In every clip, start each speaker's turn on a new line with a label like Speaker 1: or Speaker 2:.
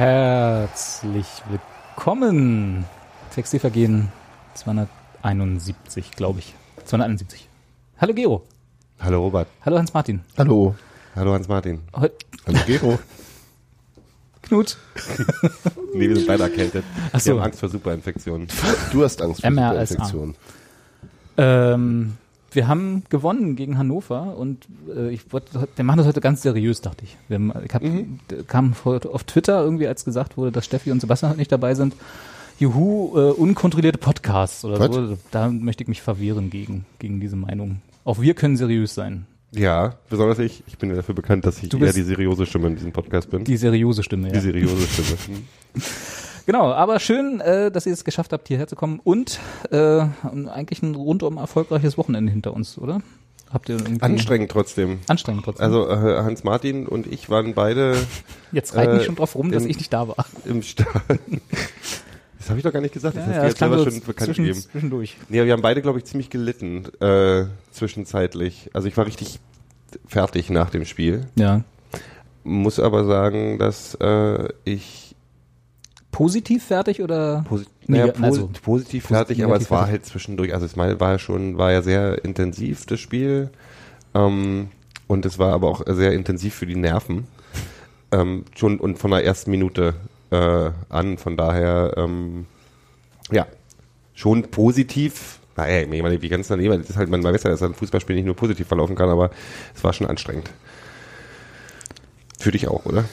Speaker 1: Herzlich willkommen. Textilvergehen 271, glaube ich. 271. Hallo Gero.
Speaker 2: Hallo Robert.
Speaker 1: Hallo Hans-Martin.
Speaker 3: Hallo.
Speaker 2: Hallo Hans-Martin.
Speaker 1: Heu-
Speaker 2: Hallo Gero.
Speaker 1: Knut.
Speaker 2: nee, wir sind beide erkältet.
Speaker 1: Ach so.
Speaker 2: Wir haben Angst vor Superinfektionen.
Speaker 3: Du hast Angst vor
Speaker 1: MRSA.
Speaker 3: Superinfektionen.
Speaker 1: Ähm, wir haben gewonnen gegen Hannover und äh, ich wollte, wir machen das heute ganz seriös, dachte ich. Wir, haben- ich hab, d- kam vor, auf Twitter irgendwie, als gesagt wurde, dass Steffi und Sebastian heute nicht dabei sind. Juhu, äh, unkontrollierte Podcasts oder
Speaker 3: Was?
Speaker 1: so. Da möchte ich mich verwehren gegen, gegen diese Meinung. Auch wir können seriös sein.
Speaker 2: Ja, besonders ich. Ich bin ja dafür bekannt, dass ich
Speaker 1: Du
Speaker 2: eher
Speaker 1: bist-
Speaker 2: die seriöse Stimme in diesem Podcast bin.
Speaker 1: Die seriöse Stimme, ja.
Speaker 2: Die seriöse Stimme. Hm.
Speaker 1: Genau, aber schön, äh, dass ihr es geschafft habt, hierher zu kommen und äh, eigentlich ein rundum erfolgreiches Wochenende hinter uns, oder? Habt ihr irgendwie
Speaker 2: Anstrengend trotzdem.
Speaker 1: anstrengend trotzdem?
Speaker 2: Also äh, Hans-Martin und ich waren beide
Speaker 1: jetzt reiten die
Speaker 2: äh,
Speaker 1: schon drauf rum, dass
Speaker 2: im-
Speaker 1: ich nicht da war.
Speaker 2: im Stadion. Das habe ich doch gar nicht gesagt. Das hast du
Speaker 1: das
Speaker 2: jetzt selber
Speaker 1: so
Speaker 2: schon bekannt
Speaker 1: zwischen,
Speaker 2: gegeben.
Speaker 1: zwischendurch.
Speaker 2: Nee, wir haben beide, glaube ich, ziemlich gelitten äh, zwischenzeitlich. Also ich war richtig fertig nach dem Spiel.
Speaker 1: Ja.
Speaker 2: Muss aber sagen, dass äh, ich
Speaker 1: Positiv fertig oder?
Speaker 2: posi
Speaker 1: Nee,
Speaker 2: naja,
Speaker 1: na, so.
Speaker 2: posi- positiv fertig, aber
Speaker 1: negativ
Speaker 2: es war
Speaker 1: fertig.
Speaker 2: halt zwischendurch. Also es mal- war ja schon, war ja sehr intensiv das Spiel ähm, und es war aber auch sehr intensiv für die Nerven ähm, schon und von der ersten Minute äh, an. Von daher ähm, ja schon positiv. Naja, ich meine, wie ganz daneben, das ist halt manchmal besser, dass ein Fußballspiel nicht nur positiv verlaufen kann, aber es war schon anstrengend. Für dich auch, oder?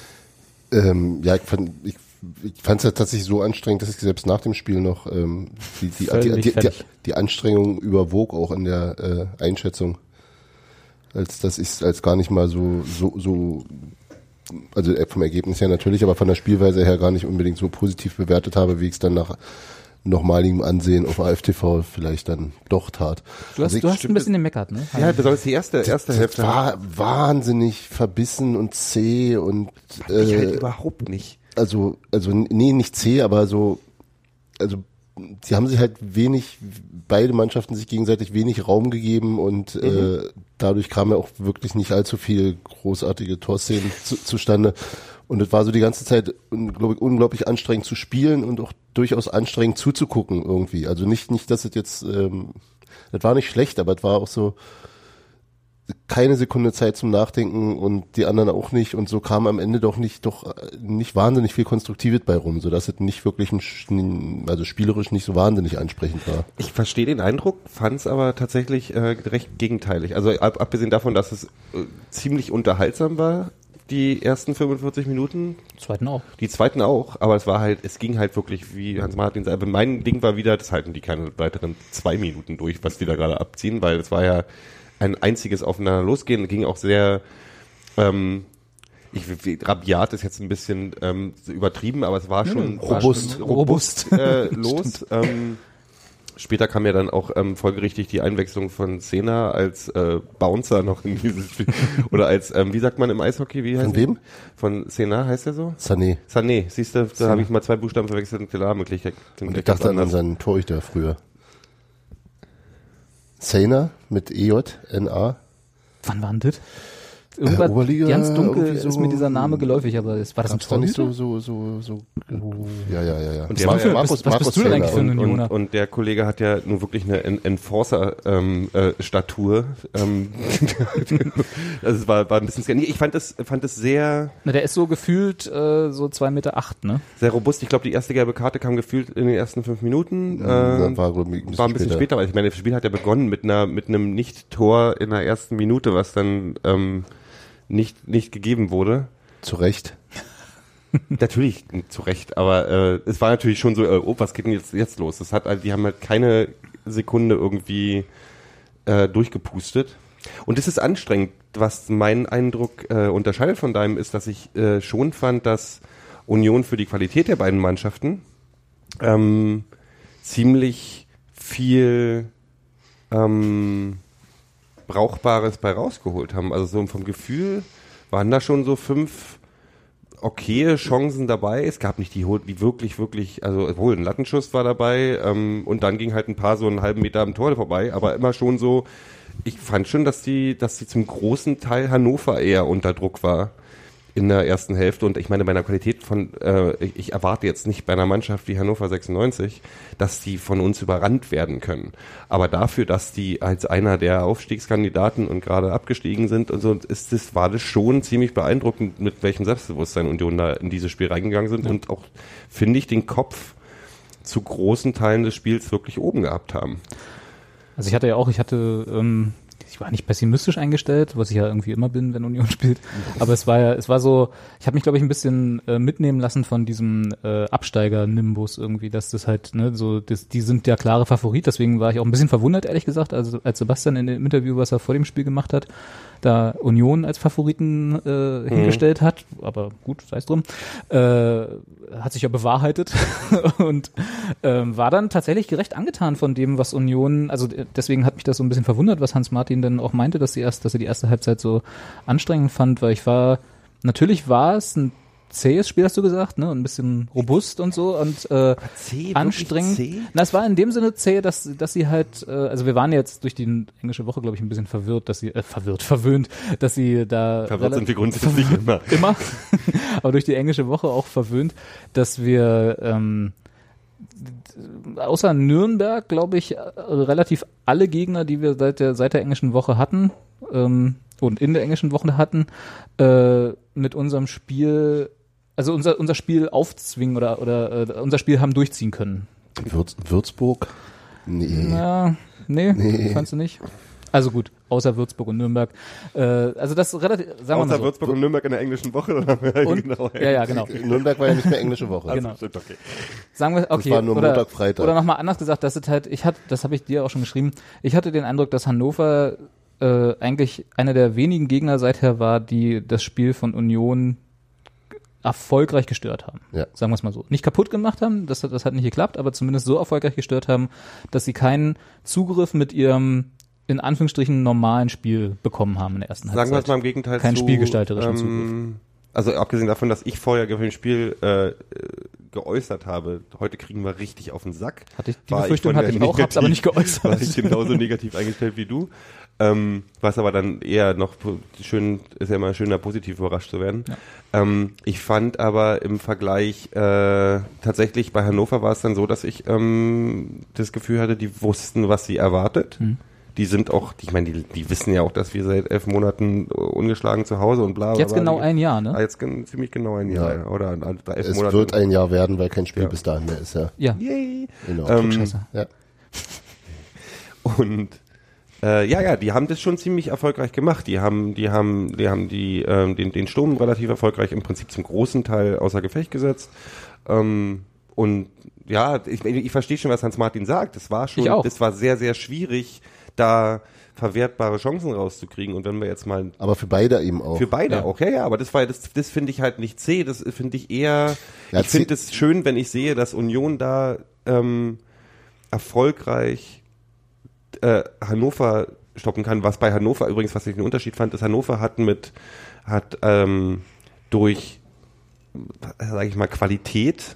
Speaker 3: Ähm, ja, ich fand ich, ich fand es ja tatsächlich so anstrengend, dass ich selbst nach dem Spiel noch ähm, die, die,
Speaker 1: Völlig
Speaker 3: die, die, die,
Speaker 1: fertig.
Speaker 3: die Anstrengung überwog auch in der äh, Einschätzung, als dass ich als gar nicht mal so so so also äh, vom Ergebnis her natürlich, aber von der Spielweise her gar nicht unbedingt so positiv bewertet habe, wie ich es dann nach nochmaligem Ansehen auf AFTV vielleicht dann doch tat.
Speaker 1: Du hast,
Speaker 3: Also ich-
Speaker 1: du hast ein
Speaker 2: stimmt,
Speaker 1: bisschen gemeckert, ne?
Speaker 2: Ja, besonders die erste, erste
Speaker 3: das
Speaker 2: Hälfte.
Speaker 3: war Also wahnsinnig verbissen und zäh und
Speaker 2: ich halt
Speaker 3: äh,
Speaker 2: überhaupt nicht.
Speaker 3: also also nee nicht zäh, aber so also sie haben sich halt wenig beide Mannschaften sich gegenseitig wenig Raum gegeben und äh, dadurch kam ja auch wirklich nicht allzu viel großartige Torszenen zu, zustande und es war so die ganze Zeit glaube ich unglaublich anstrengend zu spielen und auch durchaus anstrengend zuzugucken irgendwie. Also nicht nicht, dass es jetzt ähm, das war nicht schlecht, aber es war auch so keine Sekunde Zeit zum Nachdenken und die anderen auch nicht und so kam am Ende doch nicht doch äh, nicht wahnsinnig viel Konstruktives bei rum, so dass es nicht wirklich ein, Sch- also spielerisch nicht so wahnsinnig ansprechend war.
Speaker 2: Ich verstehe den Eindruck, fand es aber tatsächlich äh, recht gegenteilig. Also ab, abgesehen davon, dass es äh, ziemlich unterhaltsam war, die ersten 45 Minuten,
Speaker 1: Zweiten auch.
Speaker 2: die zweiten auch, aber es war halt, es ging halt wirklich, wie Hans Martin sagt, aber mein Ding war wieder, das halten die keine weiteren zwei Minuten durch, was die da gerade abziehen, weil es war ja ein einziges aufeinander losgehen, ging auch sehr ähm, ich, wie- rabiat ist jetzt ein bisschen ähm, übertrieben, aber es war schon war
Speaker 3: robust.
Speaker 2: schon robust äh, los. ähm, später kam ja dann auch ähm, folgerichtig die Einwechslung von Sena als äh, Bouncer noch in dieses Spiel. Oder als, ähm, wie sagt man im Eishockey, wie heißt
Speaker 3: Von
Speaker 2: er?
Speaker 3: wem?
Speaker 2: Von Sena heißt er so?
Speaker 3: Sané.
Speaker 2: Sané, siehst du, da habe ich mal zwei Buchstaben verwechselt und klar, möglich.
Speaker 3: Und ich dachte an unseren Torhüter früher. Sainer mit E EJ, NA.
Speaker 1: Wann war denn das? Irgendwas
Speaker 3: Oberliga,
Speaker 1: ganz dunkel
Speaker 3: irgendwie so.
Speaker 1: ist mir dieser Name geläufig, aber es war das ein
Speaker 3: Gab's da nicht so,
Speaker 1: Torhüter?
Speaker 3: so, so, so. Ja, ja, ja, ja.
Speaker 2: Und der war ja-
Speaker 1: was- was bist du denn eigentlich für ein-
Speaker 3: Sainer.
Speaker 2: und, und,
Speaker 1: Unioner.
Speaker 2: und der Kollege hat ja nun wirklich eine En- Enforcer-Statur. Ähm, also es war, war ein bisschen scan- nee, Ich fand das, fand das sehr,
Speaker 1: Na, der ist so gefühlt äh, so zwei Meter, acht, ne?
Speaker 2: sehr robust. Ich glaube, die erste gelbe Karte kam gefühlt in den ersten fünf Minuten.
Speaker 3: Ja,
Speaker 2: Ähm,
Speaker 3: war glaub ich, ein bisschen
Speaker 2: war ein bisschen
Speaker 3: später.
Speaker 2: später, weil ich meine, das Spiel hat ja begonnen mit einer mit einem Nicht-Tor in der ersten Minute, was dann ähm, nicht nicht gegeben wurde.
Speaker 3: Zu Recht.
Speaker 2: Natürlich zu Recht, aber äh, es war natürlich schon so, äh, oh, was geht denn jetzt jetzt los? Das hat, also, die haben halt keine Sekunde irgendwie äh, durchgepustet. Und es ist anstrengend. Was mein Eindruck äh, unterscheidet von deinem ist, dass ich äh, schon fand, dass Union für die Qualität der beiden Mannschaften ähm, ziemlich viel ähm, Brauchbares bei rausgeholt haben. Also so vom Gefühl waren da schon so fünf okaye Chancen dabei. Es gab nicht die, ho- die wirklich, wirklich, also wohl ein Lattenschuss war dabei ähm, und dann ging halt ein paar so einen halben Meter am Tor vorbei, aber immer schon so, ich fand schon, dass die, dass die zum großen Teil Hannover eher unter Druck war in der ersten Hälfte und ich meine bei einer Qualität von äh, ich ich erwarte jetzt nicht bei einer Mannschaft wie Hannover 96, dass die von uns überrannt werden können, aber dafür, dass die als einer der Aufstiegskandidaten und gerade abgestiegen sind und so ist das war das schon ziemlich beeindruckend mit welchem Selbstbewusstsein Union da in dieses Spiel reingegangen sind und auch finde ich den Kopf zu großen Teilen des Spiels wirklich oben gehabt haben.
Speaker 1: Also ich hatte ja auch, ich hatte, ähm, ich war nicht pessimistisch eingestellt, was ich ja irgendwie immer bin, wenn Union spielt. Aber es war ja, es war so, ich habe mich, glaube ich, ein bisschen äh, mitnehmen lassen von diesem äh, Absteiger-Nimbus irgendwie, dass das halt, ne, so, das, die sind ja klare Favorit, deswegen war ich auch ein bisschen verwundert, ehrlich gesagt, also als Sebastian in dem Interview, was er vor dem Spiel gemacht hat, da Union als Favoriten äh, hingestellt hat, aber gut, sei es drum, äh, hat sich ja bewahrheitet und ähm, war dann tatsächlich gerecht angetan von dem, was Union, also d- deswegen hat mich das so ein bisschen verwundert, was Hans Martin dann auch meinte, dass sie erst, dass er die erste Halbzeit so anstrengend fand, weil ich war, natürlich war es ein zähes Spiel, hast du gesagt, ne, und ein bisschen robust und so und äh,
Speaker 2: C,
Speaker 1: anstrengend. Na, es war in dem Sinne zäh, dass, dass sie halt, äh, also wir waren jetzt durch die englische Woche, glaube ich, ein bisschen verwirrt, dass sie, äh, verwirrt, verwöhnt, dass sie da.
Speaker 2: Verwirrt sind
Speaker 1: rela-
Speaker 2: wir grundsätzlich immer.
Speaker 1: immer, aber durch die englische Woche auch verwöhnt, dass wir ähm, d- außer Nürnberg, glaube ich, äh, relativ alle Gegner, die wir seit der, seit der englischen Woche hatten ähm, und in der englischen Woche hatten, äh, mit unserem Spiel, also unser, unser Spiel aufzwingen oder, oder äh, unser Spiel haben durchziehen können.
Speaker 3: Würz, Würzburg? Nee.
Speaker 1: Ja, nee,
Speaker 3: Nee.
Speaker 1: fandst du nicht? Also gut, außer Würzburg und Nürnberg. Äh, also das relativ, sagen wir mal
Speaker 2: Außer
Speaker 1: so.
Speaker 2: Würzburg und Nürnberg in der englischen Woche. Oder?
Speaker 1: Und, ja, ja, genau.
Speaker 3: Nürnberg war ja nicht mehr englische Woche.
Speaker 1: Genau.
Speaker 2: Stimmt, okay.
Speaker 1: Sagen wir, okay.
Speaker 3: war nur
Speaker 1: oder,
Speaker 3: Montag, Freitag.
Speaker 1: Oder nochmal anders gesagt, das ist halt, ich hatte, das habe ich dir auch schon geschrieben, ich hatte den Eindruck, dass Hannover äh, eigentlich einer der wenigen Gegner seither war, die das Spiel von Union erfolgreich gestört haben.
Speaker 3: Ja.
Speaker 1: Sagen wir es mal so. Nicht kaputt gemacht haben, das, hat- das hat nicht geklappt, aber zumindest so erfolgreich gestört haben, dass sie keinen Zugriff mit ihrem in Anführungsstrichen normalen Spiel bekommen haben in der ersten
Speaker 2: Sagen wir
Speaker 1: Halbzeit.
Speaker 2: es mal im Gegenteil
Speaker 1: Kein
Speaker 2: zu, ähm,
Speaker 1: spielgestalterischen
Speaker 2: Also abgesehen davon, dass ich vorher im Spiel äh, äh, geäußert habe, heute kriegen wir richtig auf den Sack.
Speaker 1: Hatte ich, die
Speaker 2: war
Speaker 1: Befürchtung
Speaker 2: von
Speaker 1: hatte
Speaker 2: der
Speaker 1: ich auch, hab's aber nicht geäußert.
Speaker 2: War ich genau genauso negativ eingestellt wie du. Ähm, was aber dann eher noch po- schön, ist ja immer schöner, positiv überrascht zu werden. Ähm, ich fand aber im Vergleich äh, tatsächlich bei Hannover war es dann so, dass ich ähm, das Gefühl hatte, die wussten, was sie erwartet.
Speaker 1: Mhm.
Speaker 2: Die sind auch, ich meine, die, die wissen ja auch, dass wir seit elf Monaten äh, ungeschlagen zu Hause und bla bla.
Speaker 1: Jetzt
Speaker 2: bla.
Speaker 1: genau
Speaker 2: Die-
Speaker 1: ein Jahr,
Speaker 2: Ah,
Speaker 1: ne?
Speaker 2: jetzt gen- ziemlich genau ein Jahr
Speaker 3: Ja.
Speaker 2: oder an, an, elf
Speaker 3: Es
Speaker 2: Monate.
Speaker 3: wird ein Jahr werden, weil kein Spiel
Speaker 2: Ja. Ähm,
Speaker 3: bis dahin mehr ist, ja.
Speaker 1: Ja.
Speaker 2: Yay.
Speaker 3: Genau.
Speaker 2: Ähm,
Speaker 1: Scheiße.
Speaker 3: ja.
Speaker 2: Und äh, ja, ja, die haben das schon ziemlich erfolgreich gemacht. Die haben, die haben, die haben die, ähm, den, den Sturm relativ erfolgreich im Prinzip zum großen Teil außer Gefecht gesetzt. Ähm, und ja, ich, ich verstehe schon, was Hans Martin sagt. Das war schon,
Speaker 1: Ich auch.
Speaker 2: das war sehr, sehr schwierig, da verwertbare Chancen rauszukriegen. Und wenn wir jetzt mal
Speaker 3: Aber für beide eben auch.
Speaker 2: für beide
Speaker 1: Ja.
Speaker 2: auch, ja, ja, aber das war das, das finde ich halt nicht zäh, das finde ich eher,
Speaker 3: Ja,
Speaker 2: ich finde
Speaker 3: zäh-
Speaker 2: es schön, wenn ich sehe, dass Union da ähm, erfolgreich äh, Hannover stoppen kann, was bei Hannover übrigens, was ich einen Unterschied fand, ist Hannover hat mit, hat ähm, durch, sage ich mal, Qualität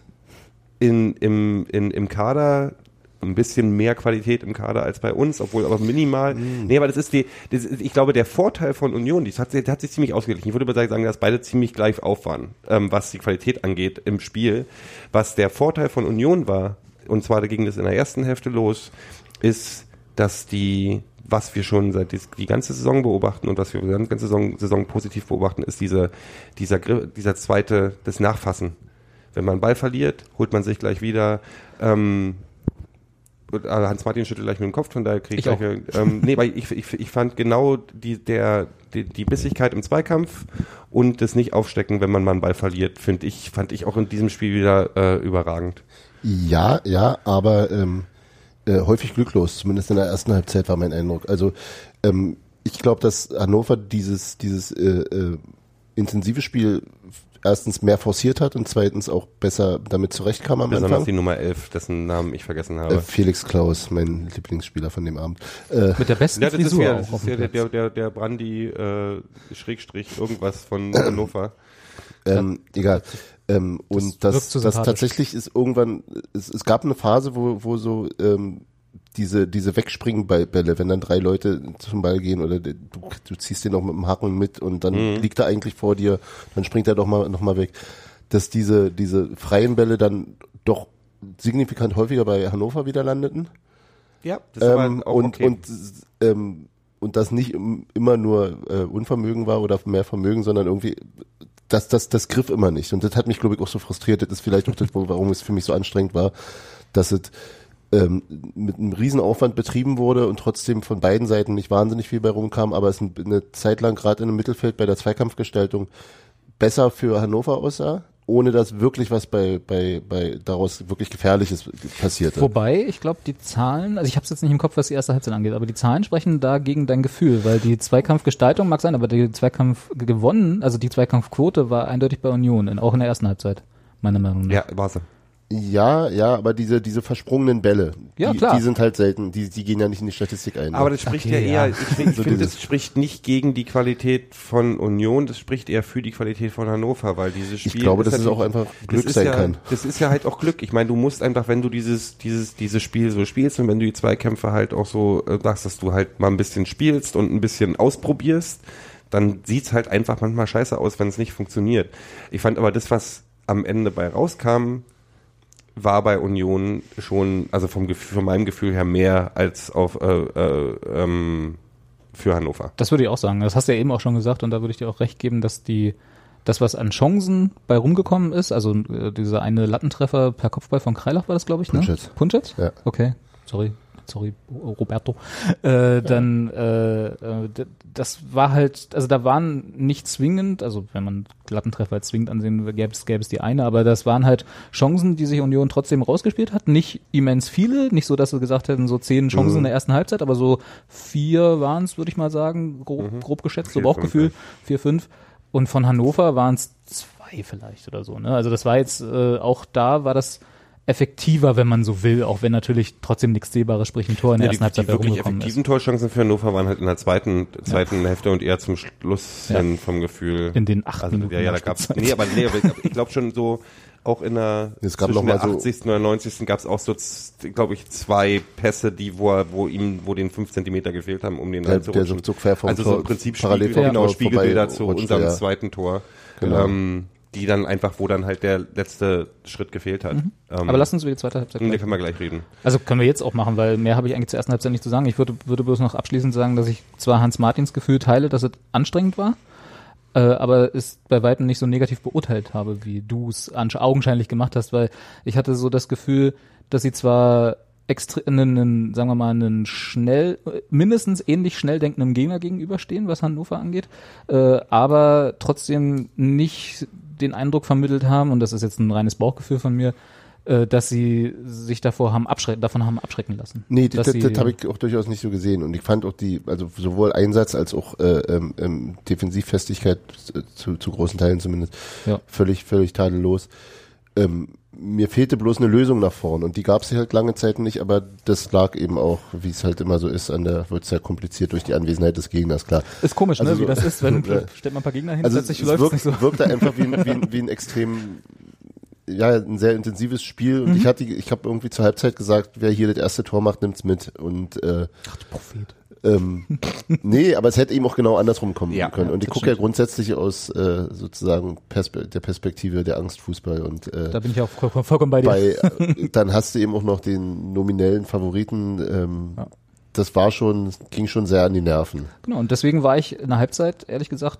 Speaker 2: in, im, in, im Kader ein bisschen mehr Qualität im Kader als bei uns, obwohl aber minimal. Nee, aber das ist die, das ist, ich glaube, der Vorteil von Union, das hat, sich- das hat sich ziemlich ausgeglichen. Ich würde aber sagen, dass beide ziemlich gleich auf waren, ähm, was die Qualität angeht im Spiel. Was der Vorteil von Union war, und zwar da ging das in der ersten Hälfte los, ist, dass die, was wir schon seit dies- die ganze Saison beobachten und was wir die ganze Saison, Saison positiv beobachten, ist diese, dieser, Griff- dieser zweite, das Nachfassen. Wenn man einen Ball verliert, holt man sich gleich wieder. Ähm, und, äh, Hans-Martin schüttelt gleich mit dem Kopf, von daher kriege ich,
Speaker 1: Ich auch.
Speaker 2: gleich. Ähm, nee, weil ich, ich, ich fand genau die, der, die, die Bissigkeit im Zweikampf und das Nicht-Aufstecken, wenn man mal einen Ball verliert, finde ich, fand ich auch in diesem Spiel wieder äh, überragend.
Speaker 3: Ja, ja, aber ähm, äh, häufig glücklos, zumindest in der ersten Halbzeit war mein Eindruck. Also ähm, ich glaube, dass Hannover dieses, dieses äh, äh, intensive Spiel erstens mehr forciert hat und zweitens auch besser damit zurechtkam am
Speaker 2: Besonders die
Speaker 3: Anfang.
Speaker 2: Nummer 11, dessen Namen ich vergessen habe.
Speaker 3: Äh, Felix Klaus, mein Lieblingsspieler von dem Abend. Äh,
Speaker 1: Mit der besten
Speaker 2: Ja, das ist
Speaker 1: Frisur
Speaker 2: ja,
Speaker 1: auch
Speaker 2: das
Speaker 1: auf
Speaker 2: ist
Speaker 1: dem
Speaker 2: ja der,
Speaker 1: Platz.
Speaker 2: der, der, der Brandi äh, Schrägstrich irgendwas von Hannover.
Speaker 3: Ähm, egal. Ähm, und das,
Speaker 1: wirkt zu
Speaker 3: das,
Speaker 1: sympathisch.
Speaker 3: tatsächlich ist irgendwann, es, es gab eine Phase, wo, wo so ähm, diese, diese Wegspringen-Bälle, wenn dann drei Leute zum Ball gehen oder du, du ziehst den auch mit dem Haken mit und dann
Speaker 1: Mhm.
Speaker 3: liegt er eigentlich vor dir, dann springt er doch mal, noch mal weg. Dass diese, diese freien Bälle dann doch signifikant häufiger bei Hannover wieder landeten
Speaker 2: Ja, das
Speaker 3: ähm, und, und, ähm, und das nicht im, immer nur äh, Unvermögen war oder mehr Vermögen, sondern irgendwie, das, das, das griff immer nicht. Und das hat mich, glaube ich, auch so frustriert. Das ist vielleicht auch das, wo- warum es für mich so anstrengend war, dass es ähm, mit einem Riesenaufwand betrieben wurde und trotzdem von beiden Seiten nicht wahnsinnig viel bei rumkam, aber es ein- eine Zeit lang gerade in dem Mittelfeld bei der Zweikampfgestaltung besser für Hannover aussah, ohne dass wirklich was bei, bei, bei daraus wirklich Gefährliches passierte.
Speaker 1: Wobei, ich glaube, die Zahlen, also ich habe es jetzt nicht im Kopf, was die erste Halbzeit angeht, aber die Zahlen sprechen da gegen dein Gefühl, weil die Zweikampfgestaltung mag sein, aber die Zweikampf gewonnen, also die Zweikampfquote war eindeutig bei Union, in, auch in der ersten Halbzeit, meiner Meinung nach.
Speaker 2: ja, war's.
Speaker 3: Ja, ja, aber diese, diese versprungenen Bälle,
Speaker 1: Ja,
Speaker 3: die,
Speaker 1: klar.
Speaker 3: die sind halt selten, die, die gehen ja nicht in die Statistik ein. Ne?
Speaker 2: Aber das spricht
Speaker 1: Okay,
Speaker 2: ja eher,
Speaker 1: ja.
Speaker 2: ich, find-
Speaker 3: So
Speaker 2: ich finde,
Speaker 3: dieses-
Speaker 2: das spricht nicht gegen die Qualität von Union, das spricht eher für die Qualität von Hannover, weil dieses Spiel.
Speaker 3: ich glaube, dass es
Speaker 2: natürlich-
Speaker 3: auch einfach
Speaker 2: das
Speaker 3: Glück
Speaker 2: ist
Speaker 3: sein
Speaker 2: ja,
Speaker 3: kann.
Speaker 2: Das ist ja halt auch Glück. Ich meine, du musst einfach, wenn du dieses, dieses, dieses Spiel so spielst und wenn du die Zweikämpfe halt auch so äh, machst, dass du halt mal ein bisschen spielst und ein bisschen ausprobierst, dann sieht's halt einfach manchmal scheiße aus, wenn es nicht funktioniert. Ich fand aber das, was am Ende bei rauskam, war bei Union schon, also vom Gefühl, von meinem Gefühl her mehr als auf äh, äh, ähm, für Hannover.
Speaker 1: Das würde ich auch sagen. Das hast du ja eben auch schon gesagt und da würde ich dir auch recht geben, dass die das, was an Chancen bei rumgekommen ist, also äh, dieser eine Lattentreffer per Kopfball von Kreilach war das, glaube ich, ne?
Speaker 3: Punschitz.
Speaker 1: Punschitz?
Speaker 3: Ja.
Speaker 1: Okay, sorry, sorry, Roberto. Äh, dann, äh, äh, d- das war halt, also da waren nicht zwingend, also wenn man Lattentreffer als zwingend ansehen will, gäbe es, gäbe es die eine, aber das waren halt Chancen, die sich Union trotzdem rausgespielt hat. Nicht immens viele, nicht so, dass sie gesagt hätten, so zehn
Speaker 2: Mhm.
Speaker 1: Chancen in der ersten Halbzeit, aber so vier waren es, würde ich mal sagen, grob, grob geschätzt, so
Speaker 2: Mhm. Vier,
Speaker 1: Bauchgefühl,
Speaker 2: fünf,
Speaker 1: vier, fünf. Und von Hannover waren es zwei vielleicht oder so. Ne? Also das war jetzt äh, auch da war das effektiver, wenn man so will, auch wenn natürlich trotzdem nichts Sehbares, sprich ein Tor in der
Speaker 2: die,
Speaker 1: ersten Halbzeit
Speaker 2: die
Speaker 1: bei
Speaker 2: wirklich
Speaker 1: rumgekommen ist.
Speaker 2: effektiven Torchancen für Hannover waren halt in der zweiten, zweiten Hälfte und eher zum Schluss hin vom Gefühl.
Speaker 1: In den acht
Speaker 2: also,
Speaker 1: Minuten
Speaker 2: Ja, ja, da
Speaker 1: der
Speaker 2: gab's,
Speaker 1: Spielzeit.
Speaker 2: nee, aber nee, aber ich- ich glaube schon so auch in der,
Speaker 3: Es gab
Speaker 2: zwischen
Speaker 3: noch mal
Speaker 2: der
Speaker 3: so-
Speaker 2: 80. oder 90. gab es auch so, glaube ich, zwei Pässe, die wo, er- wo ihm, wo den fünf Zentimeter gefehlt haben, um den
Speaker 3: Der,
Speaker 2: reinzurutschen.
Speaker 3: der so so quer vom
Speaker 2: also so
Speaker 3: Tor,
Speaker 2: im Prinzip
Speaker 3: parallel
Speaker 2: Spiegel,
Speaker 3: vom
Speaker 2: genau,
Speaker 3: Tor
Speaker 2: Spiegelbilder
Speaker 3: vorbei
Speaker 2: zu
Speaker 3: rutschte,
Speaker 2: unserem
Speaker 3: ja.
Speaker 2: zweiten Tor,
Speaker 3: Genau.
Speaker 2: ähm, die dann einfach, wo dann halt der letzte Schritt gefehlt hat. Ähm,
Speaker 1: Mhm. Aber lass uns über die zweite Halbzeit
Speaker 2: da
Speaker 1: gleich.
Speaker 2: können wir gleich reden.
Speaker 1: Also können wir jetzt auch machen, weil mehr habe ich eigentlich zur ersten Halbzeit nicht zu sagen. Ich würde, würde bloß noch abschließend sagen, dass ich zwar Hans Martins Gefühl teile, dass es anstrengend war, äh, aber es bei weitem nicht so negativ beurteilt habe, wie du es ansch- augenscheinlich gemacht hast, weil ich hatte so das Gefühl, dass sie zwar extre- einen, einen, sagen wir mal, einen schnell, mindestens ähnlich schnell denkenden Gegner gegenüberstehen, was Hannover angeht, äh, aber trotzdem nicht den Eindruck vermittelt haben, und das ist jetzt ein reines Bauchgefühl von mir, äh, dass sie sich davor haben abschrecken, davon haben abschrecken lassen.
Speaker 3: Nee,
Speaker 1: Dass
Speaker 3: das, das,
Speaker 1: sie-
Speaker 3: das habe ich auch durchaus nicht so gesehen. Und ich fand auch die, also sowohl Einsatz als auch äh, ähm, ähm, Defensivfestigkeit äh, zu, zu großen Teilen zumindest
Speaker 1: Ja.
Speaker 3: völlig, völlig tadellos. Ähm, mir fehlte bloß eine Lösung nach vorn und die gab es halt lange Zeit nicht, aber das lag eben auch, wie es halt immer so ist, an der wird es ja kompliziert durch die Anwesenheit des Gegners, klar.
Speaker 1: Ist komisch, ne,
Speaker 3: Also
Speaker 1: wie
Speaker 3: so-
Speaker 1: das ist, wenn
Speaker 3: Ja.
Speaker 1: du stellt man ein paar Gegner hin,
Speaker 3: Also es,
Speaker 1: plötzlich
Speaker 3: es
Speaker 1: läuft
Speaker 3: wirkt,
Speaker 1: nicht so.
Speaker 3: wirkte einfach wie ein, wie, ein, wie ein extrem, ja, ein sehr intensives Spiel.
Speaker 1: Mhm.
Speaker 3: Und ich hatte, ich habe irgendwie zur Halbzeit gesagt, wer hier das erste Tor macht, nimmt's mit. Und äh, ähm, nee, aber es hätte eben auch genau andersrum kommen
Speaker 2: Ja,
Speaker 3: können.
Speaker 1: ja,
Speaker 3: Und ich
Speaker 1: das
Speaker 3: gucke ja
Speaker 1: stimmt.
Speaker 3: grundsätzlich aus äh, sozusagen Perspe der Perspektive der Angstfußball und äh,
Speaker 1: Da bin ich auch voll- vollkommen bei dir.
Speaker 3: bei, äh, dann hast du eben auch noch den nominellen Favoriten. Ähm,
Speaker 1: Ja.
Speaker 3: Das war schon, ging schon sehr an die Nerven.
Speaker 1: Genau, und deswegen war ich in der Halbzeit, ehrlich gesagt,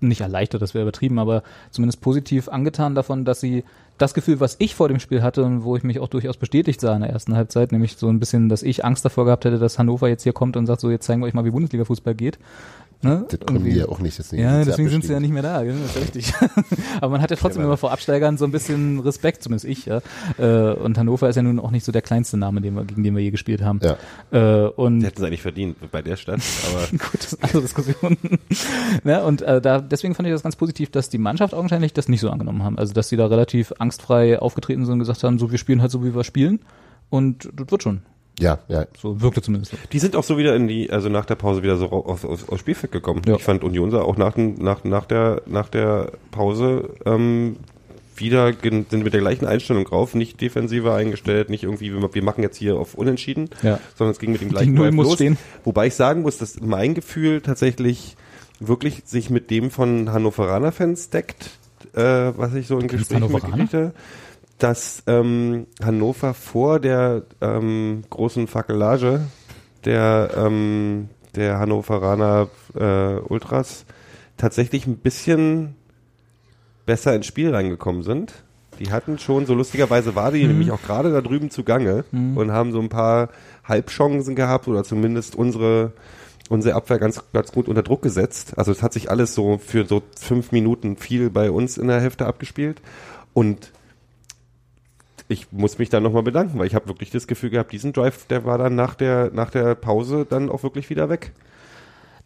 Speaker 1: nicht erleichtert, das wäre übertrieben, aber zumindest positiv angetan davon, dass sie das Gefühl, was ich vor dem Spiel hatte und wo ich mich auch durchaus bestätigt sah in der ersten Halbzeit, nämlich so ein bisschen, dass ich Angst davor gehabt hätte, dass Hannover jetzt hier kommt und sagt, so jetzt zeigen wir euch mal, wie Bundesliga-Fußball geht, Ne?
Speaker 3: Das können die
Speaker 1: Irgendwie.
Speaker 3: ja auch nicht. Deswegen
Speaker 1: Ja, deswegen sind sie ja
Speaker 3: abgestiegen.
Speaker 1: nicht mehr da, gell? das ist richtig. Aber man hat ja trotzdem
Speaker 3: Genau.
Speaker 2: Clever.
Speaker 1: immer vor Absteigern so ein bisschen Respekt, zumindest ich, ja. Äh, Und Hannover ist ja nun auch nicht so der kleinste Name, den wir, gegen den wir je gespielt haben.
Speaker 3: Ja.
Speaker 1: Äh, Und
Speaker 2: Die hätten es eigentlich verdient bei der Stadt, aber
Speaker 1: gut, das ist eine andere Diskussion. ne? Und äh, da, deswegen fand ich das ganz positiv, dass die Mannschaft augenscheinlich das nicht so angenommen haben. Also dass sie da relativ angstfrei aufgetreten sind und gesagt haben, so wir spielen halt so, wie wir spielen. Und das wird schon.
Speaker 3: Ja, ja.
Speaker 1: So wirkte zumindest. so.
Speaker 2: die sind auch so wieder in die, also nach der Pause wieder so rau- aus, aus, aus Spielfeld gekommen.
Speaker 1: Ja.
Speaker 2: Ich fand Union sah auch nach, dem- nach, nach, der, nach der Pause ähm, wieder gen- sind mit der gleichen Einstellung drauf, nicht defensiver eingestellt, nicht irgendwie, wir wir machen jetzt hier auf Unentschieden,
Speaker 1: Ja.
Speaker 2: sondern es ging mit dem gleichen
Speaker 1: Null
Speaker 2: Drive
Speaker 1: muss stehen.
Speaker 2: Wobei ich sagen muss, dass mein Gefühl tatsächlich wirklich sich mit dem von Hannoveraner Fans deckt, äh, was ich so in
Speaker 1: kennst
Speaker 2: Gesprächen
Speaker 1: Hannoveraner?
Speaker 2: mitgekriegt habe, dass ähm, Hannover vor der ähm, großen Fackelage der, ähm, der Hannoveraner äh, Ultras tatsächlich ein bisschen besser ins Spiel reingekommen sind. Die hatten schon, so lustigerweise war die nämlich auch gerade da drüben zugange und haben so ein paar Halbchancen gehabt oder zumindest unsere, unsere Abwehr ganz, ganz gut unter Druck gesetzt. Also es hat sich alles so für so fünf Minuten viel bei uns in der Hälfte abgespielt und ich muss mich da nochmal bedanken, weil ich habe wirklich das Gefühl gehabt, diesen Drive, der war dann nach der, nach der Pause dann auch wirklich wieder weg.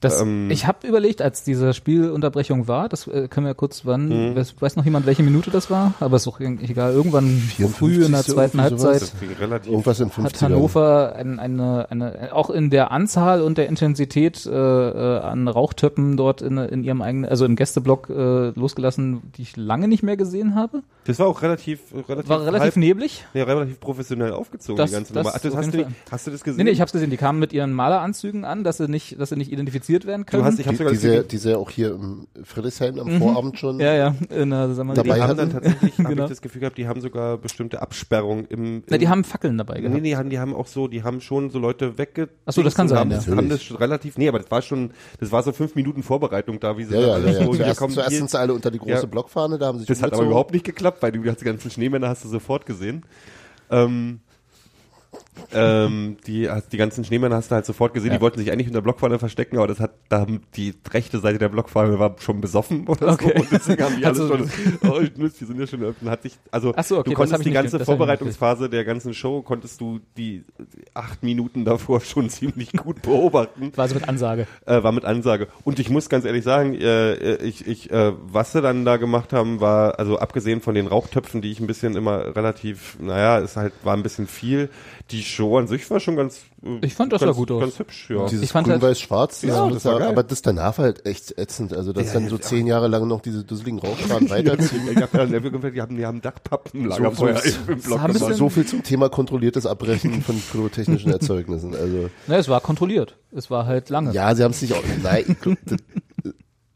Speaker 1: Das,
Speaker 2: Ähm.
Speaker 1: ich habe überlegt, als diese Spielunterbrechung war, das äh, können wir ja kurz, wann, weiß, weiß noch jemand, welche Minute das war, aber ist auch irgendwie egal, irgendwann früh in der
Speaker 3: 54.
Speaker 1: zweiten
Speaker 3: irgendwie sowas.
Speaker 1: Halbzeit
Speaker 2: Das ging relativ
Speaker 3: Irgendwas in
Speaker 1: hat
Speaker 3: 50
Speaker 1: Hannover ein, eine, eine, auch in der Anzahl und der Intensität äh, äh, an Rauchtöppen dort in, in ihrem eigenen, also im Gästeblock äh, losgelassen, die ich lange nicht mehr gesehen habe.
Speaker 2: Das war auch relativ, relativ,
Speaker 1: War relativ
Speaker 2: halb,
Speaker 1: neblig.
Speaker 2: ja, relativ professionell aufgezogen,
Speaker 1: Das-
Speaker 2: die ganze
Speaker 1: das
Speaker 2: Nummer. Ach, das
Speaker 1: auf
Speaker 2: hast,
Speaker 1: jeden
Speaker 2: du,
Speaker 1: Fall.
Speaker 2: die- hast du das gesehen?
Speaker 1: Nee, nee, ich habe es gesehen, die kamen mit ihren Maleranzügen an, dass sie nicht, dass sie nicht identifiziert werden können.
Speaker 2: du hast, ich hab sogar
Speaker 3: Diese,
Speaker 2: gesehen,
Speaker 3: diese auch hier im Friedrichshain
Speaker 2: Mhm.
Speaker 3: am Vorabend schon.
Speaker 1: ja, ja, in der, sagen wir,
Speaker 2: die
Speaker 3: dabei
Speaker 1: die,
Speaker 2: haben
Speaker 3: hatten.
Speaker 2: dann tatsächlich, hab
Speaker 1: Genau.
Speaker 2: ich das Gefühl gehabt, die haben sogar bestimmte Absperrungen im, im
Speaker 1: na, die haben Fackeln dabei
Speaker 2: Nee,
Speaker 1: gehabt.
Speaker 2: nee, haben, die haben auch so, die haben schon so Leute wegge.
Speaker 1: Ach so, das kann sein,
Speaker 2: Haben,
Speaker 1: ja.
Speaker 2: das, haben das schon relativ, nee, aber das war schon, das war so fünf Minuten Vorbereitung da, wie sie
Speaker 3: Ja,
Speaker 2: dann
Speaker 3: ja, ja,
Speaker 2: alles
Speaker 3: ja.
Speaker 2: so, hier
Speaker 3: Zuerst,
Speaker 2: kommen
Speaker 3: zuerst
Speaker 2: hier.
Speaker 3: sind sie alle unter die große
Speaker 2: Ja.
Speaker 3: Blockfahne, da haben sie sich
Speaker 2: Das hat aber
Speaker 3: umgezogen.
Speaker 2: überhaupt nicht geklappt, weil du die ganzen Schneemänner hast du sofort gesehen. Ähm, ähm, die, die ganzen Schneemänner hast du halt sofort gesehen, die wollten sich eigentlich unter Blockfahne verstecken, aber das hat, da haben die rechte Seite der Blockfahne war schon besoffen oder
Speaker 1: Okay.
Speaker 2: so. Und deswegen haben die alle
Speaker 1: Also-
Speaker 2: schon, oh Mist, die sind ja schon öffnen. Hat sich, also
Speaker 1: Ach so, okay,
Speaker 2: du
Speaker 1: das hab
Speaker 2: konntest
Speaker 1: ich
Speaker 2: die
Speaker 1: nicht
Speaker 2: ganze
Speaker 1: ge- das hab ich nicht
Speaker 2: Vorbereitungsphase der ganzen Show, konntest du die acht Minuten davor schon ziemlich gut beobachten
Speaker 1: War so mit Ansage.
Speaker 2: äh, war mit Ansage. Und ich muss ganz ehrlich sagen, äh, ich, ich, äh, was sie dann da gemacht haben, war, also abgesehen von den Rauchtöpfen, die ich ein bisschen immer relativ, naja, ist halt, war ein bisschen viel. Die Show an sich war schon ganz, äh,
Speaker 1: Ich fand, das
Speaker 2: ganz,
Speaker 1: sah gut aus.
Speaker 2: ganz hübsch, ja.
Speaker 3: Dieses
Speaker 1: Ich fand halt-
Speaker 3: grün-weiß-schwarz,
Speaker 2: Ja,
Speaker 3: also
Speaker 2: das war geil.
Speaker 3: aber das danach war halt echt ätzend. Also, dass dann so zehn Jahre lang noch diese dusseligen Rauchfahnen weiterziehen.
Speaker 2: Ich hab dann Level gefällt, die haben, die haben Dachpappenlagerfeuer
Speaker 3: So- so-
Speaker 2: im Block
Speaker 1: haben
Speaker 2: gemacht.
Speaker 1: bisschen-
Speaker 3: so viel zum Thema kontrolliertes Abbrechen von pyrotechnischen Erzeugnissen. Also,
Speaker 1: Na, Ne, es war kontrolliert. Es war halt lange.
Speaker 3: ja, sie haben es nicht auch, nein, ich glaub, das,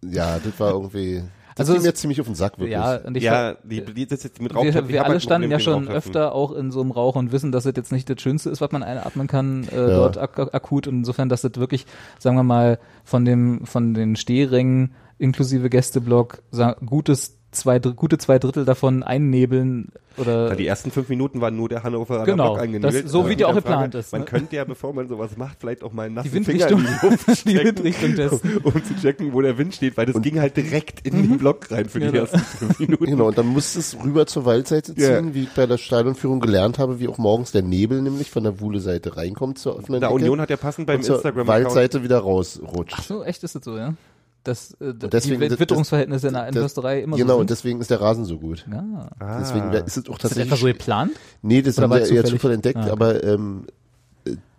Speaker 3: ja, das war irgendwie, das
Speaker 1: Also
Speaker 3: ging
Speaker 1: es-
Speaker 3: mir ziemlich auf den Sack, wirklich.
Speaker 1: Ja, und ich
Speaker 2: Ja, die, die, das jetzt mit Rauchtöpfen.
Speaker 1: wir,
Speaker 2: ich
Speaker 1: wir
Speaker 2: hab
Speaker 1: alle
Speaker 2: halt ein
Speaker 1: standen
Speaker 2: Problem
Speaker 1: ja
Speaker 2: mit den
Speaker 1: schon
Speaker 2: Rauchtöpfen.
Speaker 1: öfter auch in so einem Rauch und wissen, dass das jetzt nicht das Schönste ist, was man einatmen kann äh,
Speaker 3: Ja.
Speaker 1: dort ak akut. Und Insofern, dass das wirklich, sagen wir mal, von dem von den Stehrängen inklusive Gästeblock sa- gutes zwei Dr- gute zwei Drittel davon einnebeln oder
Speaker 2: Weil die ersten fünf Minuten waren nur der Hannoveraner
Speaker 1: Genau,
Speaker 2: Block eingenäht. Also
Speaker 1: das- so wie die auch geplant ist,
Speaker 2: Man
Speaker 1: ne?
Speaker 2: könnte ja, bevor man sowas macht, vielleicht auch mal einen nassen
Speaker 1: die
Speaker 2: Finger in
Speaker 1: Windrichtung,
Speaker 2: die Luft
Speaker 1: die
Speaker 2: stecken.
Speaker 1: Windrichtung testen.
Speaker 2: um zu checken, wo der Wind steht, weil das ging halt direkt in den Block rein für die
Speaker 1: Genau.
Speaker 2: ersten fünf Minuten.
Speaker 3: Genau, und dann musste es rüber zur Waldseite ziehen,
Speaker 2: Ja.
Speaker 3: wie ich bei der Stadionführung gelernt habe, wie auch morgens der Nebel nämlich von der Wuhle Seite reinkommt zur offenen
Speaker 2: Na,
Speaker 3: Ecke
Speaker 2: Union hat ja passend beim
Speaker 3: Genau. und zur
Speaker 2: Instagram-Account.
Speaker 3: Waldseite wieder rausrutscht.
Speaker 1: Ach so, echt ist das so, ja? Dass äh, d-
Speaker 3: deswegen-
Speaker 1: die
Speaker 3: das-
Speaker 1: Witterungsverhältnisse in der
Speaker 3: Das-
Speaker 1: Einflösterei immer
Speaker 3: genau,
Speaker 1: so
Speaker 3: und
Speaker 1: sind.
Speaker 3: deswegen ist der Rasen so gut.
Speaker 1: Ja.
Speaker 2: Ah.
Speaker 3: Deswegen ist es auch
Speaker 1: Ist das etwa
Speaker 3: tatsächlich.
Speaker 1: so geplant?
Speaker 3: nee, das
Speaker 1: oder
Speaker 3: haben
Speaker 1: war
Speaker 3: wir ja
Speaker 1: zufällig?
Speaker 3: zufällig entdeckt,
Speaker 1: Ah, okay.
Speaker 3: aber ähm,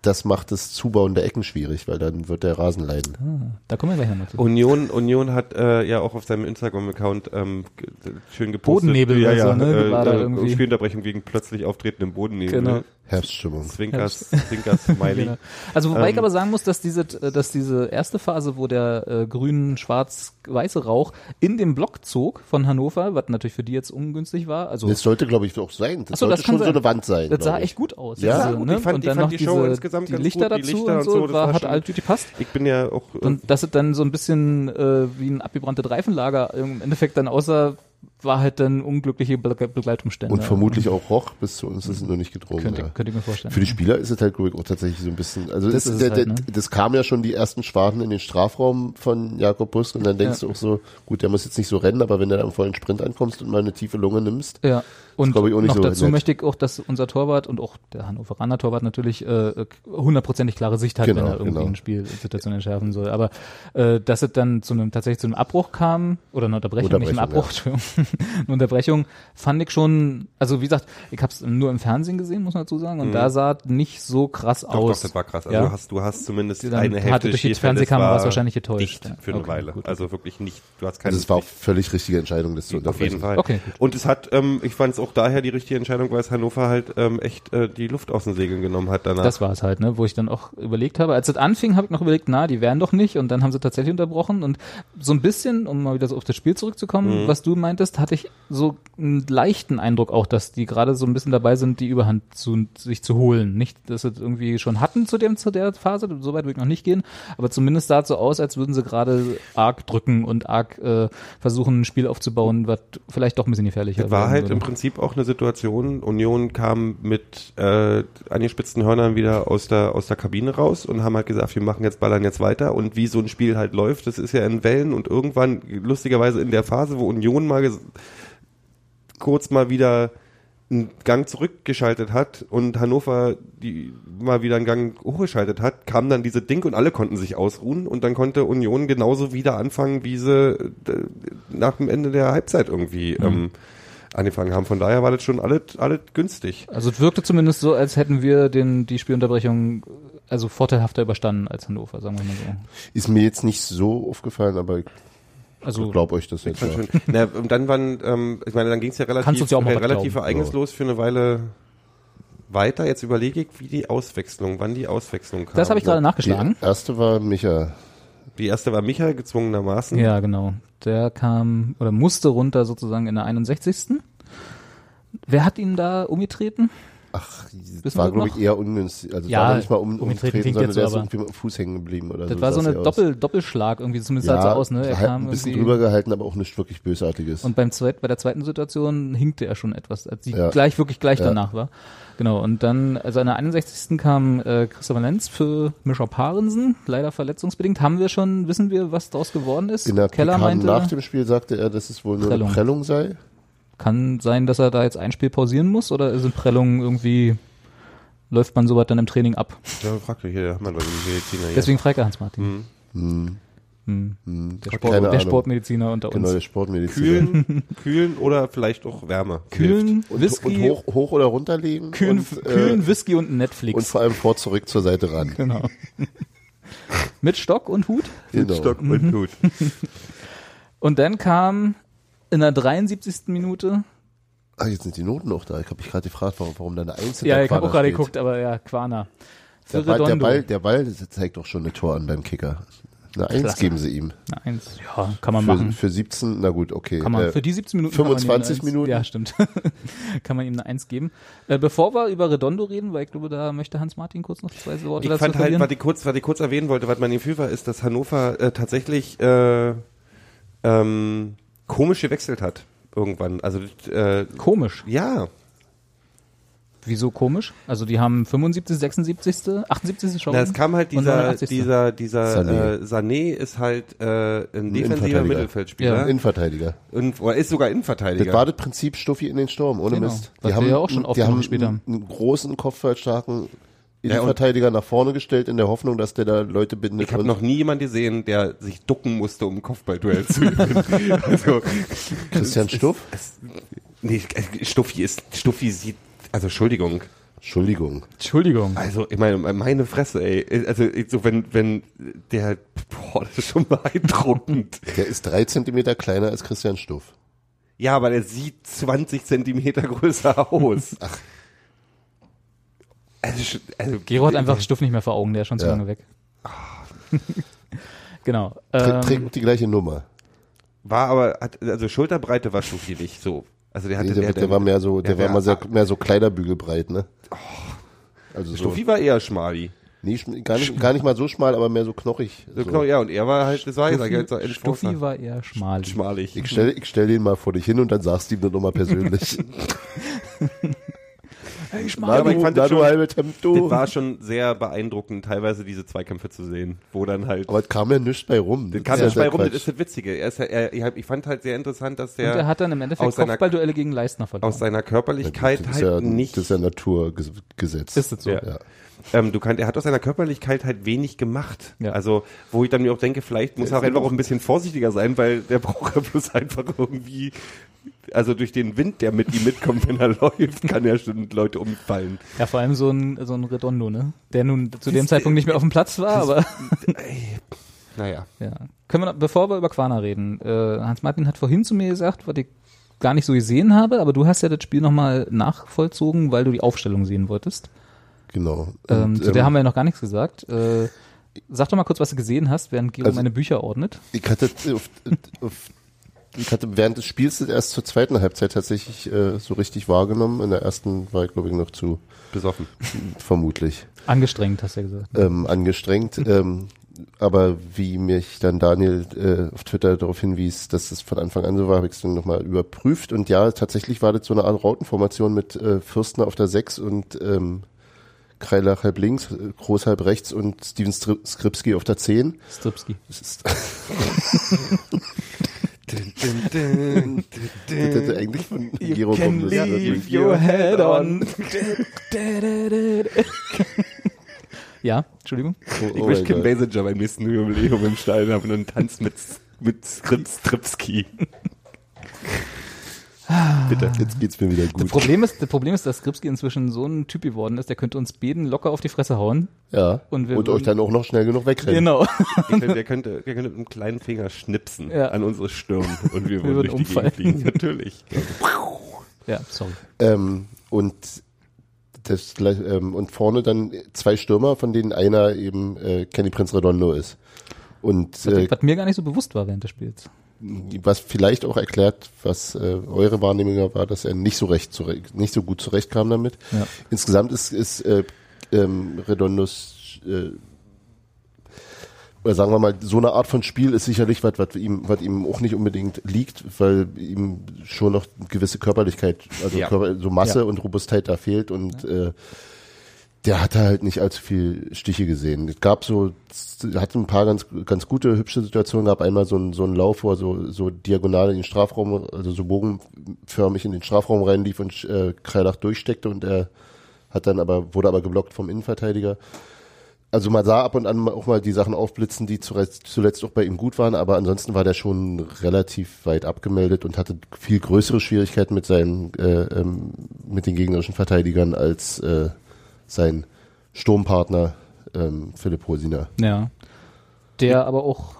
Speaker 3: das macht das Zubauen der Ecken schwierig, weil dann wird der Rasen leiden.
Speaker 1: Da kommen wir gleich nochmal zu.
Speaker 2: Union, Union hat äh, ja auch auf seinem Instagram-Account ähm, ge- äh, schön gepostet.
Speaker 1: Bodennebel
Speaker 2: ja,
Speaker 1: oder
Speaker 2: ja,
Speaker 1: so, ne? War da
Speaker 2: äh,
Speaker 1: irgendwie.
Speaker 2: äh, Spielunterbrechung wegen plötzlich auftretendem Bodennebel. ne?
Speaker 1: Genau.
Speaker 3: Herbststimmung.
Speaker 2: Zwinkers, Zwinkers, Smiley.
Speaker 1: Genau. Also wobei ich
Speaker 2: Ähm,
Speaker 1: aber sagen muss, dass diese, äh, dass diese erste Phase, wo der äh, grün, schwarz, weiße Rauch in den Block zog von Hannover, was natürlich für die jetzt ungünstig war, also
Speaker 3: Das sollte, glaube ich, auch sein. Das
Speaker 1: Ach so,
Speaker 3: sollte
Speaker 1: das kann
Speaker 3: schon
Speaker 1: sein.
Speaker 3: so eine Wand sein.
Speaker 1: das sah
Speaker 3: glaub ich.
Speaker 1: echt gut aus.
Speaker 3: Ja,
Speaker 1: also,
Speaker 2: gut,
Speaker 1: ne?
Speaker 2: ich fand-
Speaker 1: und
Speaker 2: ich
Speaker 1: dann
Speaker 2: fand
Speaker 1: noch
Speaker 2: die
Speaker 1: diese,
Speaker 2: Show insgesamt
Speaker 1: die
Speaker 2: ganz
Speaker 1: Lichter
Speaker 2: gut, die
Speaker 1: dazu
Speaker 2: Lichter
Speaker 1: und
Speaker 2: und
Speaker 1: so,
Speaker 2: so, das
Speaker 1: war,
Speaker 2: war
Speaker 1: hat
Speaker 2: schon-
Speaker 1: all gepasst.
Speaker 2: Ich bin ja auch äh,
Speaker 1: Und dass es dann so ein bisschen äh, wie ein abgebranntes Reifenlager im Endeffekt dann außer war halt dann unglückliche Be Begleitumstände.
Speaker 3: Und vermutlich auch Roch bis zu uns ist es nur nicht gedrungen.
Speaker 1: Mhm. Könnte,
Speaker 3: ja.
Speaker 1: könnte ich mir vorstellen.
Speaker 3: Für die Spieler ist es halt, glaube ich, auch tatsächlich so ein bisschen. Also
Speaker 1: Das
Speaker 3: das,
Speaker 1: ist
Speaker 3: der,
Speaker 1: es halt,
Speaker 3: der,
Speaker 1: ne?
Speaker 3: das kam ja schon die ersten Schwaden in den Strafraum von Jakob Busk und dann denkst
Speaker 1: Ja.
Speaker 3: du auch so, gut, der muss jetzt nicht so rennen, aber wenn du da am vollen Sprint ankommst und mal eine tiefe Lunge nimmst,
Speaker 1: Ja, und
Speaker 3: glaub ich, auch nicht
Speaker 1: noch
Speaker 3: so
Speaker 1: dazu
Speaker 3: nett.
Speaker 1: möchte ich auch, dass unser Torwart und auch der Hannoveraner Torwart natürlich äh, hundertprozentig klare Sicht hat,
Speaker 3: Genau,
Speaker 1: wenn er irgendwie
Speaker 3: genau.
Speaker 1: eine Spielsituation entschärfen soll. Aber äh, dass es dann zu einem, tatsächlich zu einem Abbruch kam, oder eine Unterbrechung, nicht ein Abbruch, Entschuldigung, eine Unterbrechung, fand ich schon, also wie gesagt, ich habe es nur im Fernsehen gesehen, muss man dazu sagen, und
Speaker 3: Mhm.
Speaker 1: da sah es nicht so krass
Speaker 2: Doch, doch,
Speaker 1: aus.
Speaker 2: das war krass. Also
Speaker 1: Ja.
Speaker 2: du hast, du hast zumindest
Speaker 1: Dann
Speaker 2: eine
Speaker 1: hatte
Speaker 2: Hälfte
Speaker 1: durch die
Speaker 2: des Spielfeldes
Speaker 1: Fernsehkamera
Speaker 2: war
Speaker 1: es wahrscheinlich getäuscht,
Speaker 2: dicht
Speaker 1: ja.
Speaker 2: Für eine
Speaker 1: Okay,
Speaker 2: Weile.
Speaker 1: gut.
Speaker 2: Also wirklich nicht. Du hast keine
Speaker 3: also es war auch völlig richtige Entscheidung, das zu
Speaker 2: Auf jeden
Speaker 3: unterbrechen.
Speaker 2: Fall.
Speaker 1: Okay.
Speaker 2: Und es hat, ähm, ich fand es auch daher die richtige Entscheidung, weil es Hannover halt ähm, echt äh, die Luft aus den Segeln genommen hat danach.
Speaker 1: Das war es halt, ne, wo ich dann auch überlegt habe. Als das anfing, habe ich noch überlegt, na, die wären doch nicht. Und dann haben sie tatsächlich unterbrochen. Und so ein bisschen, um mal wieder so auf das Spiel
Speaker 2: Mhm.
Speaker 1: zurückzukommen, was du meintest, hatte ich so einen leichten Eindruck auch, dass die gerade so ein bisschen dabei sind, die Überhand zu, sich zu holen. Nicht, dass sie es irgendwie schon hatten zu dem zu der Phase, so weit würde ich noch nicht gehen. Aber zumindest sah es so aus, als würden sie gerade arg drücken und arg äh, versuchen, ein Spiel aufzubauen, was vielleicht doch ein bisschen gefährlicher
Speaker 2: war
Speaker 1: werden
Speaker 2: halt
Speaker 1: würde.
Speaker 2: im Prinzip auch eine Situation. Union kam mit äh, angespitzten Hörnern wieder aus der aus der Kabine raus und haben halt gesagt, wir machen jetzt ballern jetzt weiter und wie so ein Spiel halt läuft, das ist ja in Wellen und irgendwann lustigerweise in der Phase, wo Union mal ges- kurz mal wieder einen Gang zurückgeschaltet hat und Hannover die mal wieder einen Gang hochgeschaltet hat, kam dann diese Ding und alle konnten sich ausruhen und dann konnte Union genauso wieder anfangen, wie sie äh, nach dem Ende der Halbzeit irgendwie ähm, angefangen haben. Von daher war das schon alles, alles günstig.
Speaker 1: Also es wirkte zumindest so, als hätten wir den, die Spielunterbrechung also vorteilhafter überstanden als Hannover, sagen wir mal so.
Speaker 3: Ist mir jetzt nicht so aufgefallen, aber ich
Speaker 1: Also
Speaker 3: glaube euch das jetzt.
Speaker 2: Fand
Speaker 3: mal.
Speaker 2: Schön. Na, und dann waren, ähm, ich meine, dann ging es ja
Speaker 1: Kannst
Speaker 2: relativ,
Speaker 1: uns ja auch mal was
Speaker 2: relativ
Speaker 1: glauben.
Speaker 2: ereignislos für eine Weile weiter. Jetzt überlege ich, wie die Auswechslung, wann die Auswechslung kam.
Speaker 1: das habe ich gerade nachgeschlagen.
Speaker 3: Die erste war Micha.
Speaker 2: Die erste war Michael gezwungenermaßen.
Speaker 1: Ja, genau. Der kam oder musste runter sozusagen in der 61. Wer hat ihn da umgetreten?
Speaker 3: Ach,
Speaker 1: wir
Speaker 3: war,
Speaker 1: das
Speaker 3: glaube
Speaker 1: noch?
Speaker 3: ich, eher ungünstig. Also es
Speaker 1: Ja,
Speaker 3: war noch nicht mal um,
Speaker 1: umgetreten
Speaker 3: umtreten,
Speaker 1: klingt
Speaker 3: sondern
Speaker 1: jetzt so,
Speaker 3: der ist
Speaker 1: aber-
Speaker 3: irgendwie mit dem Fuß hängen geblieben oder
Speaker 1: Das
Speaker 3: so.
Speaker 1: war so
Speaker 3: sah
Speaker 1: eine
Speaker 3: Also er aus.
Speaker 1: Doppel, Doppelschlag, irgendwie zumindest sah
Speaker 3: Ja,
Speaker 1: halt so aus, ne? Er
Speaker 3: halt
Speaker 1: kam
Speaker 3: ein bisschen
Speaker 1: irgendwie-
Speaker 3: drüber gehalten, aber auch nichts wirklich Bösartiges.
Speaker 1: Und beim zweit, bei der zweiten Situation hinkte er schon etwas, als die
Speaker 3: Ja.
Speaker 1: gleich wirklich gleich
Speaker 3: Ja.
Speaker 1: danach war. Genau, und dann, also an der 61. kam äh, Christopher Lenz für Mischa Parensen, leider verletzungsbedingt. Haben wir schon, wissen wir, was daraus geworden ist?
Speaker 3: In der
Speaker 1: Keller
Speaker 3: PK
Speaker 1: meinte,
Speaker 3: nach dem Spiel sagte er, dass es wohl nur
Speaker 1: Prellung.
Speaker 3: eine Prellung sei.
Speaker 1: kann sein, dass er da jetzt ein Spiel pausieren muss oder sind Prellungen irgendwie, läuft man sowas dann im Training ab?
Speaker 2: Ja, frag dich, hier hat man doch die Mediziner hier.
Speaker 1: Deswegen fragt er Hans-Martin.
Speaker 3: Hm.
Speaker 1: Hm. Der,
Speaker 3: Keine
Speaker 1: Sport, der
Speaker 3: Ahnung.
Speaker 1: Sportmediziner unter
Speaker 3: Genau,
Speaker 1: uns.
Speaker 3: der Sportmediziner.
Speaker 2: kühlen, kühlen oder vielleicht auch Wärme.
Speaker 1: Kühlen,
Speaker 3: Und,
Speaker 1: Whisky,
Speaker 3: und hoch, hoch oder runterlegen.
Speaker 1: kühlen,
Speaker 3: und,
Speaker 1: kühlen
Speaker 3: äh,
Speaker 1: Whisky und
Speaker 3: und
Speaker 1: Netflix.
Speaker 3: vor allem vor zurück zur Seite ran.
Speaker 1: genau. Mit Stock und Hut?
Speaker 2: Hilft.
Speaker 3: Genau.
Speaker 2: Stock und
Speaker 1: Mhm.
Speaker 2: Blut.
Speaker 1: Und dann kam in der 73. Minute,
Speaker 3: Ah, jetzt sind die Noten auch da. Ich habe mich gerade gefragt, warum, warum da eine Einzel
Speaker 1: ja, ich habe auch gerade geguckt, aber ja, Quana.
Speaker 3: Der Ball, der, Ball, der Ball das zeigt doch schon eine Tor an beim Kicker. Eine Eins
Speaker 1: Klasse.
Speaker 3: geben sie ihm.
Speaker 1: Na, eins. Ja, kann man
Speaker 3: Für,
Speaker 1: machen.
Speaker 3: für 17, na gut, okay.
Speaker 1: Kann man,
Speaker 3: Äh,
Speaker 1: für die 17 Minuten.
Speaker 3: 25
Speaker 1: kann man ihm eine Eins- Ja, stimmt. kann man ihm eine Eins geben. Äh, bevor wir über Redondo reden, weil ich glaube, da möchte Hans-Martin kurz noch zwei Worte
Speaker 2: Ich
Speaker 1: dazu
Speaker 2: fand halt,
Speaker 1: verlieren.
Speaker 2: was ich kurz, was ich kurz erwähnen wollte, was mein Gefühl war, ist, dass Hannover äh, tatsächlich äh, ähm, komisch gewechselt hat irgendwann. Also äh,
Speaker 1: komisch.
Speaker 2: ja,
Speaker 1: Wieso komisch? Also die haben 75, 76, 78 schon.
Speaker 2: Na, es kam halt
Speaker 1: und ne?
Speaker 2: dieser
Speaker 1: 89..
Speaker 2: dieser dieser Sané,
Speaker 3: Sané.
Speaker 2: äh, Sané ist halt äh, ein defensiver
Speaker 3: Innenverteidiger.
Speaker 2: Mittelfeldspieler
Speaker 1: Ja.
Speaker 3: Innenverteidiger.
Speaker 2: und oder ist sogar
Speaker 3: Das
Speaker 2: Innenverteidiger.
Speaker 3: war das Prinzip Stuffi in den Sturm, ohne
Speaker 1: Genau.
Speaker 3: Mist.
Speaker 1: Was wir ja auch schon oft
Speaker 3: die haben
Speaker 1: gespielt haben.
Speaker 3: einen, einen großen, kopfballstarken
Speaker 2: Ja, und-
Speaker 3: Innenverteidiger nach vorne gestellt, in der Hoffnung, dass der da Leute bindet.
Speaker 2: Ich habe
Speaker 3: und-
Speaker 2: noch nie jemanden gesehen, der sich ducken musste, um ein Kopfballduell zu gewinnen. also,
Speaker 3: Christian Stuff?
Speaker 2: nee, Stuffi ist, Stuffi sieht, also Entschuldigung,
Speaker 3: Entschuldigung.
Speaker 1: Entschuldigung.
Speaker 2: also ich meine, meine Fresse, ey, also ich, so wenn, wenn der, boah, das ist schon beeindruckend.
Speaker 3: Der ist drei Zentimeter kleiner als Christian Stuff.
Speaker 2: Ja, aber der sieht 20 Zentimeter größer aus. Ach. Also, sch- also
Speaker 1: Gero hat einfach Stuff nicht mehr vor Augen, der ist schon zu
Speaker 3: Äh, Ja.
Speaker 1: lange weg. genau.
Speaker 3: Tr
Speaker 1: Ähm,
Speaker 3: trägt die gleiche Nummer.
Speaker 2: war aber, hat, also Schulterbreite war Stuffi nicht so. Also der hatte,
Speaker 3: Nee, der, der, war mehr so, der,
Speaker 2: der- Oh.
Speaker 3: war mal sehr, mehr so Kleiderbügelbreit, ne? Also so.
Speaker 2: Stuffi war eher Schmali.
Speaker 3: Nee, schm- gar nicht, gar nicht mal so schmal, aber mehr so knochig.
Speaker 2: So,
Speaker 3: So.
Speaker 2: Genau, ja, und er war halt, das war ja, sag
Speaker 1: Stuffi,
Speaker 2: ich halt so ein
Speaker 1: Stuffi
Speaker 2: Schwarzer.
Speaker 1: war eher schmal.
Speaker 2: schmalig.
Speaker 3: Ich stell, ich stell den mal vor dich hin und dann sagst du ihm das nochmal persönlich.
Speaker 1: Hey,
Speaker 3: Na,
Speaker 2: aber ich
Speaker 3: du,
Speaker 2: fand
Speaker 3: na,
Speaker 2: das
Speaker 3: du
Speaker 2: schon-
Speaker 3: halbes Hemd,
Speaker 2: Das
Speaker 3: du.
Speaker 2: war schon sehr beeindruckend, teilweise diese Zweikämpfe zu sehen, wo dann halt.
Speaker 3: Aber es kam ja nichts bei rum.
Speaker 2: Das kam
Speaker 3: ist
Speaker 2: ja bei rum,
Speaker 3: der
Speaker 2: das ist halt das
Speaker 3: Quatsch.
Speaker 2: Witzige. Er ist, ja- er, ich hab- ich fand halt sehr interessant, dass
Speaker 1: Und er
Speaker 2: der
Speaker 1: hat dann im Endeffekt
Speaker 2: Aus seiner-
Speaker 1: Kopfballduelle gegen Leistner verloren.
Speaker 2: aus seiner Körperlichkeit
Speaker 3: Das
Speaker 2: halt
Speaker 3: ist ja,
Speaker 2: nicht.
Speaker 3: das ist ja Naturgesetz.
Speaker 1: Ist es so?
Speaker 2: Ja.
Speaker 3: Ja.
Speaker 2: ähm, du kannst, er hat aus seiner Körperlichkeit halt wenig gemacht.
Speaker 1: Ja.
Speaker 2: Also, wo ich dann mir auch denke, vielleicht muss er auch einfach auch ein bisschen vorsichtiger sein, weil der braucht ja bloß einfach irgendwie, also durch den Wind, der mit ihm mitkommt, wenn er läuft, kann ja schon Leute umfallen.
Speaker 1: Ja, vor allem so ein, so ein Redondo, ne? Der nun zu dem Zeitpunkt
Speaker 3: äh,
Speaker 1: nicht mehr auf dem Platz war, aber.
Speaker 2: Naja.
Speaker 1: Ja. Können wir noch, bevor wir über Quana reden, äh, Hans-Martin hat vorhin zu mir gesagt, was ich gar nicht so gesehen habe, aber du hast ja das Spiel nochmal nachvollzogen, weil du die Aufstellung sehen wolltest.
Speaker 3: Genau.
Speaker 1: Ähm,
Speaker 3: Und,
Speaker 1: zu der
Speaker 3: ähm,
Speaker 1: haben wir ja noch gar nichts gesagt. Äh, sag doch mal kurz, was du gesehen hast, während Gero
Speaker 3: Also-
Speaker 1: meine Bücher ordnet.
Speaker 3: ich hatte, auf, auf, ich hatte während des Spiels das erst zur zweiten Halbzeit tatsächlich äh, so richtig wahrgenommen. In der ersten war ich, glaube ich, noch zu
Speaker 2: Besoffen.
Speaker 3: vermutlich
Speaker 1: Angestrengt, hast du ja gesagt.
Speaker 3: ähm, angestrengt. ähm, aber wie mich dann Daniel äh, auf Twitter darauf hinwies, dass es von Anfang an so war, habe ich es dann nochmal überprüft. Und ja, tatsächlich war das so eine Art Rautenformation mit äh, Fürstner auf der 6 und ähm, Kreilach halb links, äh, Groß halb rechts und Steven Stri- Skripski auf der 10.
Speaker 1: Stripski.
Speaker 3: Das ist das hätte eigentlich von Gero kommen müssen. wirklich.
Speaker 1: head on. ja, Entschuldigung.
Speaker 3: Oh,
Speaker 2: Ich
Speaker 3: oh
Speaker 2: möchte Kim
Speaker 3: mein Gott.
Speaker 2: Basinger beim nächsten Jubiläum im Stadion haben und einen Tanz mit, mit Skrips Stripski. Bitte.
Speaker 3: Jetzt geht's mir wieder
Speaker 1: Das
Speaker 3: gut.
Speaker 1: Problem ist, das Problem ist, dass Skripski inzwischen so ein Typ geworden ist, der könnte uns beiden locker auf die Fresse hauen.
Speaker 3: Ja.
Speaker 1: Und
Speaker 3: Und,
Speaker 1: wir würden-
Speaker 3: euch dann auch noch schnell genug wegrennen.
Speaker 1: Genau.
Speaker 2: Ich könnte, der, könnte, der könnte mit einem kleinen Finger schnipsen
Speaker 1: Ja.
Speaker 2: an unsere Stirn und wir,
Speaker 1: würden
Speaker 2: würden durch die
Speaker 1: umfallen.
Speaker 2: Gegend fliegen. Natürlich.
Speaker 1: Ja, sorry.
Speaker 3: Ähm, und das, gleich- ähm, und vorne dann zwei Stürmer, von denen einer eben äh, Kenny Prince Redondo ist. Und äh,
Speaker 1: Was mir gar nicht so bewusst war während des Spiels.
Speaker 3: was vielleicht auch erklärt, was äh, eure Wahrnehmung war, dass er nicht so recht zure- nicht so gut zurechtkam damit.
Speaker 1: Ja.
Speaker 3: Insgesamt ist, ist äh, ähm, Redondos äh, oder sagen wir mal, so eine Art von Spiel ist sicherlich was, was ihm, was ihm auch nicht unbedingt liegt, weil ihm schon noch gewisse Körperlichkeit, also
Speaker 2: Ja.
Speaker 3: Körper, so Masse
Speaker 1: Ja.
Speaker 3: und Robustheit da fehlt und äh, der hatte halt nicht allzu viel Stiche gesehen. Es gab so, er hatte ein paar ganz, ganz gute, hübsche Situationen, gab einmal so einen, so einen Lauf, wo er so, so diagonal in den Strafraum, also so bogenförmig in den Strafraum reinlief und äh, Kreidach durchsteckte und er hat dann aber, wurde aber geblockt vom Innenverteidiger. Also man sah ab und an auch mal die Sachen aufblitzen, die zuletzt, zuletzt auch bei ihm gut waren, aber ansonsten war der schon relativ weit abgemeldet und hatte viel größere Schwierigkeiten mit seinen, äh, ähm, mit den gegnerischen Verteidigern als äh, sein Sturmpartner ähm, Philipp Hosiner.
Speaker 1: Ja. Der aber auch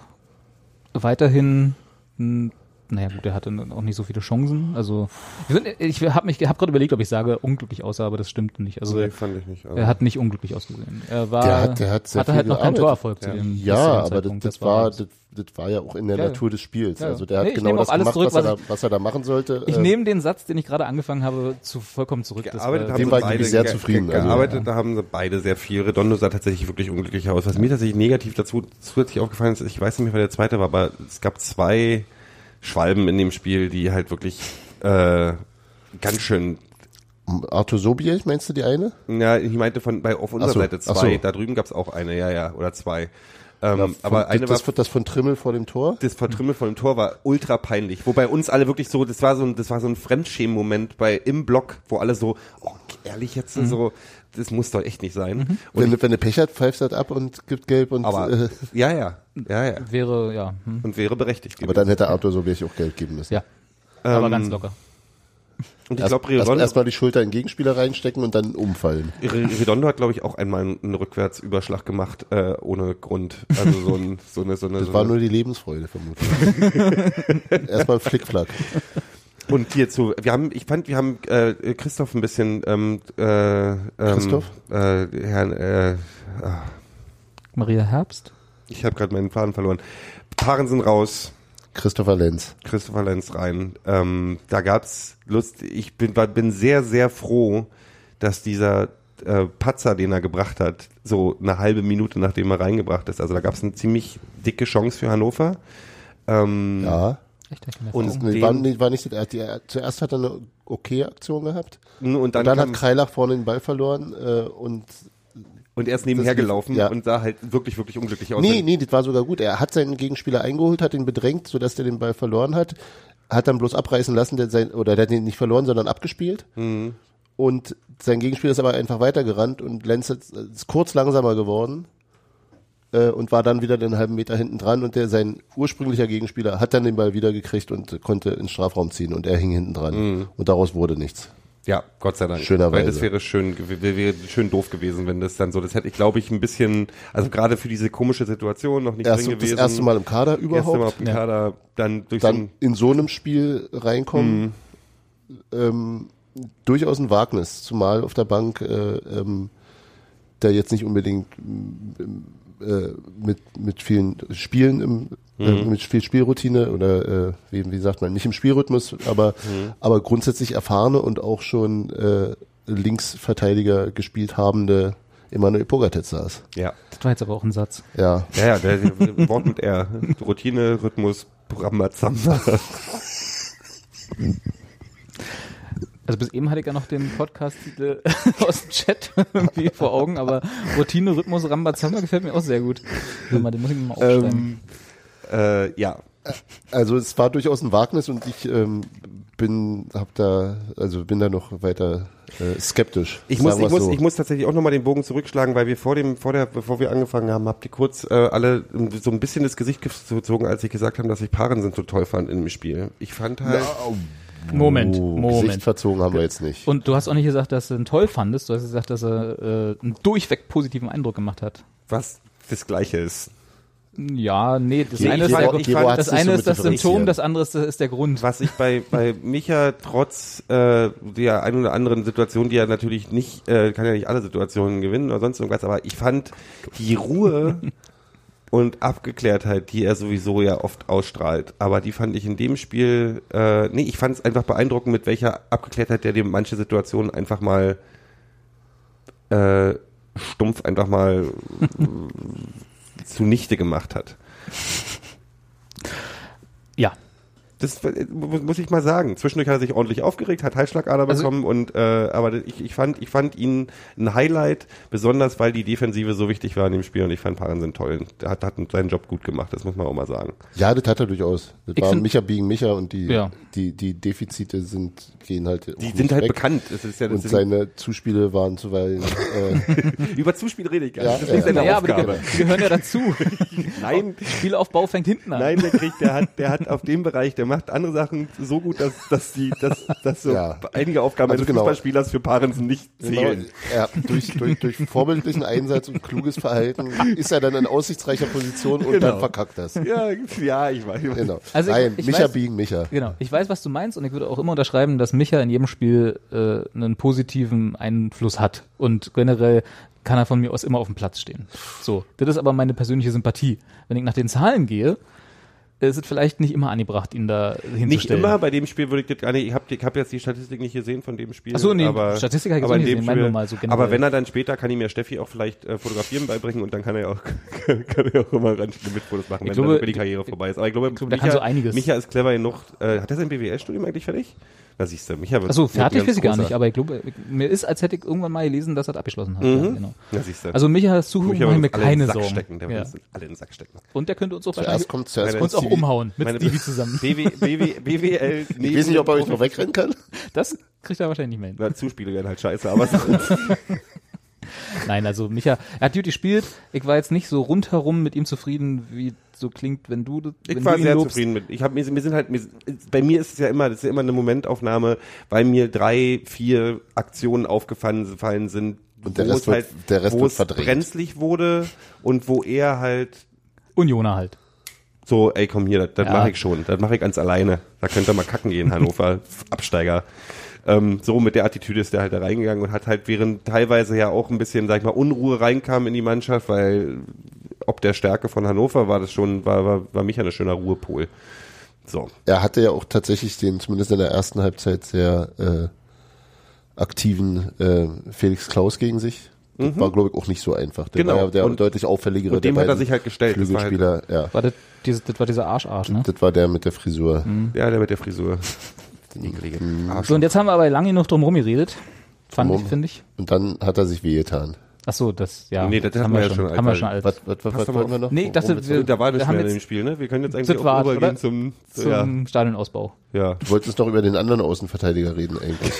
Speaker 1: weiterhin, mh, naja gut, der hatte auch nicht so viele Chancen. Also ich find- ich habe mich, habe gerade überlegt, ob ich sage, unglücklich aussah, aber das stimmt nicht. Also
Speaker 2: Nee, fand ich nicht. Also,
Speaker 1: er hat nicht unglücklich ausgesehen. Er war,
Speaker 3: Der hat- der hat sehr
Speaker 1: hatte halt
Speaker 3: viel
Speaker 1: noch keinen
Speaker 3: gearbeitet.
Speaker 1: Torerfolg zu dem bis zu dem
Speaker 3: Ja, aber das,
Speaker 1: Zeitpunkt. halt-
Speaker 3: das, war,
Speaker 1: alles.
Speaker 3: das, das war ja auch in der
Speaker 1: Ja, ja.
Speaker 3: Natur des Spiels.
Speaker 1: Ja, ja.
Speaker 3: Also der hat
Speaker 1: Nee, ich
Speaker 3: genau
Speaker 1: nehme auch
Speaker 3: das
Speaker 1: alles
Speaker 3: gemacht,
Speaker 1: zurück,
Speaker 3: was, er
Speaker 1: was
Speaker 3: da, was er da machen sollte.
Speaker 1: ich
Speaker 3: Ähm,
Speaker 1: nehme den Satz, den ich gerade angefangen habe, zu vollkommen zurück. Das
Speaker 2: gearbeitet
Speaker 1: war-
Speaker 2: haben
Speaker 3: Dem
Speaker 2: sie
Speaker 3: war ich wirklich
Speaker 2: beide
Speaker 3: sehr
Speaker 2: ge-
Speaker 3: zufrieden,
Speaker 2: ge-
Speaker 3: also,
Speaker 2: Gearbeitet da haben sie beide sehr viel. Redondo sah tatsächlich wirklich unglücklich aus. Was mir tatsächlich negativ dazu zusätzlich aufgefallen ist, ich weiß nicht mehr, wer der zweite war, aber es gab zwei Schwalben in dem Spiel, die halt wirklich äh, ganz schön
Speaker 3: Arthur Sobiech, meinst du die eine?
Speaker 2: Ja, ich meinte von bei auf unserer
Speaker 3: Ach so,
Speaker 2: Seite
Speaker 3: ach
Speaker 2: zwei.
Speaker 3: so.
Speaker 2: Da drüben gab's auch eine, ja, ja, oder zwei. Ähm,
Speaker 3: Von-
Speaker 2: aber eine
Speaker 3: das,
Speaker 2: war
Speaker 3: das von Trimmel vor dem Tor?
Speaker 2: das Vertrimmel von dem Tor war ultra peinlich. Wobei uns alle wirklich so, das war so ein, das war so ein Fremdschämen-Moment bei im Block, wo alle so, oh, ehrlich jetzt
Speaker 3: Mhm.
Speaker 2: so, das muss doch echt nicht sein. Und,
Speaker 3: Wenn, du- wenn du Pech hat, pfeifst du das ab und gibt gelb und
Speaker 2: aber
Speaker 3: Mhm. äh, Mhm.
Speaker 2: ja, ja, ja, ja.
Speaker 1: wäre, ja, hm,
Speaker 2: Und wäre berechtigt.
Speaker 3: Aber
Speaker 2: gewesen.
Speaker 3: dann hätte Arthur Sobiech auch Geld geben müssen.
Speaker 1: ja. aber ganz locker.
Speaker 2: und ich
Speaker 3: Erst-
Speaker 2: glaube,
Speaker 3: erst-
Speaker 2: Redondo,
Speaker 3: Erstmal die Schulter in den Gegenspieler reinstecken und dann umfallen.
Speaker 2: Redondo hat, glaube ich, auch einmal einen Rückwärtsüberschlag gemacht, äh, ohne Grund. Also so, ein, so eine, so eine.
Speaker 3: Das
Speaker 2: so
Speaker 3: war
Speaker 2: eine
Speaker 3: nur die Lebensfreude vermutlich. erstmal Flickflack.
Speaker 2: Und hierzu, wir haben, ich fand, wir haben äh, Christoph ein bisschen, ähm, äh, ähm,
Speaker 3: Christoph?
Speaker 2: Äh, Herrn, äh, ah,
Speaker 1: Maria Herbst?
Speaker 2: ich habe gerade meinen Faden verloren. Paaren sind raus,
Speaker 3: Christopher Lenz.
Speaker 2: Christopher Lenz rein. Ähm, da gab's Lust, ich bin, war- bin sehr, sehr froh, dass dieser äh, Patzer, den er gebracht hat, so eine halbe Minute nachdem er reingebracht ist. Also da gab es eine ziemlich dicke Chance für Hannover. Ähm,
Speaker 3: Ja.
Speaker 1: Echt, ich bin
Speaker 2: Und-
Speaker 1: erfahren.
Speaker 3: Nee,
Speaker 2: Den-
Speaker 3: war, nee, war nicht, er hat die, er, zuerst hat er eine okay Aktion gehabt.
Speaker 2: n- Und dann,
Speaker 3: Und dann
Speaker 2: kam,
Speaker 3: hat Kreilach vorne den Ball verloren äh, und
Speaker 2: und er ist nebenher
Speaker 3: das lief-
Speaker 2: gelaufen
Speaker 3: ja.
Speaker 2: und sah halt wirklich, wirklich unglücklich aus.
Speaker 3: Nee, nee, das war sogar gut. Er hat seinen Gegenspieler eingeholt, hat ihn bedrängt, sodass der den Ball verloren hat. Hat dann bloß abreißen lassen, der sein, oder der hat ihn nicht verloren, sondern abgespielt. Und sein Gegenspieler ist aber einfach weitergerannt und Lenz hat- ist kurz langsamer geworden äh, und war dann wieder den halben Meter hinten dran und der sein ursprünglicher Gegenspieler hat dann den Ball wieder gekriegt und konnte ins Strafraum ziehen und er hing hinten dran. Und daraus wurde nichts.
Speaker 2: Ja, Gott sei Dank.
Speaker 3: Schönerweise.
Speaker 2: Weil das wäre schön, gew- wäre wäre schön doof gewesen, wenn das dann so, das hätte ich glaube ich ein bisschen, also gerade für diese komische Situation noch nicht
Speaker 3: Erst,
Speaker 2: drin
Speaker 3: das
Speaker 2: gewesen.
Speaker 3: erste Mal im Kader
Speaker 2: Erste Mal
Speaker 3: überhaupt.
Speaker 2: auf dem Kader, dann durch so
Speaker 3: dann
Speaker 2: ein,
Speaker 3: in so einem Spiel reinkommen, ähm, durchaus ein Wagnis, zumal auf der Bank äh, ähm, da jetzt nicht unbedingt ähm, äh, mit, mit vielen Spielen, im, äh, mit viel Spielroutine oder äh, wie, wie sagt man, nicht im Spielrhythmus, aber, aber grundsätzlich erfahrene und auch schon äh, Linksverteidiger gespielt habende Emanuel Pogatetz saß.
Speaker 2: ja.
Speaker 1: Das war jetzt aber auch ein Satz.
Speaker 3: Ja,
Speaker 2: Ja, ja, der, der Wort mit R. Routine, Rhythmus, Ramazamba.
Speaker 1: Also bis eben hatte ich ja noch den Podcast-Titel aus dem Chat irgendwie vor Augen, aber Routine, Rhythmus, Rambazamba gefällt mir auch sehr gut. Warte mal, Den muss ich mir mal
Speaker 3: Ähm,
Speaker 1: aufschreiben.
Speaker 2: äh, ja.
Speaker 3: Also es war durchaus ein Wagnis und ich ähm, bin hab da also bin da noch weiter äh, skeptisch.
Speaker 2: Ich muss,
Speaker 3: sagen
Speaker 2: ich,
Speaker 3: wir's
Speaker 2: muss,
Speaker 3: so.
Speaker 2: ich muss tatsächlich auch nochmal den Bogen zurückschlagen, weil wir vor dem, vor der, bevor wir angefangen haben, habt ihr kurz äh, alle so ein bisschen das Gesicht gezogen, als ich gesagt habe, dass ich Paaren sind so toll fand in dem Spiel. Ich fand halt.
Speaker 1: Moment,
Speaker 3: oh, Gesicht
Speaker 1: Moment.
Speaker 3: verzogen haben wir jetzt nicht.
Speaker 1: Und du hast auch nicht gesagt, dass du ihn toll fandest, du hast gesagt, dass er äh, einen durchweg positiven Eindruck gemacht hat.
Speaker 2: was das Gleiche ist.
Speaker 1: Ja, nee, das
Speaker 2: Nee,
Speaker 1: eine
Speaker 2: ich
Speaker 1: ist,
Speaker 2: fand-
Speaker 1: der,
Speaker 2: ich fand-
Speaker 1: das,
Speaker 3: hat's nicht
Speaker 1: eine
Speaker 3: so
Speaker 1: ist das
Speaker 3: differenziert.
Speaker 1: Symptom, das andere ist, ist der Grund.
Speaker 2: Was ich bei, bei Micha trotz äh, der ein oder anderen Situation, die er natürlich nicht, äh, kann ja nicht alle Situationen gewinnen oder sonst irgendwas, aber ich fand die Ruhe und Abgeklärtheit, die er sowieso ja oft ausstrahlt, aber die fand ich in dem Spiel, äh, nee, ich fand es einfach beeindruckend, mit welcher Abgeklärtheit der dir manche Situationen einfach mal äh, stumpf einfach mal äh, zunichte gemacht hat.
Speaker 1: Ja,
Speaker 2: Das äh, mu- muss ich mal sagen. Zwischendurch hat er sich ordentlich aufgeregt, hat Halsschlagader
Speaker 1: Also-
Speaker 2: bekommen und äh, aber ich, ich fand ich fand ihn ein Highlight, besonders weil die Defensive so wichtig war in dem Spiel und ich fand Paaren sind toll. Der hat, hat seinen Job gut gemacht, das muss man auch mal sagen.
Speaker 3: Ja, das hat er durchaus. Das
Speaker 1: Ich
Speaker 3: war
Speaker 1: find-
Speaker 3: Micha biegen Micha und die
Speaker 1: Ja.
Speaker 3: die die Defizite sind gehen halt auch
Speaker 2: Die
Speaker 3: nicht
Speaker 2: sind halt
Speaker 3: weg.
Speaker 2: bekannt. Es ist ja das
Speaker 3: und
Speaker 2: sind,
Speaker 3: seine Zuspiele waren zuweilen äh,
Speaker 2: über Zuspiel rede ich gar
Speaker 3: Ja,
Speaker 2: nicht. Das
Speaker 3: ja.
Speaker 2: ist nicht seine
Speaker 1: naja, aber die,
Speaker 2: Aufgabe.
Speaker 1: geh- die gehören ja dazu.
Speaker 2: Nein.
Speaker 1: Spielaufbau fängt hinten an.
Speaker 2: Nein, der kriegt, der hat, der hat auf dem Bereich, der macht andere Sachen so gut, dass, dass die, dass, dass so
Speaker 3: Ja.
Speaker 2: einige Aufgaben
Speaker 3: Also
Speaker 2: eines
Speaker 3: genau.
Speaker 2: Fußballspielers für Parensen nicht
Speaker 3: genau,
Speaker 2: zählen.
Speaker 3: ja, durch, durch durch vorbildlichen Einsatz und kluges Verhalten ist er dann in aussichtsreicher Position und
Speaker 1: Genau.
Speaker 3: dann verkackt das.
Speaker 2: Ja, ja, ich weiß.
Speaker 3: Genau.
Speaker 1: Also ich-
Speaker 3: Nein,
Speaker 1: ich
Speaker 3: Micha
Speaker 1: weiß-
Speaker 3: biegen Micha.
Speaker 1: Genau, ich weiß, was du meinst und ich würde auch immer unterschreiben, dass Micha in jedem Spiel äh, einen positiven Einfluss hat und generell kann er von mir aus immer auf dem Platz stehen. So, das ist aber meine persönliche Sympathie. Wenn ich nach den Zahlen gehe, ist es vielleicht nicht immer angebracht, ihn da hinzustellen.
Speaker 2: Nicht immer, bei dem Spiel würde ich das gar nicht, ich habe ich hab jetzt die Statistik nicht gesehen von dem Spiel.
Speaker 1: Ach so, nee,
Speaker 2: aber,
Speaker 1: Statistik hab ich
Speaker 2: aber
Speaker 1: auch
Speaker 2: in
Speaker 1: nicht
Speaker 2: dem
Speaker 1: gesehen, meinen
Speaker 2: Spiel-
Speaker 1: wir mal so generell.
Speaker 2: Aber wenn er dann später, kann ihm ja Steffi auch vielleicht äh, fotografieren beibringen und dann kann er ja auch, kann er auch immer ran mit Fotos machen, wenn
Speaker 1: glaube,
Speaker 2: dann die Karriere vorbei ist. Aber ich glaube,
Speaker 1: glaube, der kann so einiges.
Speaker 2: Micha ist clever genug, äh, hat er sein BWL-Studium eigentlich fertig? Da siehst du, Micha wird
Speaker 1: Also
Speaker 2: wird
Speaker 1: fertig
Speaker 2: ganz
Speaker 1: weiß ich gar
Speaker 2: großer.
Speaker 1: nicht, aber ich glaube, ich- mir ist, als hätte ich irgendwann mal gelesen, dass er das abgeschlossen hat. Ja, genau.
Speaker 2: Da siehst du.
Speaker 1: Also Micha ist Zuhörer,
Speaker 2: Mhm. Micha
Speaker 1: mache ich mir
Speaker 2: uns alle in den
Speaker 1: keine
Speaker 2: Sack
Speaker 1: Sorgen.
Speaker 2: Stecken, der wird
Speaker 1: ja.
Speaker 2: uns alle in den Sack stecken.
Speaker 1: Und der könnte uns auch
Speaker 3: Zuerst kommt zuerst
Speaker 2: Meine-
Speaker 1: uns auch
Speaker 3: Stevie.
Speaker 1: umhauen mit
Speaker 2: Meine-
Speaker 1: Stevie zusammen.
Speaker 2: BW, BW, BWL,
Speaker 3: Ich weiß nicht, ob er euch noch wegrennen kann.
Speaker 1: Das kriegt er wahrscheinlich nicht mehr hin.
Speaker 2: Na, Zuspiele werden halt scheiße, aber
Speaker 1: Nein, also Micha, er hat gut gespielt. Ich war jetzt nicht so rundherum mit ihm zufrieden, wie so klingt, wenn du das- wenn
Speaker 2: Ich war
Speaker 1: du ihn
Speaker 2: sehr
Speaker 1: lobst.
Speaker 2: zufrieden mit. Ich habe mir, mir sind halt, mir, bei mir ist es ja immer, das ist ja immer eine Momentaufnahme, weil mir drei, vier Aktionen aufgefallen fallen sind,
Speaker 3: Und der
Speaker 2: wo
Speaker 3: Rest
Speaker 2: es
Speaker 3: wird-
Speaker 2: halt,
Speaker 3: der Rest
Speaker 2: wo
Speaker 3: wird
Speaker 2: es
Speaker 3: verdrängt.
Speaker 2: brenzlig wurde und wo er halt
Speaker 1: Unioner halt.
Speaker 2: so, ey, komm hier, das, das
Speaker 1: Ja.
Speaker 2: mache ich schon, das mache ich ganz alleine. Da könnt ihr mal kacken gehen, Hannover, Absteiger. Ähm, so mit der Attitüde ist der halt da reingegangen und hat halt während teilweise ja auch ein bisschen, sag ich mal, Unruhe reinkam in die Mannschaft, weil ob der Stärke von Hannover war das schon, war, war, war mich ja ein schöner Ruhepol. So.
Speaker 3: Er hatte ja auch tatsächlich den, zumindest in der ersten Halbzeit, sehr äh, aktiven äh, Felix Klaus gegen sich. Das war, glaube ich, auch nicht so einfach. Der
Speaker 2: Genau.
Speaker 3: war ja der
Speaker 2: Und-
Speaker 3: deutlich auffälligere
Speaker 2: und dem
Speaker 3: der
Speaker 2: hat er
Speaker 3: beiden
Speaker 2: sich halt gestellt. Das war halt-
Speaker 3: Flügelspieler, ja.
Speaker 1: War das, dieses, das war dieser Arsch-Arsch, ne?
Speaker 3: Das war der mit der Frisur.
Speaker 1: Mhm.
Speaker 2: Ja, der mit der Frisur. Ah, Den ekligen Arsch.
Speaker 1: So, und jetzt haben wir aber lange genug drum rumgeredet. Fand
Speaker 3: Drum
Speaker 1: ich,
Speaker 3: rum.
Speaker 1: finde ich.
Speaker 3: Und dann hat er sich wehgetan.
Speaker 1: Ach so, das, ja.
Speaker 2: Nee, das hatten
Speaker 1: haben
Speaker 2: wir ja schon,
Speaker 1: Haben wir
Speaker 2: Alter.
Speaker 1: schon alles.
Speaker 3: Was, was, was,
Speaker 2: Passt
Speaker 3: was
Speaker 2: doch
Speaker 3: wollten wir
Speaker 2: auf.
Speaker 3: noch? Oh,
Speaker 1: Nee, ich dachte,
Speaker 3: Worum
Speaker 1: wir-
Speaker 3: jetzt-
Speaker 2: da war
Speaker 1: wir
Speaker 2: nicht
Speaker 1: haben
Speaker 2: mehr in dem
Speaker 1: jetzt-
Speaker 2: Spiel, ne? Wir können jetzt
Speaker 1: Das
Speaker 2: eigentlich auch
Speaker 1: war's,
Speaker 2: rübergehen
Speaker 1: oder?
Speaker 2: zum, zu,
Speaker 1: Zum Stadionausbau.
Speaker 2: ja. ja.
Speaker 3: du wolltest doch über den anderen Außenverteidiger reden eigentlich.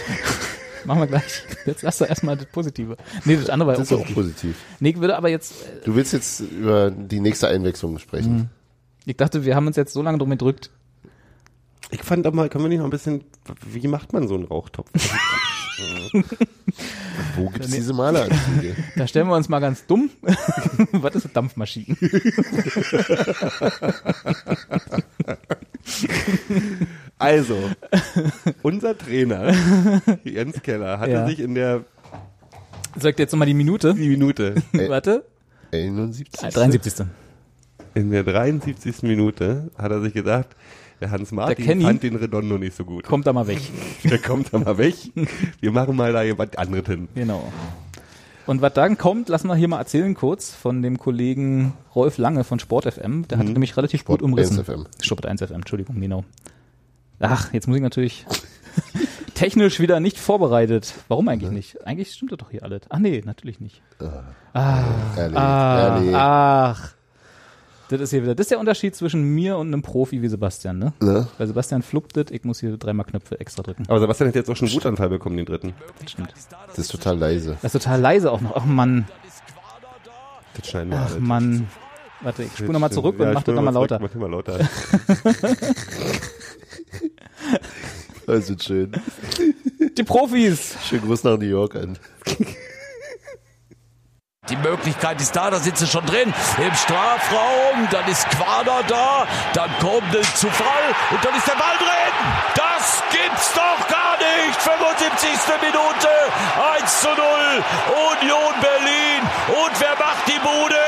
Speaker 1: Machen wir gleich. Jetzt lass doch erstmal das Positive. Nee, das andere war
Speaker 3: Das ist
Speaker 1: ja
Speaker 3: ja
Speaker 1: auch
Speaker 3: auch
Speaker 1: positiv.
Speaker 3: positiv.
Speaker 1: Nee, ich würde aber jetzt, äh,
Speaker 3: Du willst jetzt über die nächste Einwechslung
Speaker 1: Mhm.
Speaker 3: sprechen.
Speaker 1: ich dachte, wir haben uns jetzt so lange drum gedrückt.
Speaker 2: Ich fand aber, können wir nicht noch ein bisschen, wie macht man so einen Rauchtopf?
Speaker 3: Wo gibt's diese Maleranzüge?
Speaker 1: Da stellen wir uns mal ganz dumm. Was ist eine Dampfmaschine?
Speaker 2: Also, unser Trainer, Jens Keller, hatte
Speaker 1: Ja.
Speaker 2: sich in der
Speaker 1: Soll ich dir jetzt nochmal die Minute?
Speaker 2: Minute,
Speaker 1: Warte.
Speaker 3: 71.
Speaker 1: 73.
Speaker 2: in der 73. Minute hat er sich gedacht, der
Speaker 1: Der
Speaker 2: Hans-Martin
Speaker 1: Kenny-
Speaker 2: fand den Redondo nicht so gut.
Speaker 1: Kommt da mal weg.
Speaker 2: Der kommt da mal weg. Wir machen mal da jemand anderes hin.
Speaker 1: Genau. Und was dann kommt, lassen wir hier mal erzählen kurz von dem Kollegen Rolf Lange von Sport FM. Der hat nämlich relativ
Speaker 3: Sport
Speaker 1: gut umrissen.
Speaker 3: 1 FM.
Speaker 1: Sport 1 FM, Entschuldigung, genau. Ach, jetzt muss ich natürlich technisch wieder nicht vorbereitet. Warum eigentlich nicht? Eigentlich stimmt das doch hier alles. Ach nee, natürlich nicht.
Speaker 3: Ehrlich,
Speaker 1: Ah,
Speaker 3: ehrlich.
Speaker 1: ach. Das ist hier wieder. Das ist der Unterschied zwischen mir und einem Profi wie Sebastian, ne?
Speaker 3: Ne?
Speaker 1: Weil Sebastian fluppt das, ich muss hier dreimal Knöpfe extra drücken.
Speaker 2: Aber Sebastian hat jetzt auch schon einen Wutanfall bekommen, den dritten.
Speaker 1: Das stimmt.
Speaker 3: Das ist total leise.
Speaker 1: Das ist total leise auch noch. Ach Mann.
Speaker 2: Das schneiden wir
Speaker 1: Ach Mann. Warte, ich spule nochmal zurück und mach das nochmal lauter.
Speaker 2: Mach mal lauter.
Speaker 3: Also schön.
Speaker 1: Die Profis!
Speaker 3: Schönen Gruß nach New York an.
Speaker 4: Die Möglichkeit ist da, da sind sie schon drin. Im Strafraum, dann ist Quader da, dann kommt ein zu Fall und dann ist der Ball drin. Das gibt's doch gar nicht. 75. Minute, 1 zu 0, Union Berlin. Und wer macht die Bude?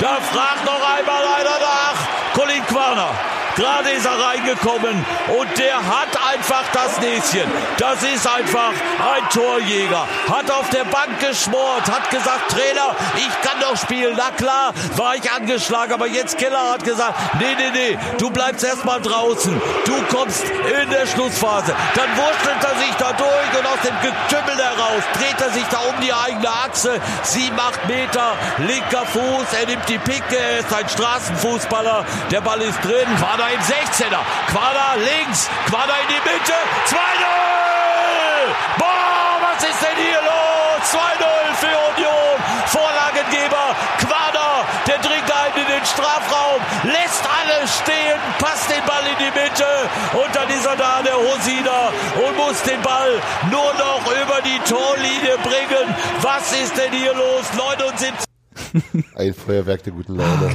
Speaker 4: Da fragt noch einmal einer nach. Colin Quader. Gerade ist er reingekommen und der hat einfach das Näschen. Das ist einfach ein Torjäger. Hat auf der Bank geschmort, hat gesagt, Trainer, ich kann doch spielen. Na klar, war ich angeschlagen, aber jetzt Keller hat gesagt, nee, nee, nee, du bleibst erstmal draußen. Du kommst in der Schlussphase. Dann wurstelt er sich da durch und aus dem Getümmel heraus dreht er sich da um die eigene Achse. Sieben, acht Meter, linker Fuß, er nimmt die Picke, er ist ein Straßenfußballer. Der Ball ist drin, Quader im 16er, Quader links, Quader in die Mitte, 2-0! Boah, was ist denn hier los? 2-0 für Union, Vorlagengeber, Quader, der dringt einen in den Strafraum, lässt alle stehen, passt den Ball in die Mitte und dann ist er da, der Rosiner, und muss den Ball nur noch über die Torlinie bringen. Was ist denn hier los? 79.
Speaker 3: Ein Feuerwerk der guten Laune.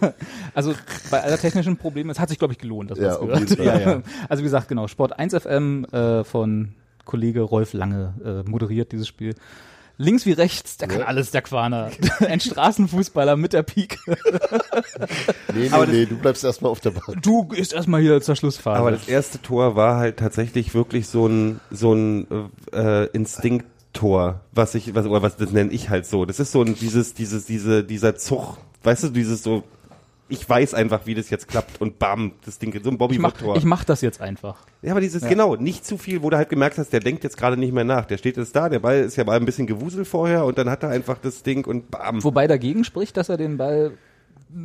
Speaker 1: Ah. Also bei aller technischen Probleme, es hat sich, glaube ich, gelohnt, dass wir
Speaker 3: Ja,
Speaker 1: es
Speaker 3: auf
Speaker 1: gehört
Speaker 3: jeden Fall.
Speaker 1: Ja, ja. Also wie gesagt, genau, Sport 1 FM äh, von Kollege Rolf Lange äh, moderiert dieses Spiel. Links wie rechts, der kann alles, der Quaner. Ein Straßenfußballer mit der Pike.
Speaker 3: Nee, nee, nee, du bleibst erstmal auf der Bank.
Speaker 1: Du gehst erstmal hier zur Schlussphase.
Speaker 2: Aber das erste Tor war halt tatsächlich wirklich so ein so ein äh, Instinkttor, was ich was oder was das nenne ich halt so. Das ist so ein dieses dieses diese dieser Zug, weißt du, dieses so ich weiß einfach, wie das jetzt klappt und bam, das Ding so ein Bobby
Speaker 1: ich, mach,
Speaker 2: Wood-Tor.
Speaker 1: ich mach das jetzt einfach.
Speaker 2: Ja, aber dieses genau, nicht zu viel, wo du halt gemerkt hast, der denkt jetzt gerade nicht mehr nach. Der steht jetzt da, der Ball ist ja mal ein bisschen gewuselt vorher und dann hat er einfach das Ding und bam.
Speaker 1: Wobei dagegen spricht, dass er den Ball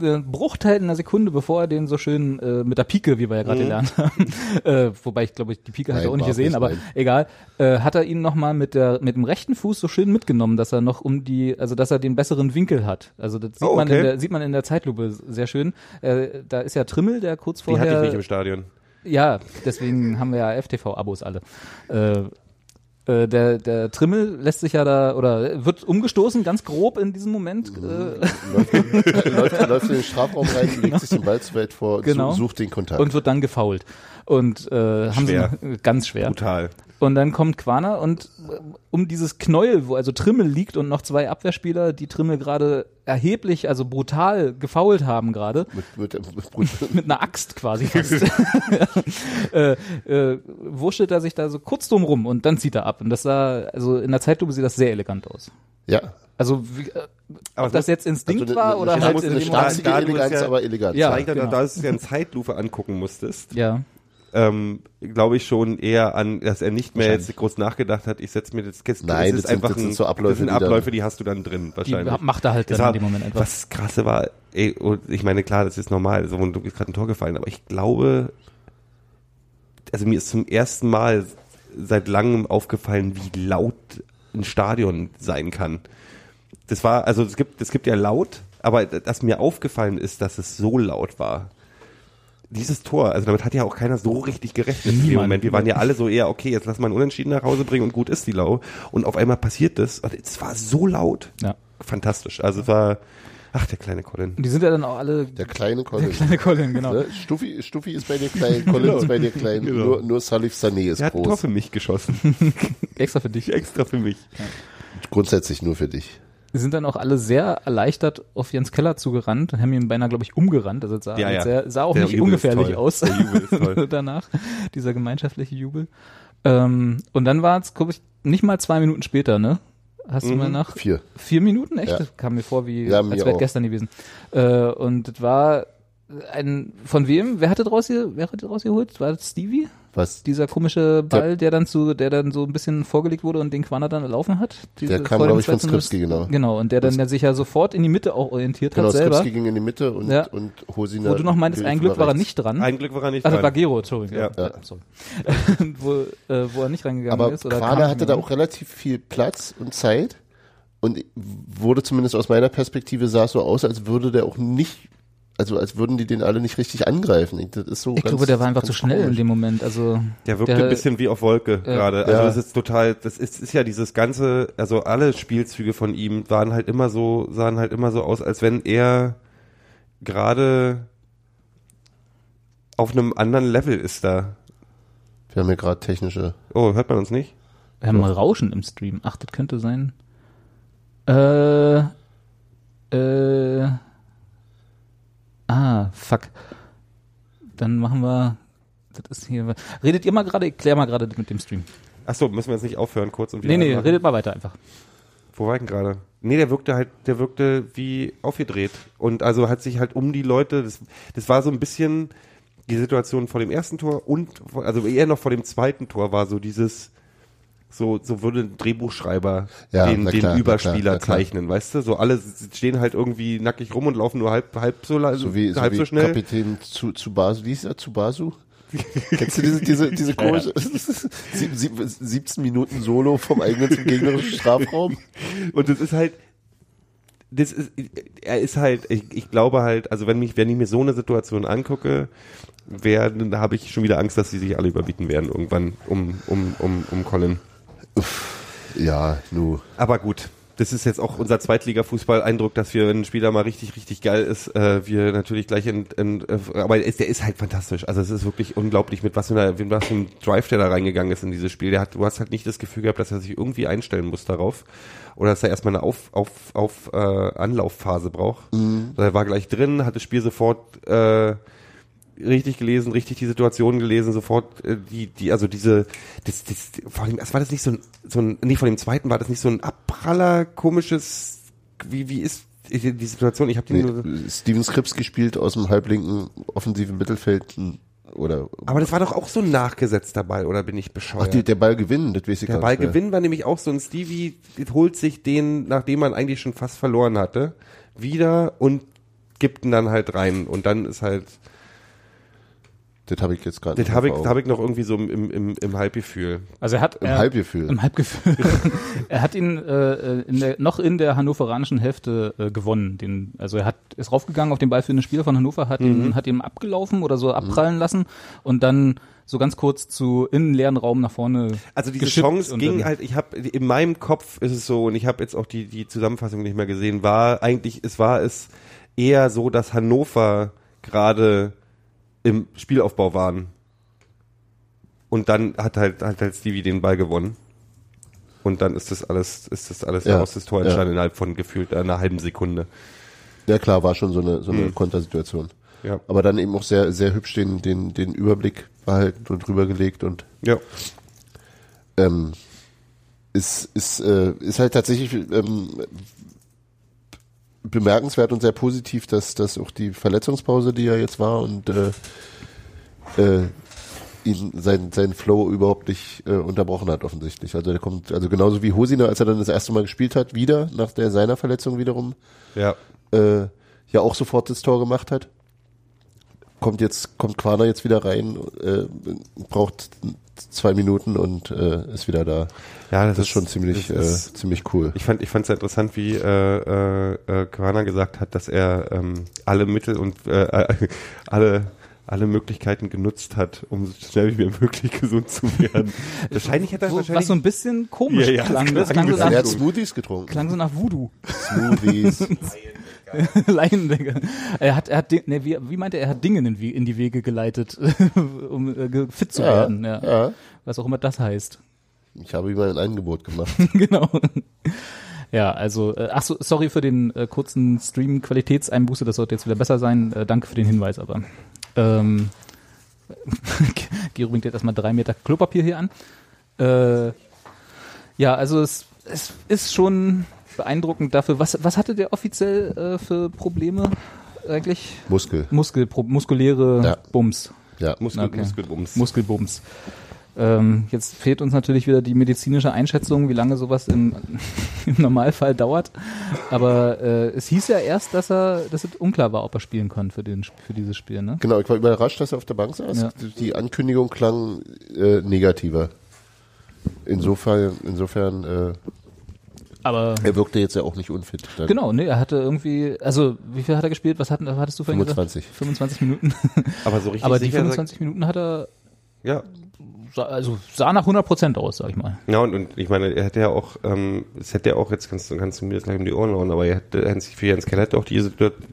Speaker 1: äh, einen Bruchteil einer Sekunde, bevor er den so schön äh, mit der Pike, wie wir ja gerade
Speaker 2: Hm.
Speaker 1: gelernt haben, äh, wobei ich glaube, ich die Pike hat er
Speaker 3: Nein,
Speaker 1: auch nicht
Speaker 3: war es
Speaker 1: gesehen,
Speaker 3: nicht,
Speaker 1: aber
Speaker 3: nein.
Speaker 1: egal, äh, hat er ihn nochmal mit der mit dem rechten Fuß so schön mitgenommen, dass er noch um die, also dass er den besseren Winkel hat. Also das sieht,
Speaker 2: Oh,
Speaker 1: man,
Speaker 2: okay.
Speaker 1: in der, sieht man in der Zeitlupe sehr schön. Äh, da ist ja Trimmel, der kurz
Speaker 2: Die hatte ich
Speaker 1: vorher
Speaker 2: nicht im Stadion.
Speaker 1: ja, deswegen haben wir ja FTV-Abos alle. Äh, äh, der, der Trimmel lässt sich ja da, oder wird umgestoßen, ganz grob in diesem Moment. Äh,
Speaker 3: Läuft, läuft, läuft in den Strafraum rein, legt sich den Ball zu weit vor,
Speaker 1: Genau.
Speaker 3: su- sucht den Kontakt.
Speaker 1: und wird dann gefault. Und äh, haben
Speaker 2: Schwer.
Speaker 1: sie ganz schwer.
Speaker 2: Brutal.
Speaker 1: Und dann kommt Quana und äh, um dieses Knäuel, wo also Trimmel liegt und noch zwei Abwehrspieler, die Trimmel gerade erheblich, also brutal gefault haben gerade,
Speaker 3: Mit, mit, mit,
Speaker 1: mit einer Axt quasi fast, äh, äh, wurschtelt er sich da so kurz drum rum und dann zieht er ab. Und das sah, also in der Zeitlupe sieht das sehr elegant aus.
Speaker 3: ja. Also
Speaker 1: Also wie, äh,
Speaker 2: Aber
Speaker 1: ob das jetzt Instinkt
Speaker 2: also
Speaker 1: war oder
Speaker 3: eine,
Speaker 1: halt
Speaker 3: eine,
Speaker 1: in
Speaker 3: eine
Speaker 1: dem Moment,
Speaker 3: starke
Speaker 2: Da- da du es
Speaker 3: Eleganz,
Speaker 2: ja-
Speaker 3: aber elegant.
Speaker 1: Ja.
Speaker 2: Zeigt
Speaker 1: genau.
Speaker 2: da dass du es ja in Zeitlupe angucken musstest,
Speaker 1: ja.
Speaker 2: ähm, glaube ich schon eher an, dass er nicht mehr jetzt groß nachgedacht hat, ich setze mir das jetzt
Speaker 3: Nein,
Speaker 2: es
Speaker 3: das sind- das sind so Abläufe,
Speaker 2: das sind
Speaker 3: die dann-
Speaker 2: Abläufe, die hast du dann drin
Speaker 1: Die
Speaker 2: wahrscheinlich.
Speaker 1: macht er halt
Speaker 2: Das
Speaker 1: dann
Speaker 2: war-
Speaker 1: in dem Moment einfach.
Speaker 2: Was das krasse war, ey, und ich meine, klar, das ist normal, also du bist gerade ein Tor gefallen, aber ich glaube, also mir ist zum ersten Mal seit langem aufgefallen, wie laut ein Stadion sein kann. Das war, also es gibt, es gibt ja laut, aber dass mir aufgefallen ist, dass es so laut war. Dieses Tor, also damit hat ja auch keiner so richtig gerechnet in dem
Speaker 1: Niemand.
Speaker 2: Moment. Wir waren ja alle so eher, okay, jetzt lass mal einen Unentschieden nach Hause bringen und gut ist die Lau. Und auf einmal passiert das. Und es war so laut
Speaker 1: Ja.
Speaker 2: fantastisch. Also es war, ach, der kleine Colin.
Speaker 1: Und die sind ja dann auch alle
Speaker 3: Der kleine Colin.
Speaker 1: kleine Colin, genau.
Speaker 3: Ne? Stuffi, Stuffi ist bei dir klein, Colin ist bei dir klein,
Speaker 2: Genau.
Speaker 3: nur, nur Salif Sané ist
Speaker 2: Der hat ein Tor
Speaker 3: groß.
Speaker 2: für mich geschossen.
Speaker 1: Extra für dich.
Speaker 2: Extra für mich.
Speaker 3: Grundsätzlich nur für dich.
Speaker 1: Die sind dann auch alle sehr erleichtert auf Jens Keller zugerannt und haben ihn beinahe, glaube ich, umgerannt. Also es sah,
Speaker 2: Ja, ja.
Speaker 1: Sehr, sah auch
Speaker 2: Der
Speaker 1: nicht
Speaker 2: Jubel ist
Speaker 1: ungefährlich
Speaker 2: toll.
Speaker 1: aus
Speaker 2: Der Jubel ist toll.
Speaker 1: danach, dieser gemeinschaftliche Jubel. Ähm, und dann war es, glaube ich, nicht mal zwei Minuten später, ne? Hast du mal nach?
Speaker 3: Mhm. Vier.
Speaker 1: Vier Minuten? Echt?
Speaker 3: Ja.
Speaker 1: Das kam mir vor, wie
Speaker 3: Ja, mir
Speaker 1: als wäre
Speaker 3: auch.
Speaker 1: gestern gewesen. Äh, und das war ein, von wem? Wer hatte draus, ge- wer hatte draus geholt? War das Stevie?
Speaker 3: Was?
Speaker 1: dieser komische Ball,
Speaker 3: Der-
Speaker 1: der dann zu, der dann so ein bisschen vorgelegt wurde und den Quaner dann erlaufen hat. Diese
Speaker 3: Der kam,
Speaker 1: vor dem
Speaker 3: glaube ich, von
Speaker 1: 2:0.
Speaker 3: Skripski, genau.
Speaker 1: Genau, und der dann ja sich ja sofort in die Mitte auch orientiert
Speaker 3: Genau,
Speaker 1: hat selber.
Speaker 3: Skripski ging in die Mitte und,
Speaker 1: Ja.
Speaker 3: und Hosina.
Speaker 1: Wo du noch meintest,
Speaker 3: lief
Speaker 1: ein
Speaker 3: über
Speaker 1: Glück war er
Speaker 3: rechts.
Speaker 1: nicht dran.
Speaker 2: Ein Glück war er nicht
Speaker 1: also
Speaker 2: dran.
Speaker 1: Bagero, Entschuldigung.
Speaker 2: Ja.
Speaker 1: ja. Sorry. wo, äh, wo er nicht reingegangen
Speaker 3: Aber
Speaker 1: ist. oder
Speaker 3: Quader
Speaker 1: kam ne?
Speaker 3: hatte
Speaker 1: nicht
Speaker 3: da
Speaker 1: mehr.
Speaker 3: auch relativ viel Platz und Zeit und wurde zumindest aus meiner Perspektive sah es so aus, als würde der auch nicht, also als würden die den alle nicht richtig angreifen. Ich, das ist so
Speaker 1: Ich
Speaker 3: ganz-
Speaker 1: glaube, der war einfach
Speaker 3: ganz
Speaker 1: zu schnell in
Speaker 3: komisch.
Speaker 1: dem Moment. Also
Speaker 2: Der wirkte ein bisschen wie auf Wolke gerade. Also
Speaker 3: Ja.
Speaker 2: das ist total, das ist, ist ja dieses ganze, also alle Spielzüge von ihm waren halt immer so, sahen halt immer so aus, als wenn er gerade auf einem anderen Level ist da.
Speaker 3: Wir haben hier gerade technische.
Speaker 2: Oh, hört man uns nicht?
Speaker 1: Wir haben mal Rauschen im Stream. Ach, das könnte sein. Äh. Äh. Ah, fuck. Dann machen wir. Das ist hier. Redet ihr mal gerade? Ich klär mal gerade das mit dem Stream.
Speaker 2: Ach so, müssen wir jetzt nicht aufhören kurz und
Speaker 1: Nee, nee,
Speaker 2: anmachen?
Speaker 1: redet mal weiter einfach.
Speaker 2: Wo war ich denn gerade? Nee, der wirkte halt, der wirkte wie aufgedreht. Und also hat sich halt um die Leute, das, das war so ein bisschen die Situation vor dem ersten Tor und, vor- also eher noch vor dem zweiten Tor war so dieses, so, so würde ein Drehbuchschreiber
Speaker 3: Ja,
Speaker 2: den,
Speaker 3: na
Speaker 2: den
Speaker 3: klar, na klar,
Speaker 2: Überspieler
Speaker 3: na klar.
Speaker 2: zeichnen, weißt du? So alle s- stehen halt irgendwie nackig rum und laufen nur halb, halb so, la-
Speaker 3: So wie, so
Speaker 2: halb
Speaker 3: wie
Speaker 2: so schnell.
Speaker 3: Kapitän zu, zu Basu, wie hieß er? Zu Basu? Kennst du diese, diese, diese komische sieb, sieb, 17 Minuten Solo vom eigenen zum gegnerischen Strafraum?
Speaker 2: Und das ist halt, das ist, er ist halt, ich, ich glaube halt, also wenn mich, wenn ich mir so eine Situation angucke, werden, da habe ich schon wieder Angst, dass sie sich alle überbieten werden irgendwann um, um, um, um Colin.
Speaker 3: Ja, nu.
Speaker 2: Aber gut. Das ist jetzt auch unser Zweitliga-Fußball-Eindruck, dass wir, wenn ein Spieler mal richtig, richtig geil ist, äh, wir natürlich gleich in, in äh, aber er ist, der ist halt fantastisch. Also es ist wirklich unglaublich, mit was für einer, mit was für einem Drive der da reingegangen ist in dieses Spiel. Der hat, du hast halt nicht das Gefühl gehabt, dass er sich irgendwie einstellen muss darauf. Oder dass er erstmal eine Auf, auf, auf äh, Anlaufphase braucht. Also Er war gleich drin, hat das Spiel sofort äh, richtig gelesen, richtig die Situation gelesen, sofort äh, die, die, also diese, das, das, vor allem, das war das nicht so ein, so ein, nee, von dem zweiten war das nicht so ein Abpraller, komisches, wie, wie ist die die Situation? Ich habe die nur,
Speaker 3: Nee, äh, Steven Skripski spielt aus dem halblinken offensiven Mittelfeld n- oder
Speaker 2: aber das war doch auch so ein nachgesetzter Ball, oder bin ich
Speaker 3: Ach,
Speaker 2: bescheuert?
Speaker 3: die, der Ball gewinnen, das äh, weiß ich
Speaker 2: der
Speaker 3: gar
Speaker 2: Ball
Speaker 3: nicht mehr.
Speaker 2: gewinnen war nämlich auch so ein Stevie, holt sich den, nachdem man eigentlich schon fast verloren hatte, wieder und gibt ihn dann halt rein und dann ist halt,
Speaker 3: Das habe ich jetzt gerade.
Speaker 2: das habe ich, hab ich noch irgendwie so im, im, im Halbgefühl.
Speaker 1: Also er hat.
Speaker 3: Im
Speaker 1: er,
Speaker 3: Halbgefühl.
Speaker 1: Im Halbgefühl. er hat ihn äh, in der, noch in der hannoveranischen Hälfte äh, gewonnen. Den, also er hat ist raufgegangen auf den Ball für einen Spieler von Hannover, hat
Speaker 2: Mhm.
Speaker 1: ihn hat ihm abgelaufen oder so abprallen lassen und dann so ganz kurz zu innen leeren Raum nach vorne.
Speaker 2: Also diese
Speaker 1: geschippt
Speaker 2: Chance
Speaker 1: und
Speaker 2: ging
Speaker 1: dann-
Speaker 2: halt, ich habe in meinem Kopf ist es so und ich habe jetzt auch die die Zusammenfassung nicht mehr gesehen, war eigentlich es war es eher so, dass Hannover gerade im Spielaufbau waren. Und dann hat halt, hat halt Stevie den Ball gewonnen. Und dann ist das alles, ist das alles
Speaker 3: Ja,
Speaker 2: aus das Tor
Speaker 3: ja.
Speaker 2: entstanden innerhalb von gefühlt einer halben Sekunde.
Speaker 3: Ja klar, war schon so eine, so
Speaker 2: Hm.
Speaker 3: eine Kontersituation.
Speaker 2: Ja.
Speaker 3: Aber dann eben auch sehr, sehr hübsch den, den, den Überblick behalten und rübergelegt und
Speaker 2: Ja.
Speaker 3: ähm, ist, ist, äh, ist halt tatsächlich ähm, bemerkenswert und sehr positiv, dass, dass auch die Verletzungspause, die ja jetzt war und äh, äh, ihn sein, sein Flow überhaupt nicht äh, unterbrochen hat offensichtlich. Also der kommt, also genauso wie Hosina, als er dann das erste Mal gespielt hat, wieder nach der seiner Verletzung wiederum,
Speaker 2: Ja.
Speaker 3: äh, ja auch sofort das Tor gemacht hat. Kommt jetzt, kommt Quader jetzt wieder rein, äh, braucht zwei Minuten und äh, ist wieder da.
Speaker 2: Ja,
Speaker 3: Das ist schon ziemlich,
Speaker 2: das ist-
Speaker 3: äh, ziemlich cool.
Speaker 2: Ich fand es ja interessant, wie äh, äh, äh, Quana gesagt hat, dass er ähm, alle Mittel und äh, äh, alle alle Möglichkeiten genutzt hat, um so schnell wie möglich gesund zu werden. wahrscheinlich hat er
Speaker 1: Wo,
Speaker 2: wahrscheinlich
Speaker 1: was so ein bisschen komisch
Speaker 2: Ja, ja,
Speaker 1: klang.
Speaker 2: klang
Speaker 1: Das klang so,
Speaker 2: ein bisschen-
Speaker 1: nach,
Speaker 3: Er hat Smoothies getrunken.
Speaker 1: klang so nach Voodoo.
Speaker 3: Smoothies.
Speaker 1: Laiendecker. Er hat, er hat, Di- nee, wie, wie meinte er, er hat Dinge in, die- in die Wege geleitet, um äh, ge- fit zu
Speaker 3: ja,
Speaker 1: werden. Ja.
Speaker 3: ja.
Speaker 1: Was auch immer das heißt.
Speaker 3: Ich habe ihm ein Angebot gemacht.
Speaker 1: genau. Ja, also, äh, ach so, sorry für den äh, kurzen Stream-Qualitätseinbuße, das sollte jetzt wieder besser sein. Äh, danke für den Hinweis aber. Ähm, Gero bringt jetzt erstmal drei Meter Klopapier hier an. Äh, ja, also es, es ist schon beeindruckend dafür. Was, was hatte der offiziell äh, für Probleme eigentlich?
Speaker 3: Muskel.
Speaker 1: Muskel, pro, muskuläre
Speaker 3: Ja.
Speaker 1: Bums.
Speaker 3: Ja.
Speaker 2: Muskel,
Speaker 1: Okay.
Speaker 2: Muskelbums.
Speaker 1: Muskelbums. Ähm, jetzt fehlt uns natürlich wieder die medizinische Einschätzung, wie lange sowas im, im Normalfall dauert. Aber äh, es hieß ja erst, dass er, dass es unklar war, ob er spielen kann für, den, für dieses Spiel. Ne?
Speaker 3: Genau, ich war überrascht, dass er auf der Bank saß.
Speaker 1: Ja.
Speaker 3: Die Ankündigung klang äh, negativer. Insofern, insofern äh,
Speaker 1: Aber
Speaker 3: er wirkte jetzt ja auch nicht unfit. Dann
Speaker 1: genau, nee, er hatte irgendwie, also wie viel hat er gespielt? Was, hatten, was hattest du vorhin
Speaker 3: 25.
Speaker 1: gesagt? 25 Minuten.
Speaker 2: Aber so richtig
Speaker 1: Aber die
Speaker 2: sicher sagt-
Speaker 1: 25 Minuten hat er,
Speaker 2: Ja.
Speaker 1: sah- also sah nach 100 Prozent aus, sag ich mal.
Speaker 2: Ja, und, und ich meine, er hätte ja auch, ähm, es hätte ja auch, jetzt kannst, du- kannst du mir das gleich um die Ohren hauen, aber er hätte, Hans- für Jens Keller hätte auch die,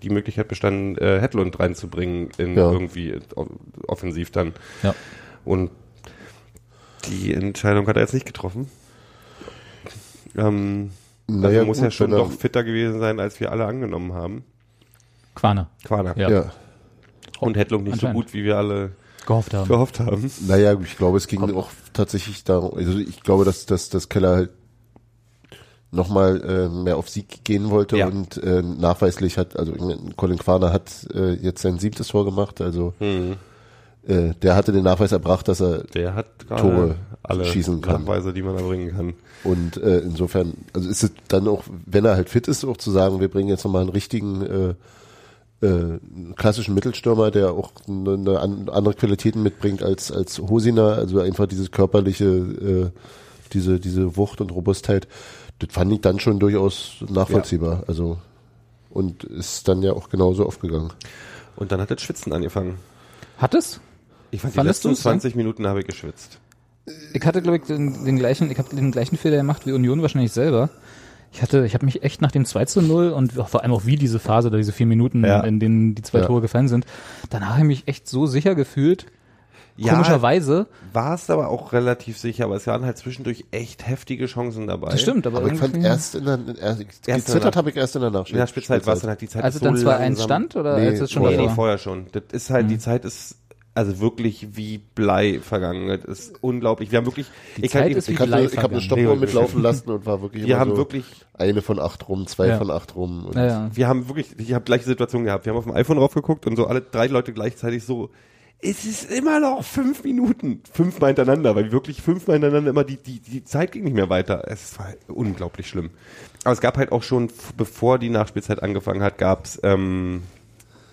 Speaker 2: die Möglichkeit bestanden, äh, Hedlund reinzubringen in
Speaker 3: Ja.
Speaker 2: irgendwie o- offensiv dann.
Speaker 1: Ja.
Speaker 2: Und die Entscheidung hat er jetzt nicht getroffen. Ähm, also
Speaker 3: Naja,
Speaker 2: muss
Speaker 3: gut,
Speaker 2: ja schon
Speaker 3: wenn er-
Speaker 2: doch fitter gewesen sein, als wir alle angenommen haben.
Speaker 1: Quaner.
Speaker 2: Quader.
Speaker 1: Ja.
Speaker 3: Ja.
Speaker 2: Und Hedlund nicht so
Speaker 1: Anscheinend.
Speaker 2: gut, wie wir alle
Speaker 1: Gehofft haben.
Speaker 2: gehofft haben.
Speaker 3: Naja, ich glaube, es ging auch tatsächlich darum, also ich glaube, dass, dass, dass Keller halt nochmal äh, mehr auf Sieg gehen wollte
Speaker 2: Ja.
Speaker 3: und äh, nachweislich hat, also Colin Quaner hat äh, jetzt sein siebtes Tor gemacht, also äh, der hatte den Nachweis erbracht, dass er
Speaker 2: Der hat gerade
Speaker 3: Tore
Speaker 2: alle
Speaker 3: schießen kann.
Speaker 2: Nachweise, die man erbringen kann.
Speaker 3: und äh, insofern, also ist es dann auch, wenn er halt fit ist, auch zu sagen, wir bringen jetzt nochmal einen richtigen äh, äh, klassischen Mittelstürmer, der auch eine, eine an- andere Qualitäten mitbringt als als Hosina, also einfach diese körperliche, äh, diese diese Wucht und Robustheit, das fand ich dann schon durchaus nachvollziehbar, also und ist dann ja auch genauso aufgegangen.
Speaker 2: Und dann hat das Schwitzen angefangen.
Speaker 1: Hat es?
Speaker 2: Ich fand, die
Speaker 1: Fandest
Speaker 2: letzten
Speaker 1: du's, ne?
Speaker 2: 20 Minuten habe ich geschwitzt.
Speaker 1: Ich hatte, glaube ich, den, den gleichen, ich habe den gleichen Fehler gemacht wie Union wahrscheinlich selber. Ich hatte, ich habe mich echt nach dem 2 zu 0 und auch vor allem auch wie diese Phase, da diese vier Minuten,
Speaker 2: Ja.
Speaker 1: in denen die zwei
Speaker 3: Ja.
Speaker 1: Tore gefallen sind, danach habe ich mich echt so sicher gefühlt, komischerweise.
Speaker 2: War es aber auch relativ sicher, aber es waren halt zwischendurch echt heftige Chancen dabei.
Speaker 1: Das stimmt, aber,
Speaker 3: Aber ich fand
Speaker 1: irgendwie-
Speaker 3: erst in der erst,
Speaker 2: Erst in
Speaker 3: gezittert
Speaker 2: der-
Speaker 3: habe ich erst in der
Speaker 2: In
Speaker 3: Nachspiel.
Speaker 2: der Spielzeit war es dann halt die Zeit
Speaker 1: als es
Speaker 2: ist
Speaker 1: dann 2-1
Speaker 2: langsam-
Speaker 1: stand oder
Speaker 3: Nee,
Speaker 1: als es schon Mhm.
Speaker 2: Nee, nee,
Speaker 1: davor war?
Speaker 2: vorher schon. Das ist halt, die Zeit ist also wirklich wie Blei vergangen. Das ist unglaublich. Wir haben wirklich,
Speaker 1: Die Zeit
Speaker 2: ich,
Speaker 1: ist wie
Speaker 3: Ich habe eine,
Speaker 1: Live
Speaker 3: ich hab eine
Speaker 1: vergangen.
Speaker 3: Stoppuhr
Speaker 2: Nee,
Speaker 3: mitlaufen lassen und war wirklich
Speaker 2: wir
Speaker 3: immer
Speaker 2: haben
Speaker 3: so
Speaker 2: wirklich,
Speaker 3: eine von acht rum, zwei
Speaker 1: Ja.
Speaker 3: von acht rum. Und
Speaker 1: Ja, ja.
Speaker 2: wir haben wirklich, ich habe gleiche Situation gehabt. Wir haben auf dem iPhone drauf geguckt und so alle drei Leute gleichzeitig so, es ist immer noch fünf Minuten. Fünfmal hintereinander, weil wirklich fünfmal hintereinander immer die, die, die Zeit ging nicht mehr weiter. Es war unglaublich schlimm. Aber es gab halt auch schon, f- bevor die Nachspielzeit angefangen hat, gab's ähm,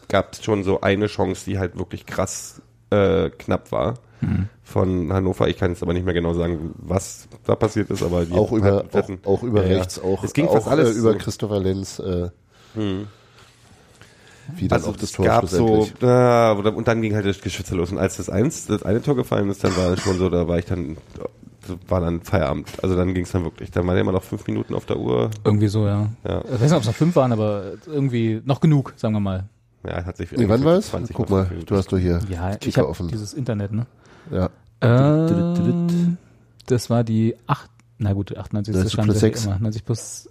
Speaker 2: gab's schon so eine Chance, die halt wirklich krass äh, knapp war.
Speaker 3: Mhm.
Speaker 2: Von Hannover, ich kann jetzt aber nicht mehr genau sagen, was da passiert ist, aber die
Speaker 3: auch über,
Speaker 2: hatten- halt-
Speaker 3: auch,
Speaker 2: hatten-
Speaker 3: auch über
Speaker 2: ja, ja.
Speaker 3: rechts, auch,
Speaker 2: es ging
Speaker 3: auch
Speaker 2: fast alles
Speaker 3: äh, über
Speaker 2: so. Hm.
Speaker 3: Christopher Lenz, äh, wie dann
Speaker 2: Also
Speaker 3: auch das
Speaker 2: es
Speaker 3: Tor
Speaker 2: gab so,
Speaker 3: schlussendlich.
Speaker 2: da, und dann ging halt das Geschütze los. Und als das eins, das eine Tor gefallen ist, dann war es schon so, da war ich dann, war dann Feierabend. Also dann ging es dann wirklich. Dann waren ja immer noch fünf Minuten auf der Uhr.
Speaker 1: Irgendwie so, ja.
Speaker 2: Ja.
Speaker 1: Ich weiß nicht, ob es noch fünf waren, aber irgendwie noch genug, sagen wir mal.
Speaker 2: Ja, hat sich
Speaker 3: Nee, wann war es?
Speaker 2: 20
Speaker 3: Guck
Speaker 2: mal
Speaker 3: mal,
Speaker 2: fünf Minuten.
Speaker 3: du hast doch hier
Speaker 1: Ja, ich
Speaker 3: Kicker
Speaker 1: habe
Speaker 3: offen.
Speaker 1: dieses Internet, ne?
Speaker 3: Ja.
Speaker 1: Ähm, das war die 8, na gut, 98.
Speaker 3: 90
Speaker 1: stand
Speaker 3: plus
Speaker 1: ja
Speaker 3: sechs.
Speaker 1: Immer, 90 plus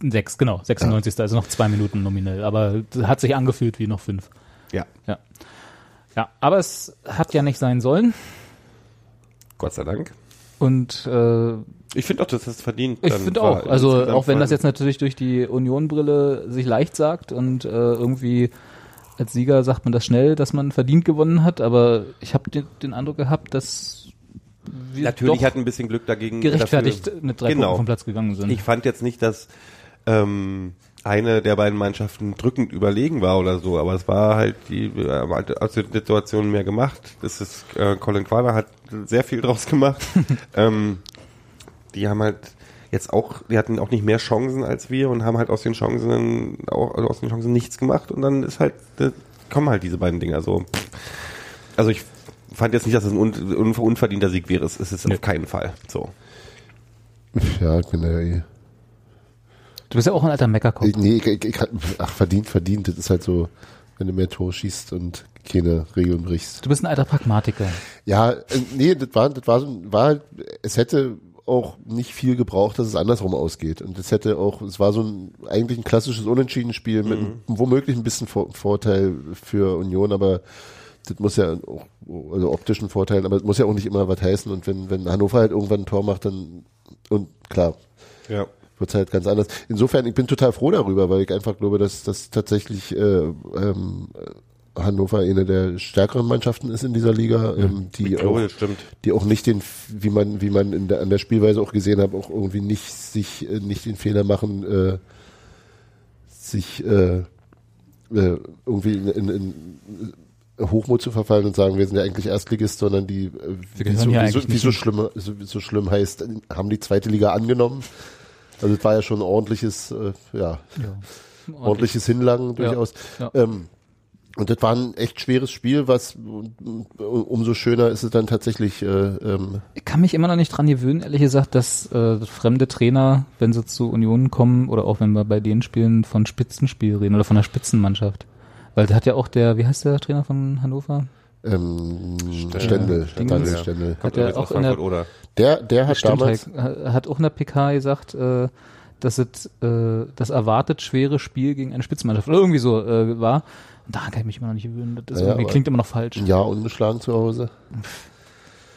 Speaker 1: 6, genau, 96. Also noch zwei Minuten nominell, aber hat sich angefühlt wie noch fünf.
Speaker 2: Ja.
Speaker 1: Ja. Ja, aber es hat ja nicht sein sollen
Speaker 2: Gott sei Dank.
Speaker 1: und äh,
Speaker 2: Ich finde auch, das hast verdient.
Speaker 1: Ich
Speaker 2: dann
Speaker 1: finde
Speaker 2: war
Speaker 1: auch. Also
Speaker 2: insgesamt
Speaker 1: auch wenn das
Speaker 2: mal-
Speaker 1: jetzt natürlich durch die Union-Brille sich leicht sagt und äh, irgendwie als Sieger sagt man das schnell, dass man verdient gewonnen hat, aber ich habe den, den Eindruck gehabt, dass wir
Speaker 2: Natürlich
Speaker 1: doch
Speaker 2: hat ein bisschen Glück dagegen.
Speaker 1: gerechtfertigt
Speaker 2: dafür.
Speaker 1: mit drei Punkten
Speaker 2: genau.
Speaker 1: vom Platz gegangen sind.
Speaker 2: Ich fand jetzt nicht, dass ähm, eine der beiden Mannschaften drückend überlegen war oder so, aber es war halt die äh, aus der Situation mehr gemacht. Das ist äh, Colin Quader hat sehr viel draus gemacht. ähm, die haben halt jetzt auch, die hatten auch nicht mehr Chancen als wir und haben halt aus den Chancen auch also aus den Chancen nichts gemacht und dann ist halt äh, kommen halt diese beiden Dinger so. Also ich fand jetzt nicht, dass es ein un un unverdienter Sieg wäre. Es ist es auf keinen Fall. So.
Speaker 3: Ja, ich bin da ja eh.
Speaker 1: du bist ja auch ein alter Meckerkopf.
Speaker 3: Ich, nee, ich, ich, ich, ach, verdient, verdient. Das ist halt so, wenn du mehr Tore schießt und keine Regeln brichst.
Speaker 1: Du bist ein alter Pragmatiker.
Speaker 3: Ja, äh, nee, das war, das war, so ein- war, es hätte auch nicht viel gebraucht, dass es andersrum ausgeht. Und es hätte auch, es war so ein, eigentlich ein klassisches Unentschieden-Spiel mit womöglich ein bisschen Vor Vorteil für Union, aber das muss ja auch, also optischen Vorteilen, aber es muss ja auch nicht immer was heißen. Und wenn, wenn Hannover halt irgendwann ein Tor macht, dann, und klar,
Speaker 2: Ja.
Speaker 3: wird halt ganz anders. Insofern, ich bin total froh darüber, weil ich einfach glaube, dass dass tatsächlich äh, ähm, Hannover eine der stärkeren Mannschaften ist in dieser Liga, ähm, die,
Speaker 2: Ich glaube,
Speaker 3: auch,
Speaker 2: das stimmt.
Speaker 3: die auch nicht den, wie man wie man in der, an der Spielweise auch gesehen hat, auch irgendwie nicht sich äh, nicht den Fehler machen, äh, sich äh, äh, irgendwie in, in, in äh, Hochmut zu verfallen und sagen, wir sind ja eigentlich Erstligist, sondern die, äh, die
Speaker 1: gehören
Speaker 3: so,
Speaker 1: hier
Speaker 3: die so,
Speaker 1: eigentlich
Speaker 3: die
Speaker 1: nicht
Speaker 3: so,
Speaker 1: hin.
Speaker 3: schlimm, so, so schlimm heißt, äh, haben die zweite Liga angenommen. Also es war ja schon ein ordentliches, äh, ja, ordentliches Hinlangen durchaus.
Speaker 1: Ja.
Speaker 3: Ähm, und das war ein echt schweres Spiel, was um- umso schöner ist es dann tatsächlich. Äh, ähm,
Speaker 1: Ich kann mich immer noch nicht dran gewöhnen, ehrlich gesagt, dass äh, fremde Trainer, wenn sie zu Unionen kommen oder auch wenn wir bei denen spielen, von Spitzenspiel reden oder von der Spitzenmannschaft. Weil da hat ja auch der, wie heißt der Trainer von Hannover?
Speaker 3: ähm, Stendel,
Speaker 1: Dingens.
Speaker 3: Daniel Stendel.
Speaker 1: Hat er
Speaker 2: Jetzt
Speaker 1: auch
Speaker 2: aus
Speaker 1: in der,
Speaker 2: Frankfurt, oder?
Speaker 3: Der, der hat
Speaker 1: stimmt,
Speaker 3: damals,
Speaker 1: Heik, hat auch in der PK gesagt, äh, dass es, äh, das erwartet schwere Spiel gegen eine Spitzenmannschaft oder irgendwie so äh, war. Und daran kann ich mich immer noch nicht gewöhnen. Das ist
Speaker 3: Ja,
Speaker 1: irgendwie
Speaker 3: aber-
Speaker 1: klingt immer noch falsch.
Speaker 3: ein Jahr ungeschlagen zu Hause.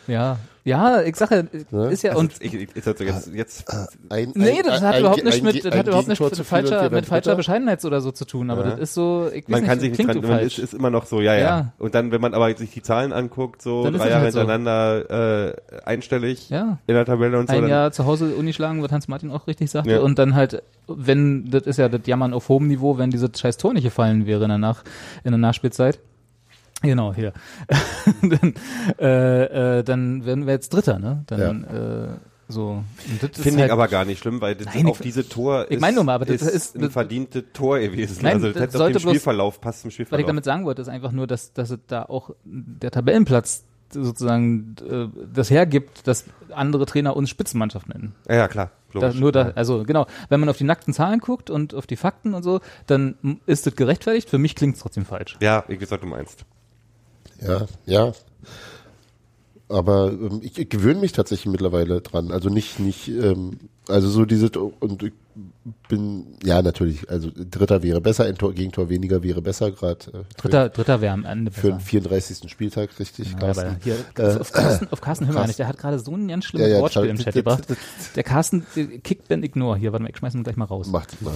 Speaker 1: Ja, ja, ich sage,
Speaker 3: Ne?
Speaker 1: ist ja
Speaker 2: Also
Speaker 1: und
Speaker 2: ich, ich, jetzt, jetzt, jetzt,
Speaker 1: Ah.
Speaker 3: Ein,
Speaker 1: Nee, das hat
Speaker 3: ein-
Speaker 1: überhaupt
Speaker 3: ein-
Speaker 1: nichts mit,
Speaker 3: ein
Speaker 1: das hat überhaupt nichts
Speaker 3: Gegentor
Speaker 1: mit
Speaker 3: zu viel und
Speaker 1: falscher,
Speaker 3: wir werden
Speaker 1: mit falscher
Speaker 3: Dritter.
Speaker 1: Bescheidenheit oder so zu tun, aber
Speaker 2: Ja.
Speaker 1: das ist so, ich weiß
Speaker 2: man
Speaker 1: nicht,
Speaker 2: kann sich nicht
Speaker 1: klingt
Speaker 2: dran,
Speaker 1: so
Speaker 2: man ist,
Speaker 1: falsch.
Speaker 2: ist immer noch so, ja, ja,
Speaker 1: Ja.
Speaker 2: Und dann, wenn man aber sich die Zahlen anguckt, so
Speaker 1: Dann ist
Speaker 2: drei
Speaker 1: es
Speaker 2: Jahre
Speaker 1: halt so.
Speaker 2: hintereinander äh, einstellig
Speaker 1: Ja.
Speaker 2: in der Tabelle und so,
Speaker 1: Ein
Speaker 2: dann
Speaker 1: Jahr zu Hause Uni schlagen, was Hans Martin auch richtig sagte,
Speaker 2: Ja.
Speaker 1: und dann halt, wenn, das ist ja das Jammern auf hohem Niveau, wenn dieses scheiß Tor nicht gefallen wäre in der, Nach, in der Nachspielzeit. Genau, hier. dann, äh, äh, dann werden wir jetzt Dritter, ne? Dann, äh, so. Und das ist
Speaker 2: finde
Speaker 1: halt-
Speaker 2: ich aber gar nicht schlimm, weil das,
Speaker 1: Nein,
Speaker 2: auch
Speaker 1: ich-
Speaker 2: diese Tor
Speaker 1: ich meine nur mal, aber das ist-
Speaker 2: ein
Speaker 1: das-
Speaker 2: verdientes Tor gewesen.
Speaker 1: Nein,
Speaker 2: also das,
Speaker 1: das
Speaker 2: hätte auf dem
Speaker 1: sollte bloß-
Speaker 2: Spielverlauf, passt zum
Speaker 1: Was ich
Speaker 2: Spielverlauf.
Speaker 1: damit sagen wollte, ist einfach nur, dass, dass es da auch der Tabellenplatz sozusagen äh, das hergibt, dass andere Trainer uns Spitzenmannschaft nennen.
Speaker 2: ja, ja, klar.
Speaker 1: Da,
Speaker 2: logisch.
Speaker 1: nur da, also genau, wenn man auf die nackten Zahlen guckt und auf die Fakten und so, dann m- ist das gerechtfertigt. Für mich klingt es trotzdem falsch.
Speaker 2: ja, ich weiß, was du meinst.
Speaker 3: Ja, ja. Aber ähm, ich, ich gewöhne mich tatsächlich mittlerweile dran. Also nicht, nicht, ähm, also so diese und ich bin, ja natürlich, also Dritter wäre besser, ein Tor, Gegentor weniger wäre besser, gerade äh,
Speaker 1: Dritter, Dritter wäre am Ende
Speaker 3: für
Speaker 1: besser.
Speaker 3: den 34. Spieltag, richtig,
Speaker 1: Ja,
Speaker 3: Carsten.
Speaker 1: aber hier,
Speaker 3: Äh,
Speaker 1: auf Carsten, auf Carsten Hümmel
Speaker 3: Carsten.
Speaker 1: nicht, der hat gerade so ein ganz schlimmes
Speaker 3: Ja, ja,
Speaker 1: Wortspiel
Speaker 3: total.
Speaker 1: im Chat gebracht. Der Carsten äh, kickt Ben Ignore hier, warte mal, ich schmeiß ihn gleich mal raus.
Speaker 3: Macht mal.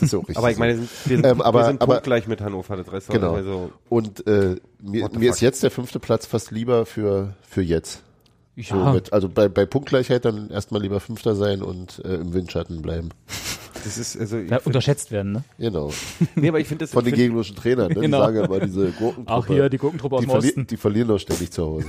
Speaker 3: ist ja auch richtig.
Speaker 2: Aber ich meine, wir sind, wir sind,
Speaker 3: Ähm, aber-
Speaker 2: wir sind
Speaker 3: aber-
Speaker 2: punktgleich mit Hannover, das Rest
Speaker 3: Genau.
Speaker 2: also,
Speaker 3: und äh, mir,
Speaker 2: What the
Speaker 3: mir
Speaker 2: fuck? Ah.
Speaker 3: ist jetzt der fünfte Platz fast lieber für, für jetzt. So
Speaker 1: Ja,
Speaker 3: mit, also bei, bei Punktgleichheit dann erstmal lieber Fünfter sein und äh, im Windschatten bleiben.
Speaker 2: das ist, also, ich
Speaker 1: ja,
Speaker 2: find-
Speaker 1: unterschätzt werden, ne?
Speaker 3: Genau.
Speaker 2: nee, aber ich finde das,
Speaker 3: Von
Speaker 2: ich
Speaker 3: den
Speaker 2: find,
Speaker 3: gegnerischen Trainern, ne?
Speaker 1: Genau.
Speaker 3: Die sagen ja immer diese Gurkentruppe.
Speaker 1: Auch hier die Gurkentruppe aus
Speaker 3: die,
Speaker 1: dem
Speaker 3: verli
Speaker 1: Osten.
Speaker 3: die verlieren doch ständig zu Hause.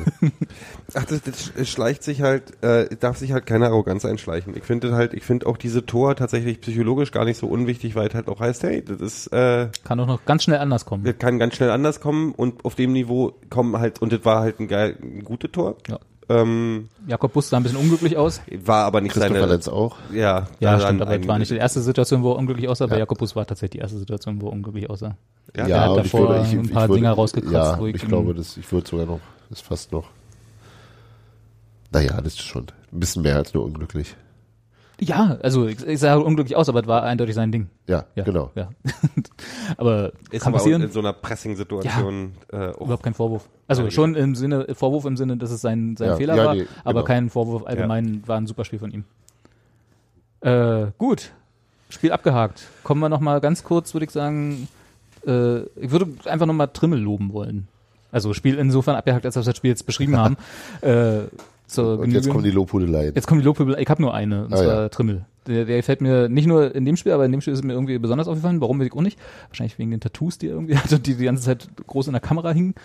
Speaker 2: Ach, das, das sch- schleicht sich halt, äh, darf sich halt keine Arroganz einschleichen. Ich finde halt, ich finde auch diese Tor tatsächlich psychologisch gar nicht so unwichtig, weil es halt auch heißt, hey, das ist, äh,
Speaker 1: Kann auch noch ganz schnell anders kommen.
Speaker 2: das kann ganz schnell anders kommen und auf dem Niveau kommen halt, und das war halt ein geil, ein gutes Tor.
Speaker 1: Ja.
Speaker 2: Ähm,
Speaker 1: Jakob Bus sah ein bisschen unglücklich aus.
Speaker 2: war aber nicht
Speaker 3: Christopher
Speaker 2: seine,
Speaker 3: Lenz auch.
Speaker 2: ja,
Speaker 1: Ja,
Speaker 2: daran
Speaker 1: stimmt, aber
Speaker 2: ein-
Speaker 1: es Also war nicht die erste Situation, wo er unglücklich aussah. Bei
Speaker 3: Ja.
Speaker 1: Jakobus war tatsächlich die erste Situation, wo er unglücklich aussah.
Speaker 2: Ja,
Speaker 1: der hat
Speaker 3: und ich
Speaker 1: davor
Speaker 3: würde- ich-
Speaker 1: ein
Speaker 3: ich
Speaker 1: paar
Speaker 3: würde-
Speaker 1: Dinger rausgekratzt,
Speaker 3: Ja,
Speaker 1: wo ich
Speaker 3: ich
Speaker 1: ihm-
Speaker 3: glaube, das, ich würde sogar noch, ist fast noch. Naja, das ist schon ein bisschen mehr als nur unglücklich.
Speaker 1: Ja, also ich, ich sah unglücklich aus, aber es war eindeutig sein Ding.
Speaker 3: Ja,
Speaker 1: Ja,
Speaker 3: genau.
Speaker 1: Ja. aber
Speaker 2: Ist
Speaker 1: kann
Speaker 2: aber auch äh,
Speaker 1: passieren.
Speaker 2: in so einer Pressing-Situation äh, auch
Speaker 1: Überhaupt kein Vorwurf. Also schon im Sinne, Vorwurf im Sinne, dass es sein, sein
Speaker 3: Ja,
Speaker 1: Fehler
Speaker 3: ja,
Speaker 1: war,
Speaker 3: nee,
Speaker 1: aber
Speaker 3: genau.
Speaker 1: kein Vorwurf allgemein, war ein super Spiel von ihm. Äh, gut, Spiel abgehakt. Kommen wir nochmal ganz kurz, würde ich sagen, äh, ich würde einfach nochmal Trimmel loben wollen. Also Spiel insofern abgehakt, als wir das Spiel jetzt beschrieben haben. Äh, zur
Speaker 3: Und jetzt
Speaker 1: Genügung.
Speaker 3: kommen die Lobhudeleien.
Speaker 1: Jetzt kommen die Lobhübel. Ich habe nur eine, und
Speaker 3: Ah,
Speaker 1: zwar
Speaker 3: ja.
Speaker 1: Trimmel. Der, der gefällt mir nicht nur in dem Spiel, aber in dem Spiel ist es mir irgendwie besonders aufgefallen. Warum will ich auch nicht? Wahrscheinlich wegen den Tattoos, die er irgendwie hatte, die die ganze Zeit groß in der Kamera hingen.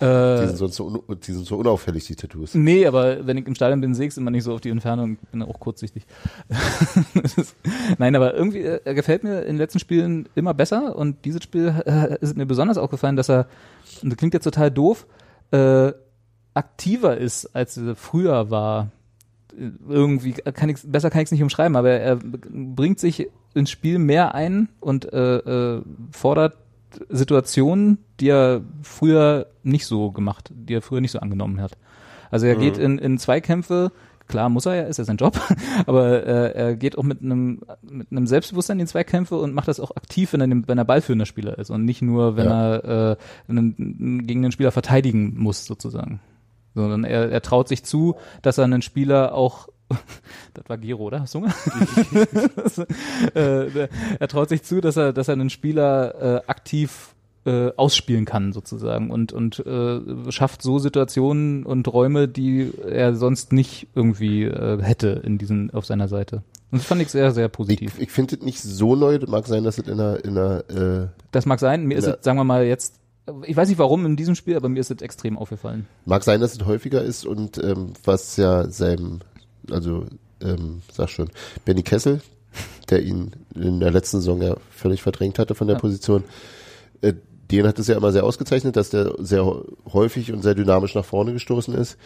Speaker 3: Die
Speaker 1: Äh,
Speaker 3: sind, sonst so un die sind so unauffällig, die Tattoos.
Speaker 1: nee, aber wenn ich im Stadion bin, sehe ich es immer nicht so auf die Entfernung. Ich bin auch kurzsichtig. Das ist- Nein, aber irgendwie äh, er gefällt mir in den letzten Spielen immer besser und dieses Spiel äh, ist mir besonders aufgefallen, dass er, und das klingt jetzt total doof, äh, aktiver ist, als er früher war. Irgendwie kann ich's, besser kann ich es nicht umschreiben, aber er bringt sich ins Spiel mehr ein und äh, äh, fordert Situationen, die er früher nicht so gemacht, die er früher nicht so angenommen hat. Also er geht in, in Zweikämpfe, klar muss er ja, ist ja sein Job, aber äh, er geht auch mit einem mit einem Selbstbewusstsein in die Zweikämpfe und macht das auch aktiv, wenn er, dem- wenn er ballführender Spieler ist und nicht nur, wenn
Speaker 3: Ja.
Speaker 1: er äh, einen, gegen den Spieler verteidigen muss sozusagen sondern er, er traut sich zu, dass er einen Spieler auch das war Gero, oder? Hast du Hunger? äh, der- er traut sich zu, dass er, dass er einen Spieler äh, aktiv äh, ausspielen kann, sozusagen, und, und äh, schafft so Situationen und Räume, die er sonst nicht irgendwie äh, hätte in diesen, auf seiner Seite. Und das fand ich sehr, sehr positiv.
Speaker 3: Ich, ich finde das nicht so neu. Das mag sein, dass das in einer, in einer äh,
Speaker 1: Das mag sein, mir ist
Speaker 3: Ja.
Speaker 1: es, sagen wir mal, jetzt, ich weiß nicht warum in diesem Spiel, aber mir ist es extrem aufgefallen.
Speaker 3: mag sein, dass es häufiger ist und ähm, was ja seinem, also ähm, sag schon, Benny Kessel, der ihn in der letzten Saison ja völlig verdrängt hatte von der
Speaker 1: Ja.
Speaker 3: Position, äh, den hat es ja immer sehr ausgezeichnet, dass der sehr häufig und sehr dynamisch nach vorne gestoßen ist.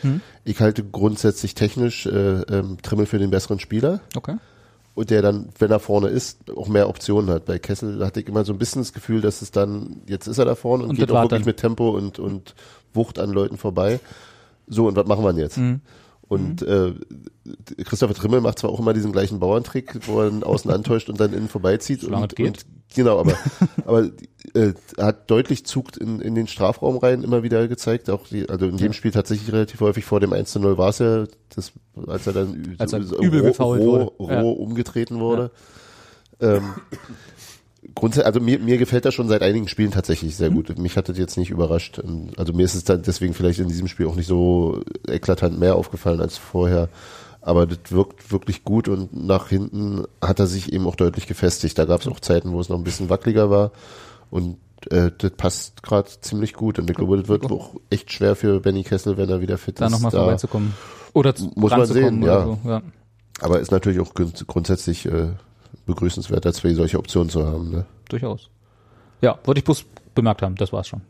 Speaker 3: Ich halte grundsätzlich technisch äh, ähm, Trimmel für den besseren Spieler
Speaker 1: Okay.
Speaker 3: und der dann, wenn er vorne ist, auch mehr Optionen hat. Bei Kessel hatte ich immer so ein bisschen das Gefühl, dass es dann, jetzt ist er da vorne und,
Speaker 1: Und das
Speaker 3: geht auch
Speaker 1: war's
Speaker 3: wirklich
Speaker 1: dann.
Speaker 3: mit Tempo und, und Wucht an Leuten vorbei. So, und was machen wir denn jetzt?
Speaker 1: Mhm.
Speaker 3: Und äh, Christopher Trimmel macht zwar auch immer diesen gleichen Bauerntrick, wo er einen außen antäuscht und dann innen vorbeizieht.
Speaker 1: Solange
Speaker 3: Und,
Speaker 1: es geht.
Speaker 3: und genau, aber, aber äh, er hat deutlich Zug in, in den Strafraum rein immer wieder gezeigt. Auch die, also in dem Spiel tatsächlich relativ häufig vor dem 1 zu 0 war es ja, das, als er dann ü-
Speaker 1: Als er
Speaker 3: so
Speaker 1: übel
Speaker 3: roh,
Speaker 1: gefoult
Speaker 3: roh,
Speaker 1: wurde.
Speaker 3: roh
Speaker 1: Ja.
Speaker 3: umgetreten wurde. Ähm, grundsätzlich, also mir, mir gefällt das schon seit einigen Spielen tatsächlich
Speaker 1: Mhm.
Speaker 3: sehr gut. Mich hat das jetzt nicht überrascht. Ähm, Also mir ist es dann deswegen vielleicht in diesem Spiel auch nicht so eklatant mehr aufgefallen als vorher. Aber das wirkt wirklich gut und nach hinten hat er sich eben auch deutlich gefestigt. Da gab es auch Zeiten, wo es noch ein bisschen wackeliger war und äh, das passt gerade ziemlich gut. Und ich glaube, das wird auch echt schwer für Benny Kessel, wenn er wieder fit
Speaker 1: Da
Speaker 3: ist.
Speaker 1: nochmal vorbeizukommen. Oder zu,
Speaker 3: Muss man
Speaker 1: ranzukommen
Speaker 3: sehen,
Speaker 1: oder
Speaker 3: ja.
Speaker 1: so, ja.
Speaker 3: Aber ist natürlich auch grund grundsätzlich äh, begrüßenswert, als wir solche Optionen zu haben. Ne?
Speaker 1: Durchaus. Ja, wollte ich bloß bemerkt haben, das war's schon.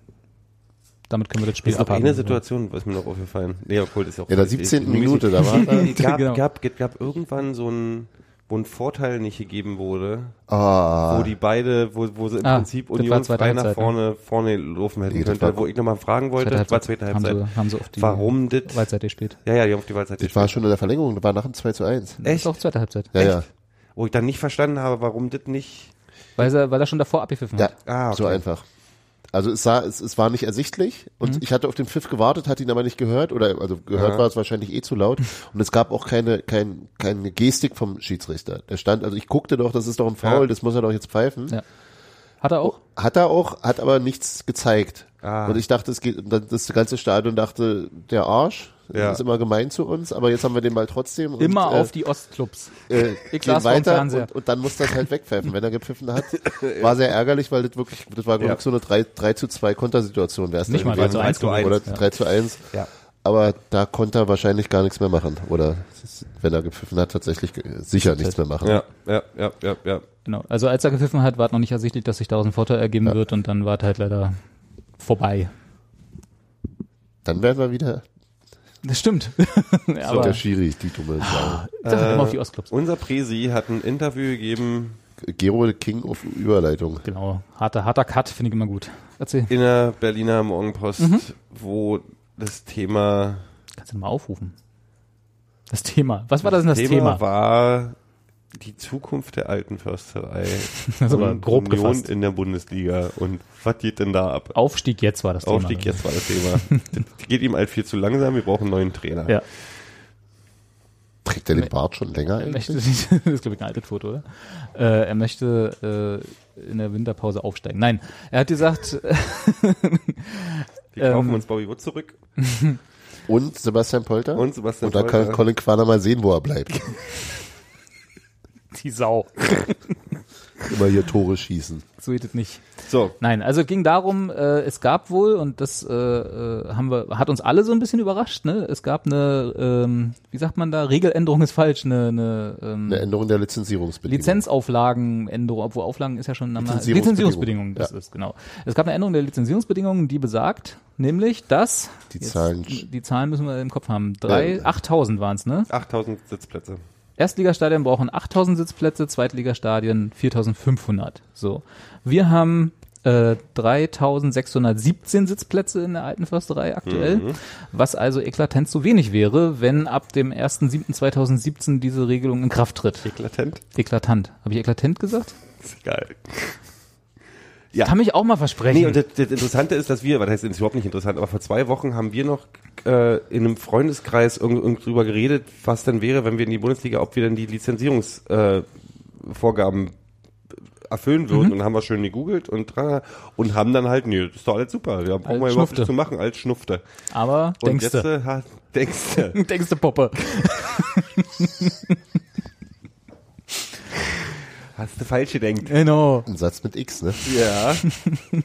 Speaker 1: Damit können wir das Spiel
Speaker 2: Ist noch
Speaker 1: abhaken.
Speaker 2: eine Situation, was mir noch aufgefallen. Nee, obwohl ist ja auch.
Speaker 3: In der 17. Minute, da war
Speaker 2: Es gab,
Speaker 1: Genau.
Speaker 2: gab, gab, gab irgendwann so ein, wo ein Vorteil nicht gegeben wurde,
Speaker 3: Ah,
Speaker 2: wo die beide, wo, wo sie im
Speaker 1: Ah,
Speaker 2: Prinzip
Speaker 1: das
Speaker 2: Union
Speaker 1: war zweite
Speaker 2: frei nach
Speaker 1: Halbzeit, ne?
Speaker 2: vorne, vorne laufen hätten
Speaker 3: Nee, das
Speaker 2: könnte,
Speaker 3: war-
Speaker 2: wo ich nochmal fragen wollte,
Speaker 1: Zweite
Speaker 2: war
Speaker 1: Halbzeit.
Speaker 2: zweite
Speaker 1: haben,
Speaker 2: Halbzeit.
Speaker 1: sie, haben sie auf die
Speaker 2: Warum das?
Speaker 1: Halbzeit gespielt.
Speaker 2: Ja, ja, die haben auf die Wahlzeit
Speaker 3: das war schon in der Verlängerung, das war nach dem 2 zu 1.
Speaker 1: Das ist
Speaker 2: Echt?
Speaker 1: auch zweite Halbzeit.
Speaker 3: Ja, ja,
Speaker 2: Wo ich dann nicht verstanden habe, warum das nicht.
Speaker 1: Weil er, weil er schon davor abgepfiffen
Speaker 3: ja,
Speaker 1: hat.
Speaker 2: Ah, okay.
Speaker 3: so einfach. Also es, sah, es, es war nicht ersichtlich und ich hatte auf den Pfiff gewartet, hatte ihn aber nicht gehört oder also gehört
Speaker 2: Mhm. Ja.
Speaker 3: war es wahrscheinlich eh zu laut und es gab auch keine, kein, keine Gestik vom Schiedsrichter. Der stand, also ich guckte doch, das ist doch ein Foul,
Speaker 2: Ja.
Speaker 3: das muss er doch jetzt pfeifen.
Speaker 1: Ja. Hat er auch?
Speaker 3: Hat er auch, hat aber nichts gezeigt.
Speaker 2: Ah.
Speaker 3: Und ich dachte, es geht, das ganze Stadion dachte, der Arsch
Speaker 2: Ja.
Speaker 3: ist immer gemein zu uns, aber jetzt haben wir den mal trotzdem. und,
Speaker 1: Immer
Speaker 3: äh,
Speaker 1: auf die Ostclubs.
Speaker 3: äh,
Speaker 1: Ich
Speaker 3: gehen
Speaker 1: saß vorm
Speaker 3: weiter
Speaker 1: Fernseher.
Speaker 3: und, und dann muss das halt wegpfeifen, wenn er gepfiffen hat. War sehr ärgerlich, weil das wirklich, das war glaube ich
Speaker 2: Ja.
Speaker 3: so eine 3, 3 zu 2 Kontersituation wäre es
Speaker 1: Nicht mal 3 zu 1
Speaker 3: gewesen, oder
Speaker 1: gewesen, ja.
Speaker 3: 3 zu 1.
Speaker 2: Ja.
Speaker 3: Aber da konnte er wahrscheinlich gar nichts mehr machen oder wenn er gepfiffen hat, tatsächlich äh, sicher nichts mehr machen.
Speaker 2: Ja, ja, ja, ja, ja.
Speaker 1: Genau. Also als er gepfiffen hat, war es noch nicht ersichtlich, dass sich daraus ein Vorteil ergeben wird und dann war es halt leider vorbei.
Speaker 3: Dann wären wir wieder
Speaker 1: Das stimmt.
Speaker 3: so. der
Speaker 1: Aber
Speaker 3: Schiri, die dumme Sau.
Speaker 1: sag immer auf die Ostclubs.
Speaker 2: Unser Presi hat ein Interview gegeben
Speaker 3: Gero the King auf Überleitung.
Speaker 1: Genau. Harter, harter Cut finde ich immer gut. Erzähl.
Speaker 2: in der
Speaker 1: Mhm.
Speaker 2: Berliner Morgenpost, wo das Thema
Speaker 1: Kannst du den mal aufrufen? Das Thema. Was war das denn das Thema?
Speaker 2: war die Zukunft der alten Försterei.
Speaker 1: Das ist aber
Speaker 2: und
Speaker 1: grob
Speaker 2: Union
Speaker 1: gefasst.
Speaker 2: in der Bundesliga. Und was geht denn da ab?
Speaker 1: Aufstieg jetzt war das
Speaker 2: Aufstieg,
Speaker 1: Thema.
Speaker 2: jetzt war das Thema. das geht ihm halt viel zu langsam. Wir brauchen einen neuen Trainer.
Speaker 1: Ja.
Speaker 3: Trägt er den Bart schon länger?
Speaker 1: Er
Speaker 3: eigentlich?
Speaker 1: möchte, das ist glaube ich ein altes Foto, oder? Äh, er möchte äh, in der Winterpause aufsteigen. Nein, er hat gesagt, äh,
Speaker 2: Wir kaufen uns Bobby Wood zurück
Speaker 3: Und Sebastian Polter?
Speaker 2: und Sebastian
Speaker 3: Und da kann
Speaker 2: Polter.
Speaker 3: Colin Quader mal sehen, wo er bleibt.
Speaker 1: die Sau.
Speaker 3: Immer hier Tore schießen.
Speaker 1: So geht es nicht.
Speaker 2: So,
Speaker 1: Nein, also es ging darum, äh, es gab wohl, und das äh, äh, haben wir, hat uns alle so ein bisschen überrascht, ne? Es gab eine, ähm, wie sagt man da, Regeländerung ist falsch, eine, eine, ähm,
Speaker 3: Eine Änderung der Lizenzierungsbedingungen.
Speaker 1: Lizenzauflagenänderung, obwohl Auflagen ist ja schon ein Name.
Speaker 3: Lizenzierungsbedingungen.
Speaker 1: Lizenzierungsbedingungen, das
Speaker 3: Ja.
Speaker 1: ist genau. Es gab eine Änderung der Lizenzierungsbedingungen, die besagt, nämlich, dass
Speaker 3: Die Zahlen-
Speaker 1: die Zahlen müssen wir im Kopf haben. Drei,
Speaker 3: Ja.
Speaker 1: 8000 waren es, ne?
Speaker 2: 8000 Sitzplätze.
Speaker 1: Erstligastadien brauchen 8000 Sitzplätze, Zweitligastadien 4500. So. Wir haben äh, 3617 Sitzplätze in der alten Försterei aktuell,
Speaker 3: Mhm.
Speaker 1: was also eklatant zu wenig wäre, wenn ab dem 1.7.2017 diese Regelung in Kraft tritt.
Speaker 2: Eklatant.
Speaker 1: Eklatant. Habe ich eklatant gesagt?
Speaker 2: Ist geil.
Speaker 1: Kann mich auch mal versprechen.
Speaker 2: Nee, und das, das Interessante ist, dass wir, was heißt, ist überhaupt nicht interessant, aber vor zwei Wochen haben wir noch äh, in einem Freundeskreis irgend, irgend drüber geredet, was denn wäre, wenn wir in die Bundesliga, ob wir denn die Lizenzierungsvorgaben äh, Vorgaben erfüllen würden. Und haben wir schön gegoogelt und, dran- und haben dann halt, nee, das ist doch alles super, wir
Speaker 1: Als
Speaker 2: brauchen wir überhaupt
Speaker 1: Schnufte.
Speaker 2: nichts zu machen, als Schnufte.
Speaker 1: Aber
Speaker 2: Und
Speaker 1: denkste.
Speaker 2: jetzt äh, ha, denkste.
Speaker 1: Denkste Poppe.
Speaker 2: Hast du falsch gedenkt.
Speaker 1: Genau.
Speaker 3: Ein Satz mit X, ne?
Speaker 2: Ja.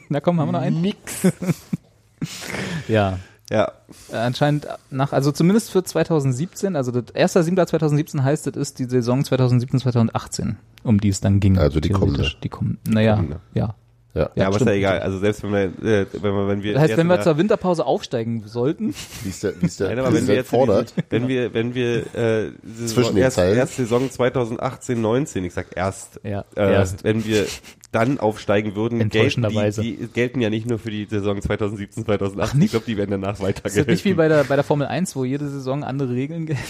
Speaker 1: Na komm, haben wir noch einen? Nix. ja.
Speaker 2: Ja.
Speaker 1: Äh, Anscheinend nach, also zumindest für 2017, also das 1.7.2017 heißt, das ist die Saison 2017, 2018, um die es dann ging.
Speaker 3: Also die
Speaker 1: theoretisch.
Speaker 3: kommende.
Speaker 1: Die kommen, naja,
Speaker 2: kommende.
Speaker 1: ja.
Speaker 3: Ja.
Speaker 2: Ja, aber ist
Speaker 1: stimmt.
Speaker 2: ja egal. Also selbst wenn wir, äh, wenn wir, wenn wir,
Speaker 1: Das heißt,
Speaker 2: jetzt
Speaker 1: wenn
Speaker 2: in
Speaker 1: wir
Speaker 2: der-
Speaker 1: zur Winterpause aufsteigen sollten,
Speaker 3: Wie ist der, wie ist der
Speaker 2: Nein, aber wenn wir
Speaker 3: Präsident
Speaker 2: jetzt
Speaker 3: fordert?
Speaker 2: Diesen, wenn wir, wenn wir äh, Saison,
Speaker 3: Zwischen den
Speaker 2: erst,
Speaker 3: Zeilen.
Speaker 2: erst Saison 2018, 19, ich sag erst,
Speaker 1: Ja,
Speaker 2: äh,
Speaker 1: erst.
Speaker 2: wenn wir dann aufsteigen würden, gelten,
Speaker 1: Enttäuschenderweise.
Speaker 2: die, die gelten ja nicht nur für die Saison 2017, 2018, ich glaube, die werden danach
Speaker 1: ist das
Speaker 2: weitergehelfen.
Speaker 1: nicht wie bei der, bei der Formel 1, wo jede Saison andere Regeln gelten.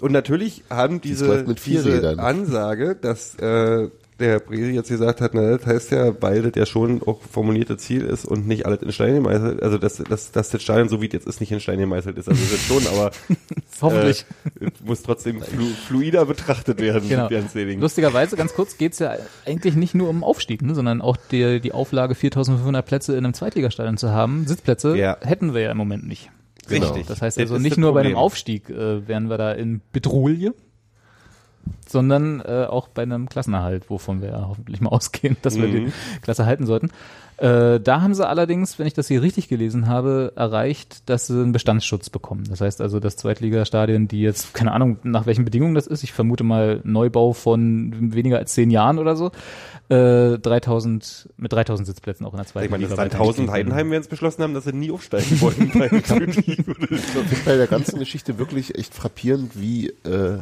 Speaker 2: Und natürlich haben diese,
Speaker 3: läuft mit vier
Speaker 2: diese
Speaker 3: Rädern.
Speaker 2: Ansage, dass äh, der Bresi jetzt gesagt hat, na, das heißt ja, weil das ja schon auch formulierte Ziel ist und nicht alles in Stein gemeißelt, also dass, dass, dass das Stadion, so wie es jetzt ist, nicht in Stein gemeißelt ist, also das ist schon, aber
Speaker 1: Hoffentlich.
Speaker 2: Äh, muss trotzdem flu fluider betrachtet werden,
Speaker 1: Genau.
Speaker 2: Jens Seeling.
Speaker 1: Lustigerweise, ganz kurz, geht's ja eigentlich nicht nur um Aufstieg, ne, sondern auch die, die Auflage, 4.500 Plätze in einem Zweitligastadion zu haben, Sitzplätze,
Speaker 2: Ja.
Speaker 1: hätten wir ja im Moment nicht.
Speaker 3: Genau.
Speaker 2: Richtig.
Speaker 1: Das heißt
Speaker 2: Das
Speaker 1: also
Speaker 2: ist
Speaker 1: nicht
Speaker 2: das
Speaker 1: nur bei einem
Speaker 2: Problem.
Speaker 1: Aufstieg äh, wären wir da in Bedrohlie, sondern äh, auch bei einem Klassenerhalt, wovon wir ja hoffentlich mal ausgehen, dass wir
Speaker 2: Mhm.
Speaker 1: die Klasse halten sollten. Äh, da haben sie allerdings, wenn ich das hier richtig gelesen habe, erreicht, dass sie einen Bestandsschutz bekommen. Das heißt also, dass Zweitligastadien, die jetzt, keine Ahnung, nach welchen Bedingungen das ist, ich vermute mal Neubau von weniger als zehn Jahren oder so, äh, 3000, mit 3000 Sitzplätzen auch in der
Speaker 2: Ich
Speaker 1: zweiten
Speaker 2: meine, das
Speaker 1: Liga
Speaker 2: waren
Speaker 1: weiter
Speaker 2: 1000
Speaker 1: nicht gehen.
Speaker 2: Heidenheim, wenn es beschlossen haben, dass sie nie aufsteigen wollen. bei Tutti.
Speaker 3: Ich finde bei der ganzen Geschichte wirklich echt frappierend, wie äh,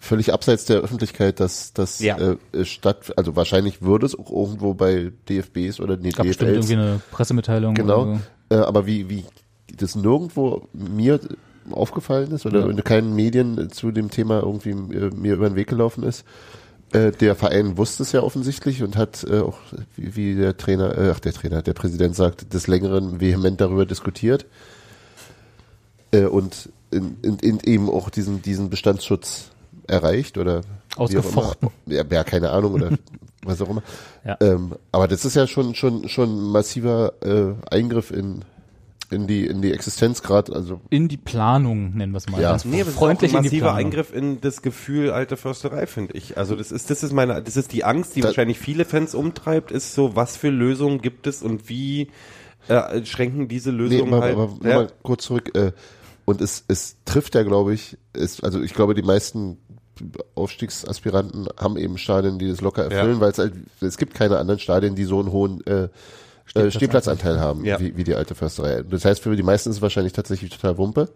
Speaker 3: völlig abseits der Öffentlichkeit das, das
Speaker 2: Ja.
Speaker 3: äh, äh, statt, also wahrscheinlich würde es auch irgendwo bei DFBs oder nee,
Speaker 1: Gab bestimmt
Speaker 3: DFLs,
Speaker 1: irgendwie eine Pressemitteilung. oder
Speaker 3: genau,
Speaker 1: so.
Speaker 3: äh, aber wie, wie das nirgendwo mir aufgefallen ist
Speaker 1: Ja.
Speaker 3: oder in keinen Medien zu dem Thema irgendwie äh, mir über den Weg gelaufen ist. Äh, Der Verein wusste es ja offensichtlich und hat äh, auch, wie wie der Trainer, äh, ach der Trainer, der Präsident sagt, des Längeren vehement darüber diskutiert äh, und in, in, in eben auch diesen, diesen Bestandsschutz erreicht oder wie auch
Speaker 1: Ausgefochten.
Speaker 3: Immer, ja, ja, keine Ahnung oder was auch immer.
Speaker 1: Ja.
Speaker 3: Ähm, aber das ist ja schon schon schon ein massiver äh, Eingriff in in die in die Existenz gerade. Also
Speaker 1: in die Planung, nennen wir es mal.
Speaker 3: Ja.
Speaker 1: Ganz
Speaker 2: Nee, aber es ist auch ein
Speaker 1: freundlich in die
Speaker 2: massiver
Speaker 1: Planung.
Speaker 2: Eingriff in das Gefühl alte Försterei, finde ich. Also das ist, das ist meine, das ist die Angst, die
Speaker 3: Da-
Speaker 2: wahrscheinlich viele Fans umtreibt, ist so, was für Lösungen gibt es und wie äh, schränken diese
Speaker 3: nee,
Speaker 2: Lösungen
Speaker 3: aber,
Speaker 2: halt.
Speaker 3: aber
Speaker 2: ja.
Speaker 3: nochmal kurz zurück. Äh, und es es trifft ja, glaube ich, es, also ich glaube die meisten Aufstiegsaspiranten haben eben Stadien, die das locker erfüllen,
Speaker 2: Ja.
Speaker 3: weil es halt, es gibt keine anderen Stadien, die so einen hohen äh, äh, Stehplatzanteil haben,
Speaker 2: Ja.
Speaker 3: wie, wie die alte Försterei. Das heißt, für die meisten ist es wahrscheinlich tatsächlich total Wumpe,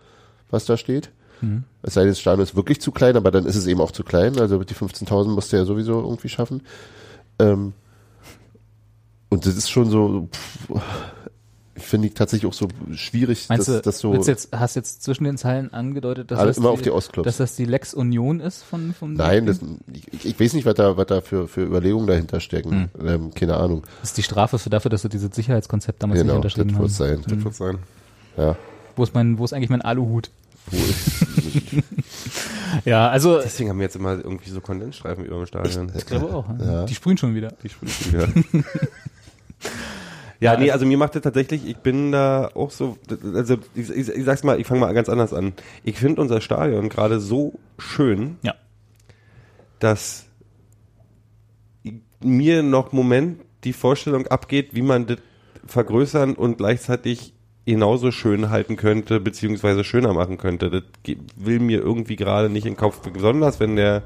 Speaker 3: was da steht.
Speaker 2: Mhm.
Speaker 3: Es sei denn, das Stadion ist wirklich zu klein, aber dann ist es eben auch zu klein. Also die 15.000 musst du ja sowieso irgendwie schaffen. Ähm, und das ist schon so, pff, finde ich tatsächlich auch so schwierig,
Speaker 1: Meinst
Speaker 3: dass
Speaker 1: du,
Speaker 3: das so.
Speaker 1: willst jetzt, hast jetzt zwischen den Zeilen angedeutet, dass,
Speaker 3: Alle
Speaker 1: das
Speaker 3: immer auf die Ostklubs.
Speaker 1: dass das die Lex Union ist von, von
Speaker 3: Nein, das, ich, ich weiß nicht, was da, was da für, für Überlegungen dahinter stecken.
Speaker 1: Hm.
Speaker 3: Ähm, keine Ahnung.
Speaker 1: Das ist die Strafe für dafür, dass sie dieses Sicherheitskonzept damals
Speaker 3: genau,
Speaker 1: nicht
Speaker 3: das
Speaker 1: unterschrieben
Speaker 3: wird
Speaker 1: haben.
Speaker 3: sein.
Speaker 2: Das wird sein.
Speaker 3: Ja.
Speaker 1: Wo ist mein, wo ist eigentlich mein Aluhut? ja, also ich
Speaker 2: Deswegen haben wir jetzt immer irgendwie so Kondensstreifen über dem Stadion.
Speaker 1: glaube auch. Die sprühen schon wieder.
Speaker 2: Die Sprüche wieder. Ja, nee, also mir macht das tatsächlich, ich bin da auch so, also ich, ich, ich sag's mal, ich fange mal ganz anders an. Ich finde unser Stadion gerade so schön,
Speaker 1: Ja.
Speaker 2: dass mir noch im Moment die Vorstellung abgeht, wie man das vergrößern und gleichzeitig genauso schön halten könnte, beziehungsweise schöner machen könnte. Das ge- will mir irgendwie gerade nicht in den Kopf, besonders wenn der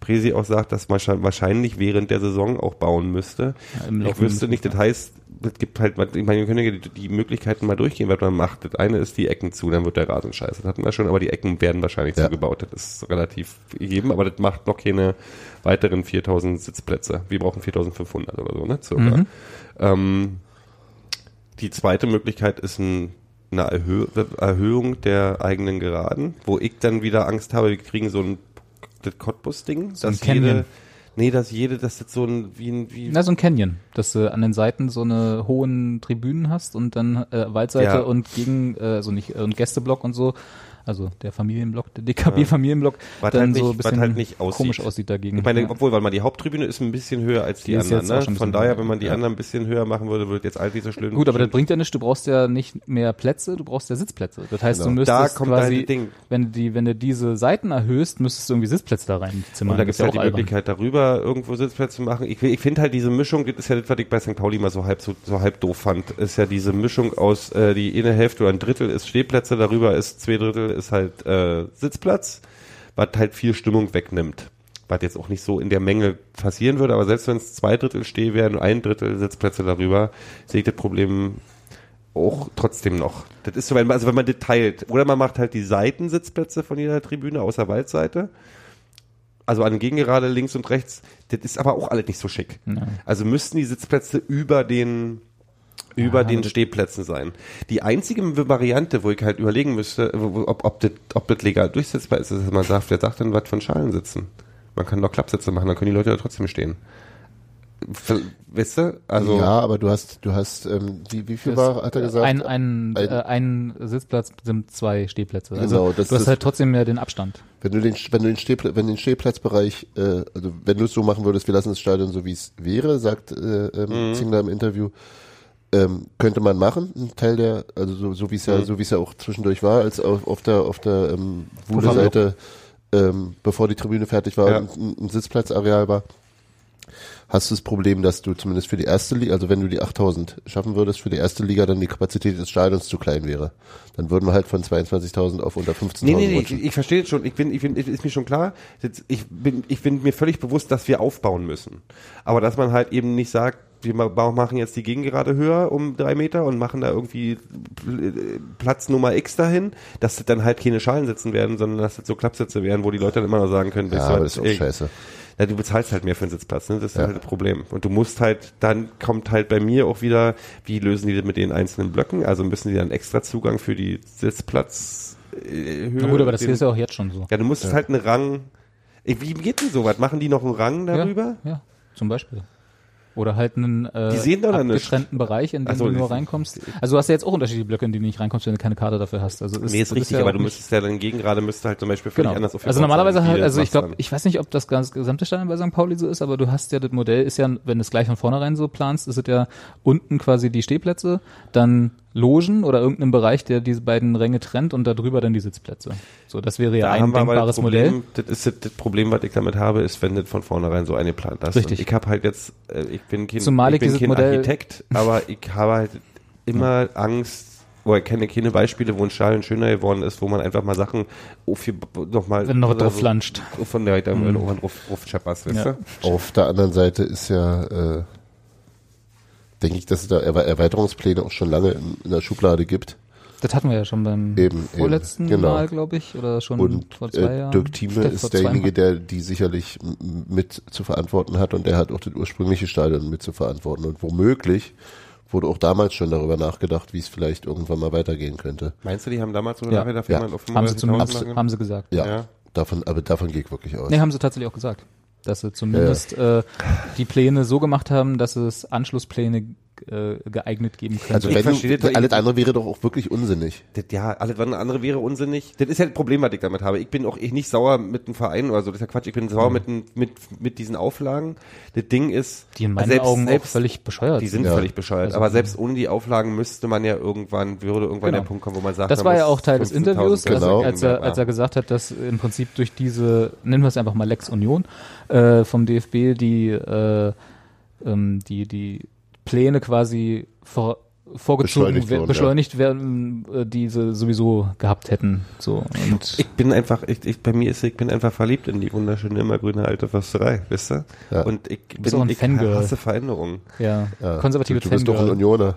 Speaker 2: Presi auch sagt, dass man scha- wahrscheinlich während der Saison auch bauen müsste.
Speaker 1: Ja, im
Speaker 2: ich
Speaker 1: laufenden
Speaker 2: wüsste nicht, das heißt, das gibt halt, mal- ich meine, wir können ja die, die Möglichkeiten mal durchgehen, was man macht. Das eine ist die Ecken zu, dann wird der Rasen scheiße. Das hatten wir schon, aber die Ecken werden wahrscheinlich
Speaker 3: Ja.
Speaker 2: zugebaut. Das ist relativ gegeben, aber das macht noch keine weiteren 4000 Sitzplätze. Wir brauchen 4500 oder so, ne? Circa.
Speaker 1: Mhm.
Speaker 2: Ähm, die zweite Möglichkeit ist ein, eine Erhö Erhöhung der eigenen Geraden, wo ich dann wieder Angst habe, wir kriegen so ein das Cottbus-Ding,
Speaker 1: So ein
Speaker 2: dass
Speaker 1: Canyon.
Speaker 2: jede, nee, dass jede, dass das so ein, wie ein, wie,
Speaker 1: Na, so ein Canyon, dass du an den Seiten so eine hohen Tribünen hast und dann äh, Waldseite
Speaker 2: Ja.
Speaker 1: und gegen, äh, also nicht, äh, und Gästeblock und so, also der Familienblock, der DKB-Familienblock,
Speaker 2: Was
Speaker 1: dann
Speaker 2: halt nicht-
Speaker 1: so
Speaker 2: was
Speaker 1: ein bisschen
Speaker 2: halt nicht aussieht.
Speaker 1: komisch aussieht dagegen.
Speaker 2: ich meine,
Speaker 1: Ja.
Speaker 2: obwohl, weil man die Haupttribüne ist ein bisschen höher als die,
Speaker 1: Die ist
Speaker 2: anderen,
Speaker 1: jetzt auch schon ein
Speaker 2: ne?
Speaker 1: bisschen
Speaker 2: Von daher,
Speaker 1: höher,
Speaker 2: wenn man die anderen ein bisschen höher machen würde, würde jetzt alles nicht so schlimm.
Speaker 1: Gut, aber das
Speaker 2: schlimm
Speaker 1: bringt ja nichts, du brauchst ja nicht mehr Plätze, du brauchst ja Sitzplätze. Das heißt, du
Speaker 3: Genau.
Speaker 1: müsstest
Speaker 2: Da kommt
Speaker 1: quasi,
Speaker 2: halt das Ding.
Speaker 1: wenn du die, wenn du diese Seiten erhöhst, müsstest du irgendwie Sitzplätze da rein zimmern.
Speaker 2: Und da gibt es
Speaker 1: Das
Speaker 2: halt
Speaker 1: ist
Speaker 2: die
Speaker 1: ja auch albern.
Speaker 2: Möglichkeit, darüber irgendwo Sitzplätze zu machen. Ich, will- ich finde halt diese Mischung, das ist ja das, was ich bei St. Pauli mal so halb, so, so halb doof fand, ist ja diese Mischung aus, äh, die eine Hälfte oder ein Drittel ist Stehplätze, darüber ist zwei Drittel ist halt äh, Sitzplatz, was halt viel Stimmung wegnimmt. Was jetzt auch nicht so in der Menge passieren würde, aber selbst wenn es zwei Drittel Steh wären und ein Drittel Sitzplätze darüber, sehe ich das Problem auch trotzdem noch. Das ist so, wenn man, also wenn man das teilt. Oder man macht halt die Seitensitzplätze von jeder Tribüne außer Waldseite. Also an Gegengerade links und rechts. Das ist aber auch alles nicht so schick. Also müssten die Sitzplätze über den über den Stehplätzen sein. Die einzige Variante, wo ich halt überlegen müsste, wo- ob, ob, das, ob das legal durchsetzbar ist, ist, dass man sagt, wer sagt denn was von Schalen sitzen? Man kann doch Klappsitze machen, dann können die Leute da trotzdem stehen. Ver- Weißt du? Also,
Speaker 3: ja, aber du hast, du hast, ähm, wie, wie viel
Speaker 1: Das- äh,
Speaker 3: war, hat er gesagt?
Speaker 1: Ein, ein,
Speaker 3: Ein-
Speaker 1: äh, ein Sitzplatz sind zwei Stehplätze.
Speaker 3: Genau,
Speaker 1: Also
Speaker 3: das-
Speaker 1: du hast
Speaker 3: das-
Speaker 1: halt trotzdem mehr den Abstand.
Speaker 3: Wenn du den, wenn du den, Stehpl wenn den Stehplatzbereich, äh, also wenn du es so machen würdest, wir lassen das Stadion so wie es wäre, sagt äh,
Speaker 2: Mhm.
Speaker 3: ähm, Zingler im Interview, ähm, könnte man machen, ein Teil der, also so, so wie es
Speaker 2: Mhm.
Speaker 3: ja, so wie es ja auch zwischendurch war, als auf, auf der auf der ähm, Wuhle-Seite, ähm, bevor die Tribüne fertig war,
Speaker 2: Ja.
Speaker 3: und ein, ein Sitzplatzareal war. Hast du das Problem, dass du zumindest für die erste Liga, also wenn du die 8000 schaffen würdest, für die erste Liga dann die Kapazität des Stadions zu klein wäre? Dann würden wir halt von 22.000 auf unter 15.000
Speaker 2: Nee, nee, nee,
Speaker 3: rutschen.
Speaker 2: ich, ich verstehe das schon. Ich bin, ich bin, ist mir schon klar. Jetzt- Ich bin, ich bin mir völlig bewusst, dass wir aufbauen müssen. Aber dass man halt eben nicht sagt, wir ma- ba- machen jetzt die Gegengerade höher um drei Meter und machen da irgendwie Pl- äh, Platz Nummer X dahin, dass das dann halt keine Schalen sitzen werden, sondern dass das so Klappsitze werden, wo die Leute dann immer noch sagen können,
Speaker 3: Ja,
Speaker 2: du
Speaker 3: aber
Speaker 2: was,
Speaker 3: das ist auch
Speaker 2: ey,
Speaker 3: scheiße.
Speaker 2: ja, du bezahlst halt mehr für einen Sitzplatz, ne? Das ist halt das Problem. Und du musst halt, dann kommt halt bei mir auch wieder, wie lösen die das mit den einzelnen Blöcken? Also müssen die dann extra Zugang für die Sitzplatz äh, Höhe
Speaker 1: Na gut, aber das
Speaker 2: den-
Speaker 1: hier ist ja auch jetzt schon so.
Speaker 2: ja, du musst halt einen Rang. Ey, Wie geht denn sowas? Machen die noch einen Rang darüber?
Speaker 1: Ja, ja zum Beispiel. Oder halt einen äh,
Speaker 2: Die sehen doch da nichts.
Speaker 1: abgetrennten Bereich, in den
Speaker 2: Ach so,
Speaker 1: du
Speaker 2: die
Speaker 1: nur
Speaker 2: sind-
Speaker 1: reinkommst. Also du hast ja jetzt auch unterschiedliche Blöcke, in die du nicht reinkommst, wenn du keine Karte dafür hast. Also
Speaker 2: Nee, ist
Speaker 1: das
Speaker 2: richtig,
Speaker 1: ja
Speaker 2: aber
Speaker 1: auch
Speaker 2: du
Speaker 1: nicht-
Speaker 2: müsstest ja dann gegen gerade müsstest halt zum Beispiel völlig
Speaker 1: Genau.
Speaker 2: anders aufgebaut
Speaker 1: Also
Speaker 2: sein,
Speaker 1: normalerweise
Speaker 2: wie
Speaker 1: halt,
Speaker 2: das
Speaker 1: also ich
Speaker 2: macht
Speaker 1: glaube,
Speaker 2: dann.
Speaker 1: ich weiß nicht, ob das ganz gesamte Stadion bei St. Pauli so ist, aber du hast ja das Modell, ist ja, wenn du es gleich von vornherein so planst, ist es ja unten quasi die Stehplätze, dann Logen oder irgendein Bereich, der diese beiden Ränge trennt und darüber dann die Sitzplätze. So, das wäre ja
Speaker 2: da
Speaker 1: ein
Speaker 2: haben wir aber
Speaker 1: denkbares
Speaker 2: das Problem,
Speaker 1: Modell.
Speaker 2: Das ist das, das Problem, was ich damit habe, ist, wenn das von vornherein so eingeplant ist.
Speaker 1: Richtig.
Speaker 2: Und ich habe halt jetzt, äh, ich bin kein,
Speaker 1: Zumal
Speaker 2: ich
Speaker 1: ich
Speaker 2: bin
Speaker 1: dieses
Speaker 2: kein
Speaker 1: Modell-
Speaker 2: Architekt, aber ich habe halt immer Angst, oder ich kenne keine Beispiele, wo ein Stadion schöner geworden ist, wo man einfach mal Sachen oh, viel, noch mal
Speaker 1: Wenn du noch was
Speaker 2: oder
Speaker 1: drauf
Speaker 2: so-
Speaker 1: flanscht.
Speaker 2: von der mhm. Ruf, Ruf Chappers, weißt
Speaker 1: Ja.
Speaker 2: du?
Speaker 3: Auf der anderen Seite ist ja, äh, denke ich, dass es da Erwe- Erweiterungspläne auch schon lange in, in der Schublade gibt.
Speaker 1: Das hatten wir ja schon beim
Speaker 3: Eben, eben.
Speaker 1: vorletzten
Speaker 3: Genau.
Speaker 1: Mal, glaube ich, oder schon
Speaker 3: Und
Speaker 1: Hm, vor zwei
Speaker 3: äh,
Speaker 1: Jahren.
Speaker 3: Dirk Thieme
Speaker 1: Vor
Speaker 3: ist
Speaker 1: zwei
Speaker 3: derjenige,
Speaker 1: Mal.
Speaker 3: der die sicherlich m- m- mit zu verantworten hat und der hat auch das ursprüngliche Stadion mit zu verantworten. Und womöglich wurde auch damals schon darüber nachgedacht, wie es vielleicht irgendwann mal weitergehen könnte.
Speaker 2: Meinst du, die haben damals so
Speaker 1: Ja.
Speaker 2: nachher dafür
Speaker 3: Ja.
Speaker 2: jemanden auf
Speaker 1: Haben sie, zum,
Speaker 2: 35.000
Speaker 1: abs-
Speaker 2: machen?
Speaker 1: haben sie gesagt.
Speaker 3: Ja,
Speaker 2: Ja.
Speaker 3: davon, aber davon gehe ich wirklich aus.
Speaker 1: Nee, haben sie tatsächlich auch gesagt. Dass sie zumindest äh, die Pläne so gemacht haben, dass es Anschlusspläne äh, geeignet geben könnte.
Speaker 3: also
Speaker 2: Ich
Speaker 3: wenn,
Speaker 2: verstehe das-
Speaker 3: alles andere wäre doch auch wirklich unsinnig.
Speaker 2: Das, ja, alles was andere wäre unsinnig. Das ist ja das Problem, was ich damit habe. Ich bin auch eh nicht sauer mit dem Verein oder so. Das ist ja Quatsch. Ich bin
Speaker 1: Mhm.
Speaker 2: sauer mit, dem- mit, mit diesen Auflagen. Das Ding ist,
Speaker 1: die in meinen
Speaker 2: selbst-
Speaker 1: Augen
Speaker 2: selbst-
Speaker 1: auch völlig bescheuert
Speaker 2: Die sind
Speaker 3: Ja.
Speaker 2: völlig bescheuert.
Speaker 1: Also-
Speaker 2: aber selbst ohne die Auflagen müsste man ja irgendwann, würde irgendwann
Speaker 1: Genau.
Speaker 2: der Punkt kommen, wo man sagt,
Speaker 1: Das
Speaker 2: man
Speaker 1: war ja
Speaker 2: muss
Speaker 1: auch Teil des
Speaker 2: 15.000
Speaker 1: Interviews, dass
Speaker 3: Genau.
Speaker 1: er, als, er, als er gesagt hat, dass im Prinzip durch diese, nennen wir es einfach mal Lex Union, äh, vom DFB die, äh, ähm, die, die Pläne quasi vor, vorgezogen,
Speaker 3: Beschleunigt
Speaker 1: beschleunigt,
Speaker 3: wurden,
Speaker 1: werden, beschleunigt werden, äh, die sie sowieso gehabt hätten. So, und
Speaker 2: Ich bin einfach, ich, ich, bei mir ist, ich bin einfach verliebt in die wunderschöne immergrüne alte Försterei, wisst ihr?
Speaker 3: Ja.
Speaker 2: Und ich bin,
Speaker 1: bist auch ein
Speaker 2: ich
Speaker 1: Fangirl.
Speaker 2: hasse Veränderungen,
Speaker 1: ja,
Speaker 3: Ja.
Speaker 1: konservative
Speaker 3: Du bist doch ein
Speaker 1: Fangirl.
Speaker 3: Unioner.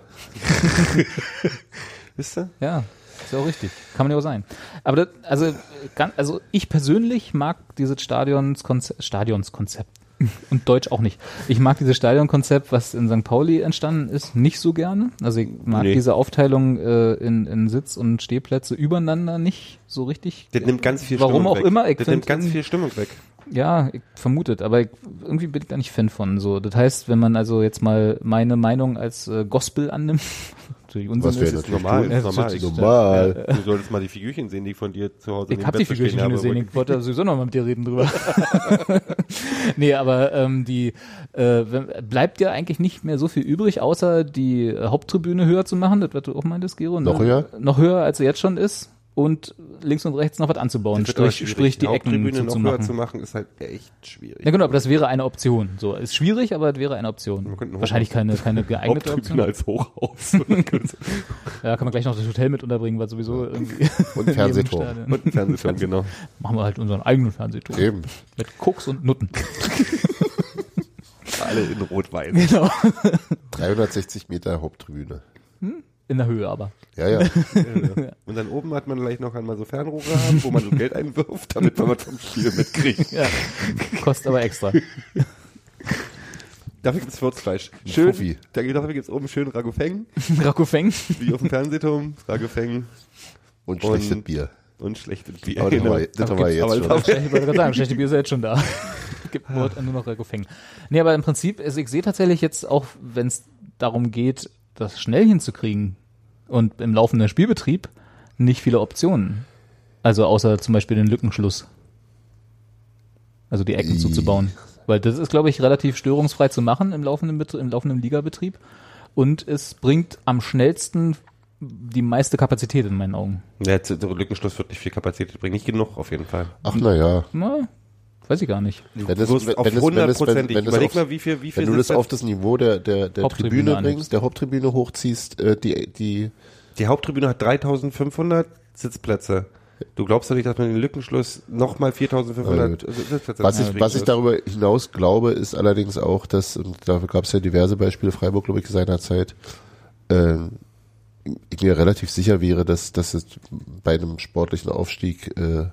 Speaker 2: wisst ihr?
Speaker 1: Ja, ist ja auch richtig. Kann man ja auch sein. Aber das, also, äh, ganz, also ich persönlich mag dieses Stadionskonzept, Stadionskonzept und Deutsch auch nicht. Ich mag dieses Stadionkonzept, was in St. Pauli entstanden ist, nicht so gerne. Also ich mag
Speaker 2: Nee.
Speaker 1: diese Aufteilung äh, in, in Sitz- und Stehplätze übereinander nicht so richtig.
Speaker 2: Das nimmt ganz viel
Speaker 1: Warum
Speaker 2: Stimmung
Speaker 1: auch
Speaker 2: weg.
Speaker 1: immer, ich
Speaker 2: das nimmt
Speaker 1: find-
Speaker 2: ganz viel Stimmung weg.
Speaker 1: Ja, ich vermutet, aber ich, irgendwie bin ich da nicht Fan von. So, das heißt, wenn man also jetzt mal meine Meinung als äh, Gospel annimmt, natürlich Unsinn
Speaker 3: Was wir
Speaker 1: ist,
Speaker 3: natürlich
Speaker 2: normal,
Speaker 3: tun.
Speaker 2: ist
Speaker 1: das
Speaker 2: normal.
Speaker 1: ist
Speaker 3: Normal.
Speaker 2: Du solltest mal die Figürchen sehen, die ich von dir zu Hause
Speaker 1: Ich habe die Figur schon gesehen, ich wollte sowieso noch mal mit dir reden drüber. nee, aber ähm, die äh, wenn- bleibt ja eigentlich nicht mehr so viel übrig, außer die äh, Haupttribüne höher zu machen, das was du auch meintest, Gero. ne?
Speaker 3: Noch höher?
Speaker 1: Noch höher, als sie jetzt schon ist. Und links und rechts noch was anzubauen, sprich, sprich die Ecken
Speaker 2: Haupttribüne
Speaker 1: zu,
Speaker 2: noch
Speaker 1: zu
Speaker 2: höher
Speaker 1: machen.
Speaker 2: zu machen, ist halt echt schwierig.
Speaker 1: ja genau, aber das wäre eine Option. So, ist schwierig, aber es wäre eine Option.
Speaker 2: könnten hoch-
Speaker 1: Wahrscheinlich keine, keine geeignete
Speaker 2: Haupttribüne
Speaker 1: Option.
Speaker 2: als Hochhaus.
Speaker 1: Ja, kann man gleich noch das Hotel mit unterbringen, weil sowieso irgendwie
Speaker 3: Und Fernsehturm.
Speaker 1: neben dem Stadion-
Speaker 2: Und ein Fernsehturm, genau.
Speaker 1: Machen wir halt unseren eigenen Fernsehturm.
Speaker 3: Eben.
Speaker 1: Mit Koks und Nutten.
Speaker 2: Alle in Rot-Weiß.
Speaker 1: Genau.
Speaker 3: 360 Meter Haupttribüne.
Speaker 1: In der Höhe aber.
Speaker 3: Ja, ja.
Speaker 2: Und dann oben hat man vielleicht noch einmal so Fernrohre haben, wo man so Geld einwirft, damit man was vom Spiel mitkriegt.
Speaker 1: Ja. Kostet aber extra.
Speaker 2: Dafür gibt's Würzfleisch.
Speaker 3: Fuffi.
Speaker 2: Schön. Da, dafür gibt's oben schön Ragufeng,
Speaker 1: Rakufeng.
Speaker 2: wie auf dem Fernsehturm, Ragufeng
Speaker 3: Und schlechtes
Speaker 2: Und-
Speaker 3: Bier.
Speaker 2: und schlechtes Bier.
Speaker 3: Aber das haben wir- das haben wir jetzt
Speaker 2: aber
Speaker 3: schon.
Speaker 2: das-
Speaker 1: Ich wollte gerade sagen, schlechte Bier ist ja jetzt schon da. Gibt nur, nur noch Rakufeng. Nee, aber im Prinzip, also ich sehe tatsächlich jetzt auch, wenn es darum geht, das schnell hinzukriegen und im laufenden Spielbetrieb nicht viele Optionen. Also außer zum Beispiel den Lückenschluss. Also die Ecken
Speaker 3: I.
Speaker 1: zuzubauen. Weil das ist, glaube ich, relativ störungsfrei zu machen im laufenden, Bet- im laufenden Ligabetrieb. Und es bringt am schnellsten die meiste Kapazität in meinen Augen.
Speaker 2: Ja, jetzt, der Lückenschluss wird nicht viel Kapazität bringen. Nicht genug auf jeden Fall.
Speaker 3: Ach naja.
Speaker 1: Na, weiß ich gar nicht.
Speaker 3: Wenn das,
Speaker 2: Du wirst auf hundertprozentig. Überleg mal, wie viel, wie viel
Speaker 3: wenn du das
Speaker 2: sind
Speaker 3: auf das Niveau der, der, der
Speaker 1: Haupttribüne
Speaker 3: Tribüne
Speaker 1: annimmst.
Speaker 3: bringst, der Haupttribüne hochziehst, äh, die, die,
Speaker 2: Die Haupttribüne hat 3500 Sitzplätze. Du glaubst doch nicht, dass man den Lückenschluss nochmal 4500 Sitzplätze
Speaker 3: was ich,
Speaker 2: kriegt.
Speaker 3: was ich darüber hinaus glaube, ist allerdings auch, dass, und dafür gab es ja diverse Beispiele, Freiburg, glaube ich, seinerzeit, ähm, ich mir relativ sicher wäre, dass, dass es bei einem sportlichen Aufstieg, äh,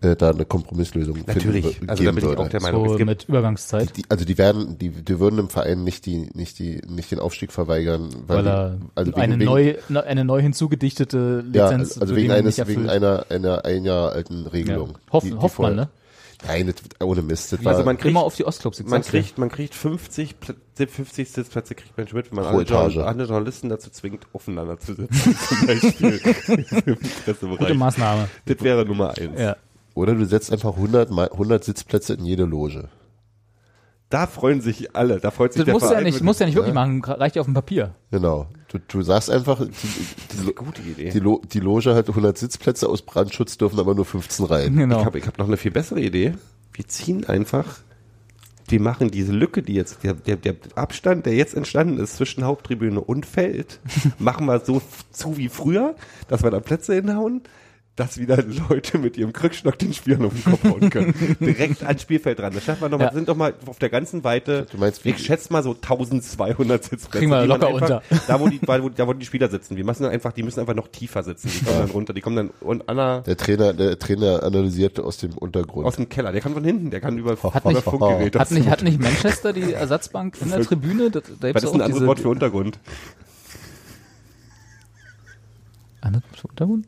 Speaker 3: äh, da eine Kompromisslösung finden
Speaker 2: Natürlich. Also
Speaker 3: wür-
Speaker 2: da
Speaker 3: geben
Speaker 2: bin ich
Speaker 3: würde.
Speaker 2: auch der Meinung.
Speaker 1: So
Speaker 2: es gibt
Speaker 1: mit Übergangszeit.
Speaker 3: Die, also die werden, die, die würden dem Verein nicht die, nicht die, nicht den Aufstieg verweigern, weil,
Speaker 1: Weil er
Speaker 3: die, also wegen,
Speaker 1: eine,
Speaker 3: wegen,
Speaker 1: neu, ne- eine neu hinzugedichtete
Speaker 3: ja,
Speaker 1: Lizenz
Speaker 3: also
Speaker 1: für
Speaker 3: wegen
Speaker 1: die man
Speaker 3: eines,
Speaker 1: nicht
Speaker 3: wegen
Speaker 1: erfüllt.
Speaker 3: einer, einer ein Jahr alten Regelung.
Speaker 1: Ja. Hoff-
Speaker 3: Die- die
Speaker 1: hofft man,
Speaker 3: vorher-
Speaker 1: ne?
Speaker 3: Nein, das, ohne Mist. Das
Speaker 2: Also
Speaker 3: war,
Speaker 2: man kriegt,
Speaker 1: Immer auf die Ostclubs. ich
Speaker 2: man
Speaker 1: sag's dir.
Speaker 2: kriegt, man kriegt 50, Pl- 50 Sitzplätze kriegt man schon mit, wenn man
Speaker 3: Pro
Speaker 2: alle,
Speaker 3: Etage.
Speaker 2: Journal- alle Journalisten dazu zwingt, aufeinander zu sitzen. Zum Beispiel. Im
Speaker 1: Gute
Speaker 2: Pressebereich.
Speaker 1: Maßnahme.
Speaker 2: Das wäre Nummer eins.
Speaker 1: Ja.
Speaker 3: oder du setzt einfach 100, mal, 100 Sitzplätze in jede Loge.
Speaker 2: Da freuen sich alle. Da freut sich
Speaker 1: Das
Speaker 2: der
Speaker 1: musst du ja
Speaker 2: Verein.
Speaker 1: nicht,
Speaker 2: mit-
Speaker 1: musst du ja nicht wirklich machen, gra- reicht ja auf dem Papier.
Speaker 3: Genau. Du, du sagst einfach, die, die,
Speaker 2: Gute
Speaker 3: die,
Speaker 2: Idee.
Speaker 3: die, Lo, die Loge hat 100 Sitzplätze, aus Brandschutz dürfen aber nur 15 rein.
Speaker 2: Ich
Speaker 1: Genau.
Speaker 2: habe ich hab noch eine viel bessere Idee. Wir ziehen einfach, wir machen diese Lücke, die jetzt, der, der, der Abstand, der jetzt entstanden ist zwischen Haupttribüne und Feld, machen wir so f- zu wie früher, dass wir da Plätze hinhauen, dass wieder Leute mit ihrem Krückstock den Spielern um den Kopf hauen können. Direkt ans Spielfeld ran. Das schafft man nochmal,
Speaker 1: Ja.
Speaker 2: sind doch mal auf der ganzen Weite,
Speaker 3: Du meinst, wie-
Speaker 2: ich schätze mal so 1200 Sitzplätze.
Speaker 1: Kriegen wir
Speaker 2: die man
Speaker 1: locker unter.
Speaker 2: einfach, Da wo, die, weil- wo, da, wo die Spieler sitzen. Die müssen einfach, die müssen einfach noch tiefer sitzen. Die kommen dann runter, die kommen dann und Anna
Speaker 3: Der Trainer, der Trainer analysiert aus dem Untergrund.
Speaker 2: aus dem Keller. Der kann von hinten, der kann über,
Speaker 1: Hat
Speaker 2: über
Speaker 1: nicht-
Speaker 2: Funkgerät.
Speaker 1: Hat nicht, hat nicht Manchester die Ersatzbank in der Tribüne? Da, da gibt's
Speaker 2: das ist
Speaker 1: auch
Speaker 2: ein anderes
Speaker 1: diese-
Speaker 2: Wort für Untergrund.
Speaker 1: Anderes Wort für Untergrund?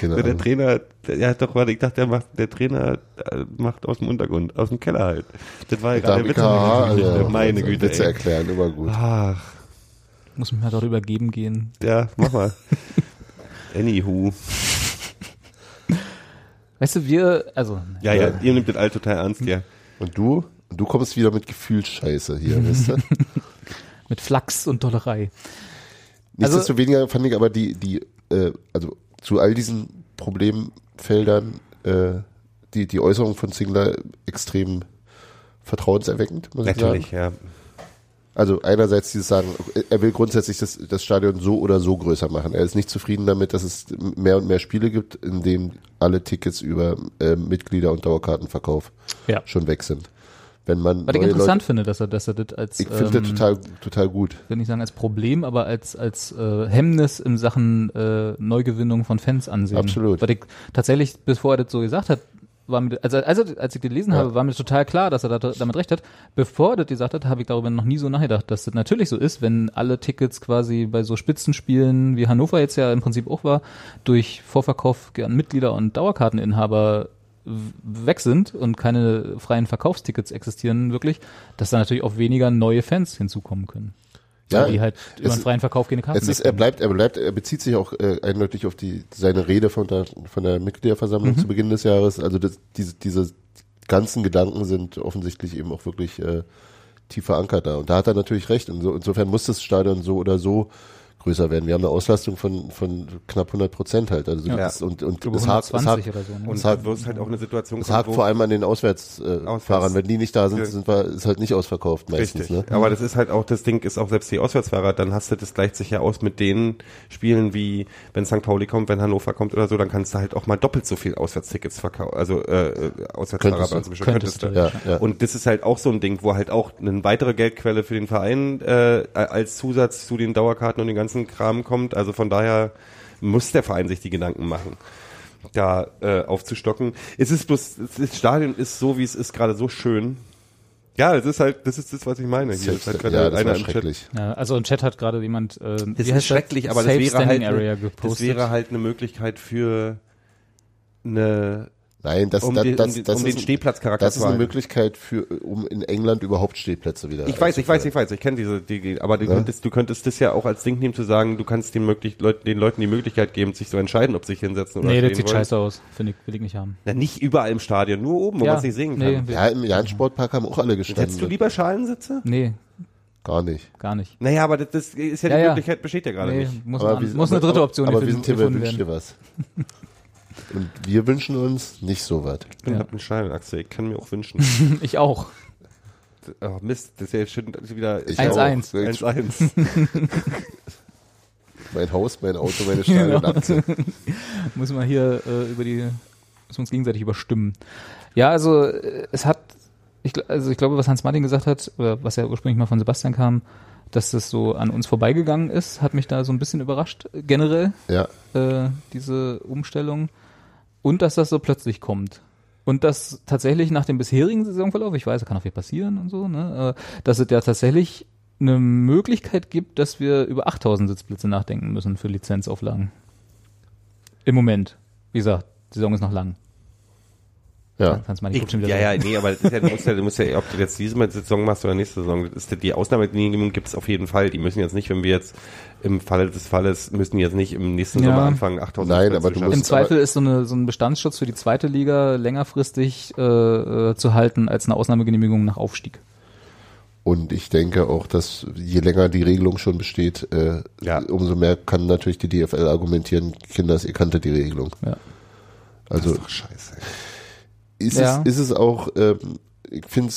Speaker 3: Keine
Speaker 2: Der
Speaker 3: Ahnung.
Speaker 2: Trainer, der, der hat doch, warte, ich dachte, der macht, der Trainer äh, macht aus dem Untergrund, aus dem Keller halt. Das war ja
Speaker 3: Da
Speaker 2: gerade der
Speaker 3: mit
Speaker 2: Witz.
Speaker 3: KH, also,
Speaker 2: meine
Speaker 3: also,
Speaker 2: Güte.
Speaker 3: Witze
Speaker 2: ey.
Speaker 3: erklären, immer gut.
Speaker 2: Ach,
Speaker 1: Muss mich mal darüber geben gehen.
Speaker 2: ja, mach mal. Anywho.
Speaker 1: Weißt du, wir, also,
Speaker 2: Ja, ja, ihr nehmt das all total ernst, ja.
Speaker 3: Und du? Du kommst wieder mit Gefühlsscheiße hier, weißt du?
Speaker 1: mit Flachs und Dollerei.
Speaker 3: Nichtsdestoweniger fand ich aber die, die, äh, also zu all diesen Problemfeldern, äh, die, die Äußerung von Singler extrem vertrauenserweckend, muss ich
Speaker 2: Natürlich,
Speaker 3: sagen.
Speaker 2: ja.
Speaker 3: Also einerseits dieses Sagen, er will grundsätzlich das, das Stadion so oder so größer machen. Er ist nicht zufrieden damit, dass es mehr und mehr Spiele gibt, in denen alle Tickets über äh, Mitglieder- und Dauerkartenverkauf
Speaker 1: Ja.
Speaker 3: schon weg sind. Wenn man
Speaker 1: Was ich
Speaker 3: neue
Speaker 1: interessant ähm, finde, dass er, dass er das als,
Speaker 3: Leute, ich finde das total, total gut.
Speaker 1: ich will nicht sagen als Problem, aber als, als äh, Hemmnis in Sachen äh, Neugewinnung von Fans ansehen.
Speaker 3: Absolut.
Speaker 1: Weil ich tatsächlich, bevor er das so gesagt hat, war mir, also, also als ich gelesen
Speaker 3: Ja.
Speaker 1: habe, war mir total klar, dass er da, damit recht hat. Bevor er das gesagt hat, habe ich darüber noch nie so nachgedacht, dass das natürlich so ist, wenn alle Tickets quasi bei so Spitzenspielen, wie Hannover jetzt ja im Prinzip auch war, durch Vorverkauf an Mitglieder und Dauerkarteninhaber weg sind und keine freien Verkaufstickets existieren wirklich, dass da natürlich auch weniger neue Fans hinzukommen können.
Speaker 3: Ja,
Speaker 1: Ja, die halt
Speaker 3: es
Speaker 1: über den
Speaker 3: ist-
Speaker 1: freien Verkauf gehen Karten
Speaker 3: Es ist, er
Speaker 1: wegnehmen.
Speaker 3: bleibt, er bleibt, er bezieht sich auch äh, eindeutig auf die seine Rede von der von der Mitgliederversammlung
Speaker 1: Mhm.
Speaker 3: zu Beginn des Jahres. Also das, diese diese ganzen Gedanken sind offensichtlich eben auch wirklich äh, tief verankert da. Und da hat er natürlich recht. Inso, insofern muss das Stadion so oder so größer werden. Wir haben eine Auslastung von von knapp 100 Prozent halt. Also
Speaker 2: Ja.
Speaker 3: das, und und
Speaker 1: Über
Speaker 3: es hakt, es
Speaker 1: 120
Speaker 3: hakt,
Speaker 1: oder so, ne?
Speaker 2: Und
Speaker 3: es hakt,
Speaker 2: du wirst halt auch eine Situation
Speaker 3: es hakt
Speaker 2: wo-
Speaker 3: vor allem an den Auswärtsfahrern. Äh,
Speaker 2: Auswärts-
Speaker 3: Fahrern. Wenn die nicht da sind,
Speaker 2: Ja.
Speaker 3: sind wir, ist halt nicht ausverkauft meistens.
Speaker 2: Richtig,
Speaker 3: Ne?
Speaker 2: aber das ist halt auch, das Ding ist auch selbst die Auswärtsfahrer, dann hast du, das gleicht sich ja aus mit den Spielen wie, wenn St. Pauli kommt, wenn Hannover kommt oder so, dann kannst du halt auch mal doppelt so viel Auswärtstickets verkaufen, also äh, äh, Auswärtsfahrer
Speaker 3: Könntest du,
Speaker 2: bei uns im Spiel.
Speaker 1: könntest du,
Speaker 3: Ja, ja.
Speaker 2: Und das ist halt auch so ein Ding, wo halt auch eine weitere Geldquelle für den Verein äh, als Zusatz zu den Dauerkarten und den ganzen Kram kommt, also von daher muss der Verein sich die Gedanken machen da äh, aufzustocken. Es ist bloß, es- das Stadion ist so, wie es ist, gerade so schön. Ja, das ist halt, das ist das, was ich meine. Hier ist halt gerade
Speaker 3: ja, das
Speaker 2: einer
Speaker 3: war
Speaker 2: im Chat.
Speaker 3: schrecklich.
Speaker 1: Ja, also im Chat hat gerade jemand äh,
Speaker 2: Das ist schrecklich, aber das
Speaker 1: Safe
Speaker 2: wäre, halt,
Speaker 1: Standing Area
Speaker 2: eine- das
Speaker 1: gepostet.
Speaker 2: wäre halt eine Möglichkeit für eine,
Speaker 3: Nein, das,
Speaker 2: um,
Speaker 3: das,
Speaker 2: den,
Speaker 3: das,
Speaker 2: um, den-
Speaker 3: das
Speaker 2: um
Speaker 3: ist
Speaker 2: den
Speaker 3: ein-
Speaker 2: Stehplatzcharakter
Speaker 3: Das
Speaker 2: zu
Speaker 3: ist eine
Speaker 2: behalten.
Speaker 3: Möglichkeit für, um in England überhaupt Stehplätze wieder.
Speaker 2: Ich weiß, ich weiß,
Speaker 3: einzuführen.
Speaker 2: ich weiß, ich kenne diese, die, aber du, könntest, du könntest das ja auch als Ding nehmen zu sagen, du kannst den, möglich, Leut, den Leuten die Möglichkeit geben, sich zu entscheiden, ob sie sich hinsetzen oder
Speaker 1: Nee, das
Speaker 2: stehen
Speaker 1: sieht
Speaker 2: wollen.
Speaker 1: scheiße aus. Finde ich, will ich nicht haben.
Speaker 2: Na, nicht überall im Stadion, nur oben, wo man es nicht sehen kann.
Speaker 1: Nee,
Speaker 3: Ja, im Jahn-Sportpark haben auch alle gestanden.
Speaker 2: Hättest du lieber Schalensitze?
Speaker 1: nee,
Speaker 3: Gar nicht.
Speaker 1: gar nicht.
Speaker 2: Naja, aber das, das ist ja,
Speaker 1: Ja,
Speaker 2: die
Speaker 1: ja.
Speaker 2: Möglichkeit, besteht ja gerade
Speaker 1: Nee,
Speaker 2: nicht.
Speaker 1: muss, eine, muss eine dritte Option
Speaker 3: Aber, aber
Speaker 1: hier
Speaker 3: wir sind hier, wir
Speaker 1: gefunden
Speaker 3: wünschen
Speaker 1: werden.
Speaker 3: dir was. Und wir wünschen uns nicht so was.
Speaker 2: Ich bin
Speaker 1: Ja.
Speaker 2: hab einen Scheibenachse, ich kann mir auch wünschen.
Speaker 1: Ich auch.
Speaker 2: oh, Mist, das ist ja schon wieder
Speaker 3: Ich
Speaker 1: 1-1.
Speaker 3: auch.
Speaker 2: 1-1.
Speaker 3: Mein Haus, mein Auto, meine
Speaker 2: Genau.
Speaker 3: Stadionaktie.
Speaker 1: Muss man hier äh, über die, müssen wir uns gegenseitig überstimmen. Ja, also äh, es hat, ich, gl- also ich glaube, was Hans Martin gesagt hat, oder was ja ursprünglich mal von Sebastian kam, dass das so an uns vorbeigegangen ist, hat mich da so ein bisschen überrascht, äh, generell,
Speaker 3: Ja.
Speaker 1: äh, diese Umstellung. Und dass das so plötzlich kommt. Und dass tatsächlich nach dem bisherigen Saisonverlauf, ich weiß, kann auch viel passieren und so, ne, äh, dass es ja tatsächlich eine Möglichkeit gibt, dass wir über 8000 Sitzplätze nachdenken müssen für Lizenzauflagen. Im Moment. Wie gesagt, die Saison ist noch lang.
Speaker 3: Ja.
Speaker 1: Kannst mal nicht
Speaker 2: Ich, ja, ja, nee, aber das ist ja, du musst ja, du musst ja, ob du jetzt diese Saison machst oder nächste Saison, das ist ja- die Ausnahmegenehmigung gibt es auf jeden Fall. Die müssen jetzt nicht, wenn wir jetzt im Falle des Falles, müssen die jetzt nicht im nächsten
Speaker 1: Ja.
Speaker 2: Sommer anfangen, 8000
Speaker 3: Nein,
Speaker 2: Plätze
Speaker 3: aber
Speaker 2: zu
Speaker 3: du
Speaker 2: schaffen.
Speaker 1: Im
Speaker 3: musst-
Speaker 1: Zweifel ist so, eine, so ein Bestandsschutz für die zweite Liga längerfristig äh, äh, zu halten als eine Ausnahmegenehmigung nach Aufstieg.
Speaker 3: Und ich denke auch, dass je länger die Regelung schon besteht, äh,
Speaker 2: Ja.
Speaker 3: umso mehr kann natürlich die DFL argumentieren, Kinders, ihr kanntet die Regelung.
Speaker 1: Ja.
Speaker 3: Also
Speaker 2: Scheiße.
Speaker 3: ist,
Speaker 1: Ja.
Speaker 3: es, ist es auch ähm, ich finde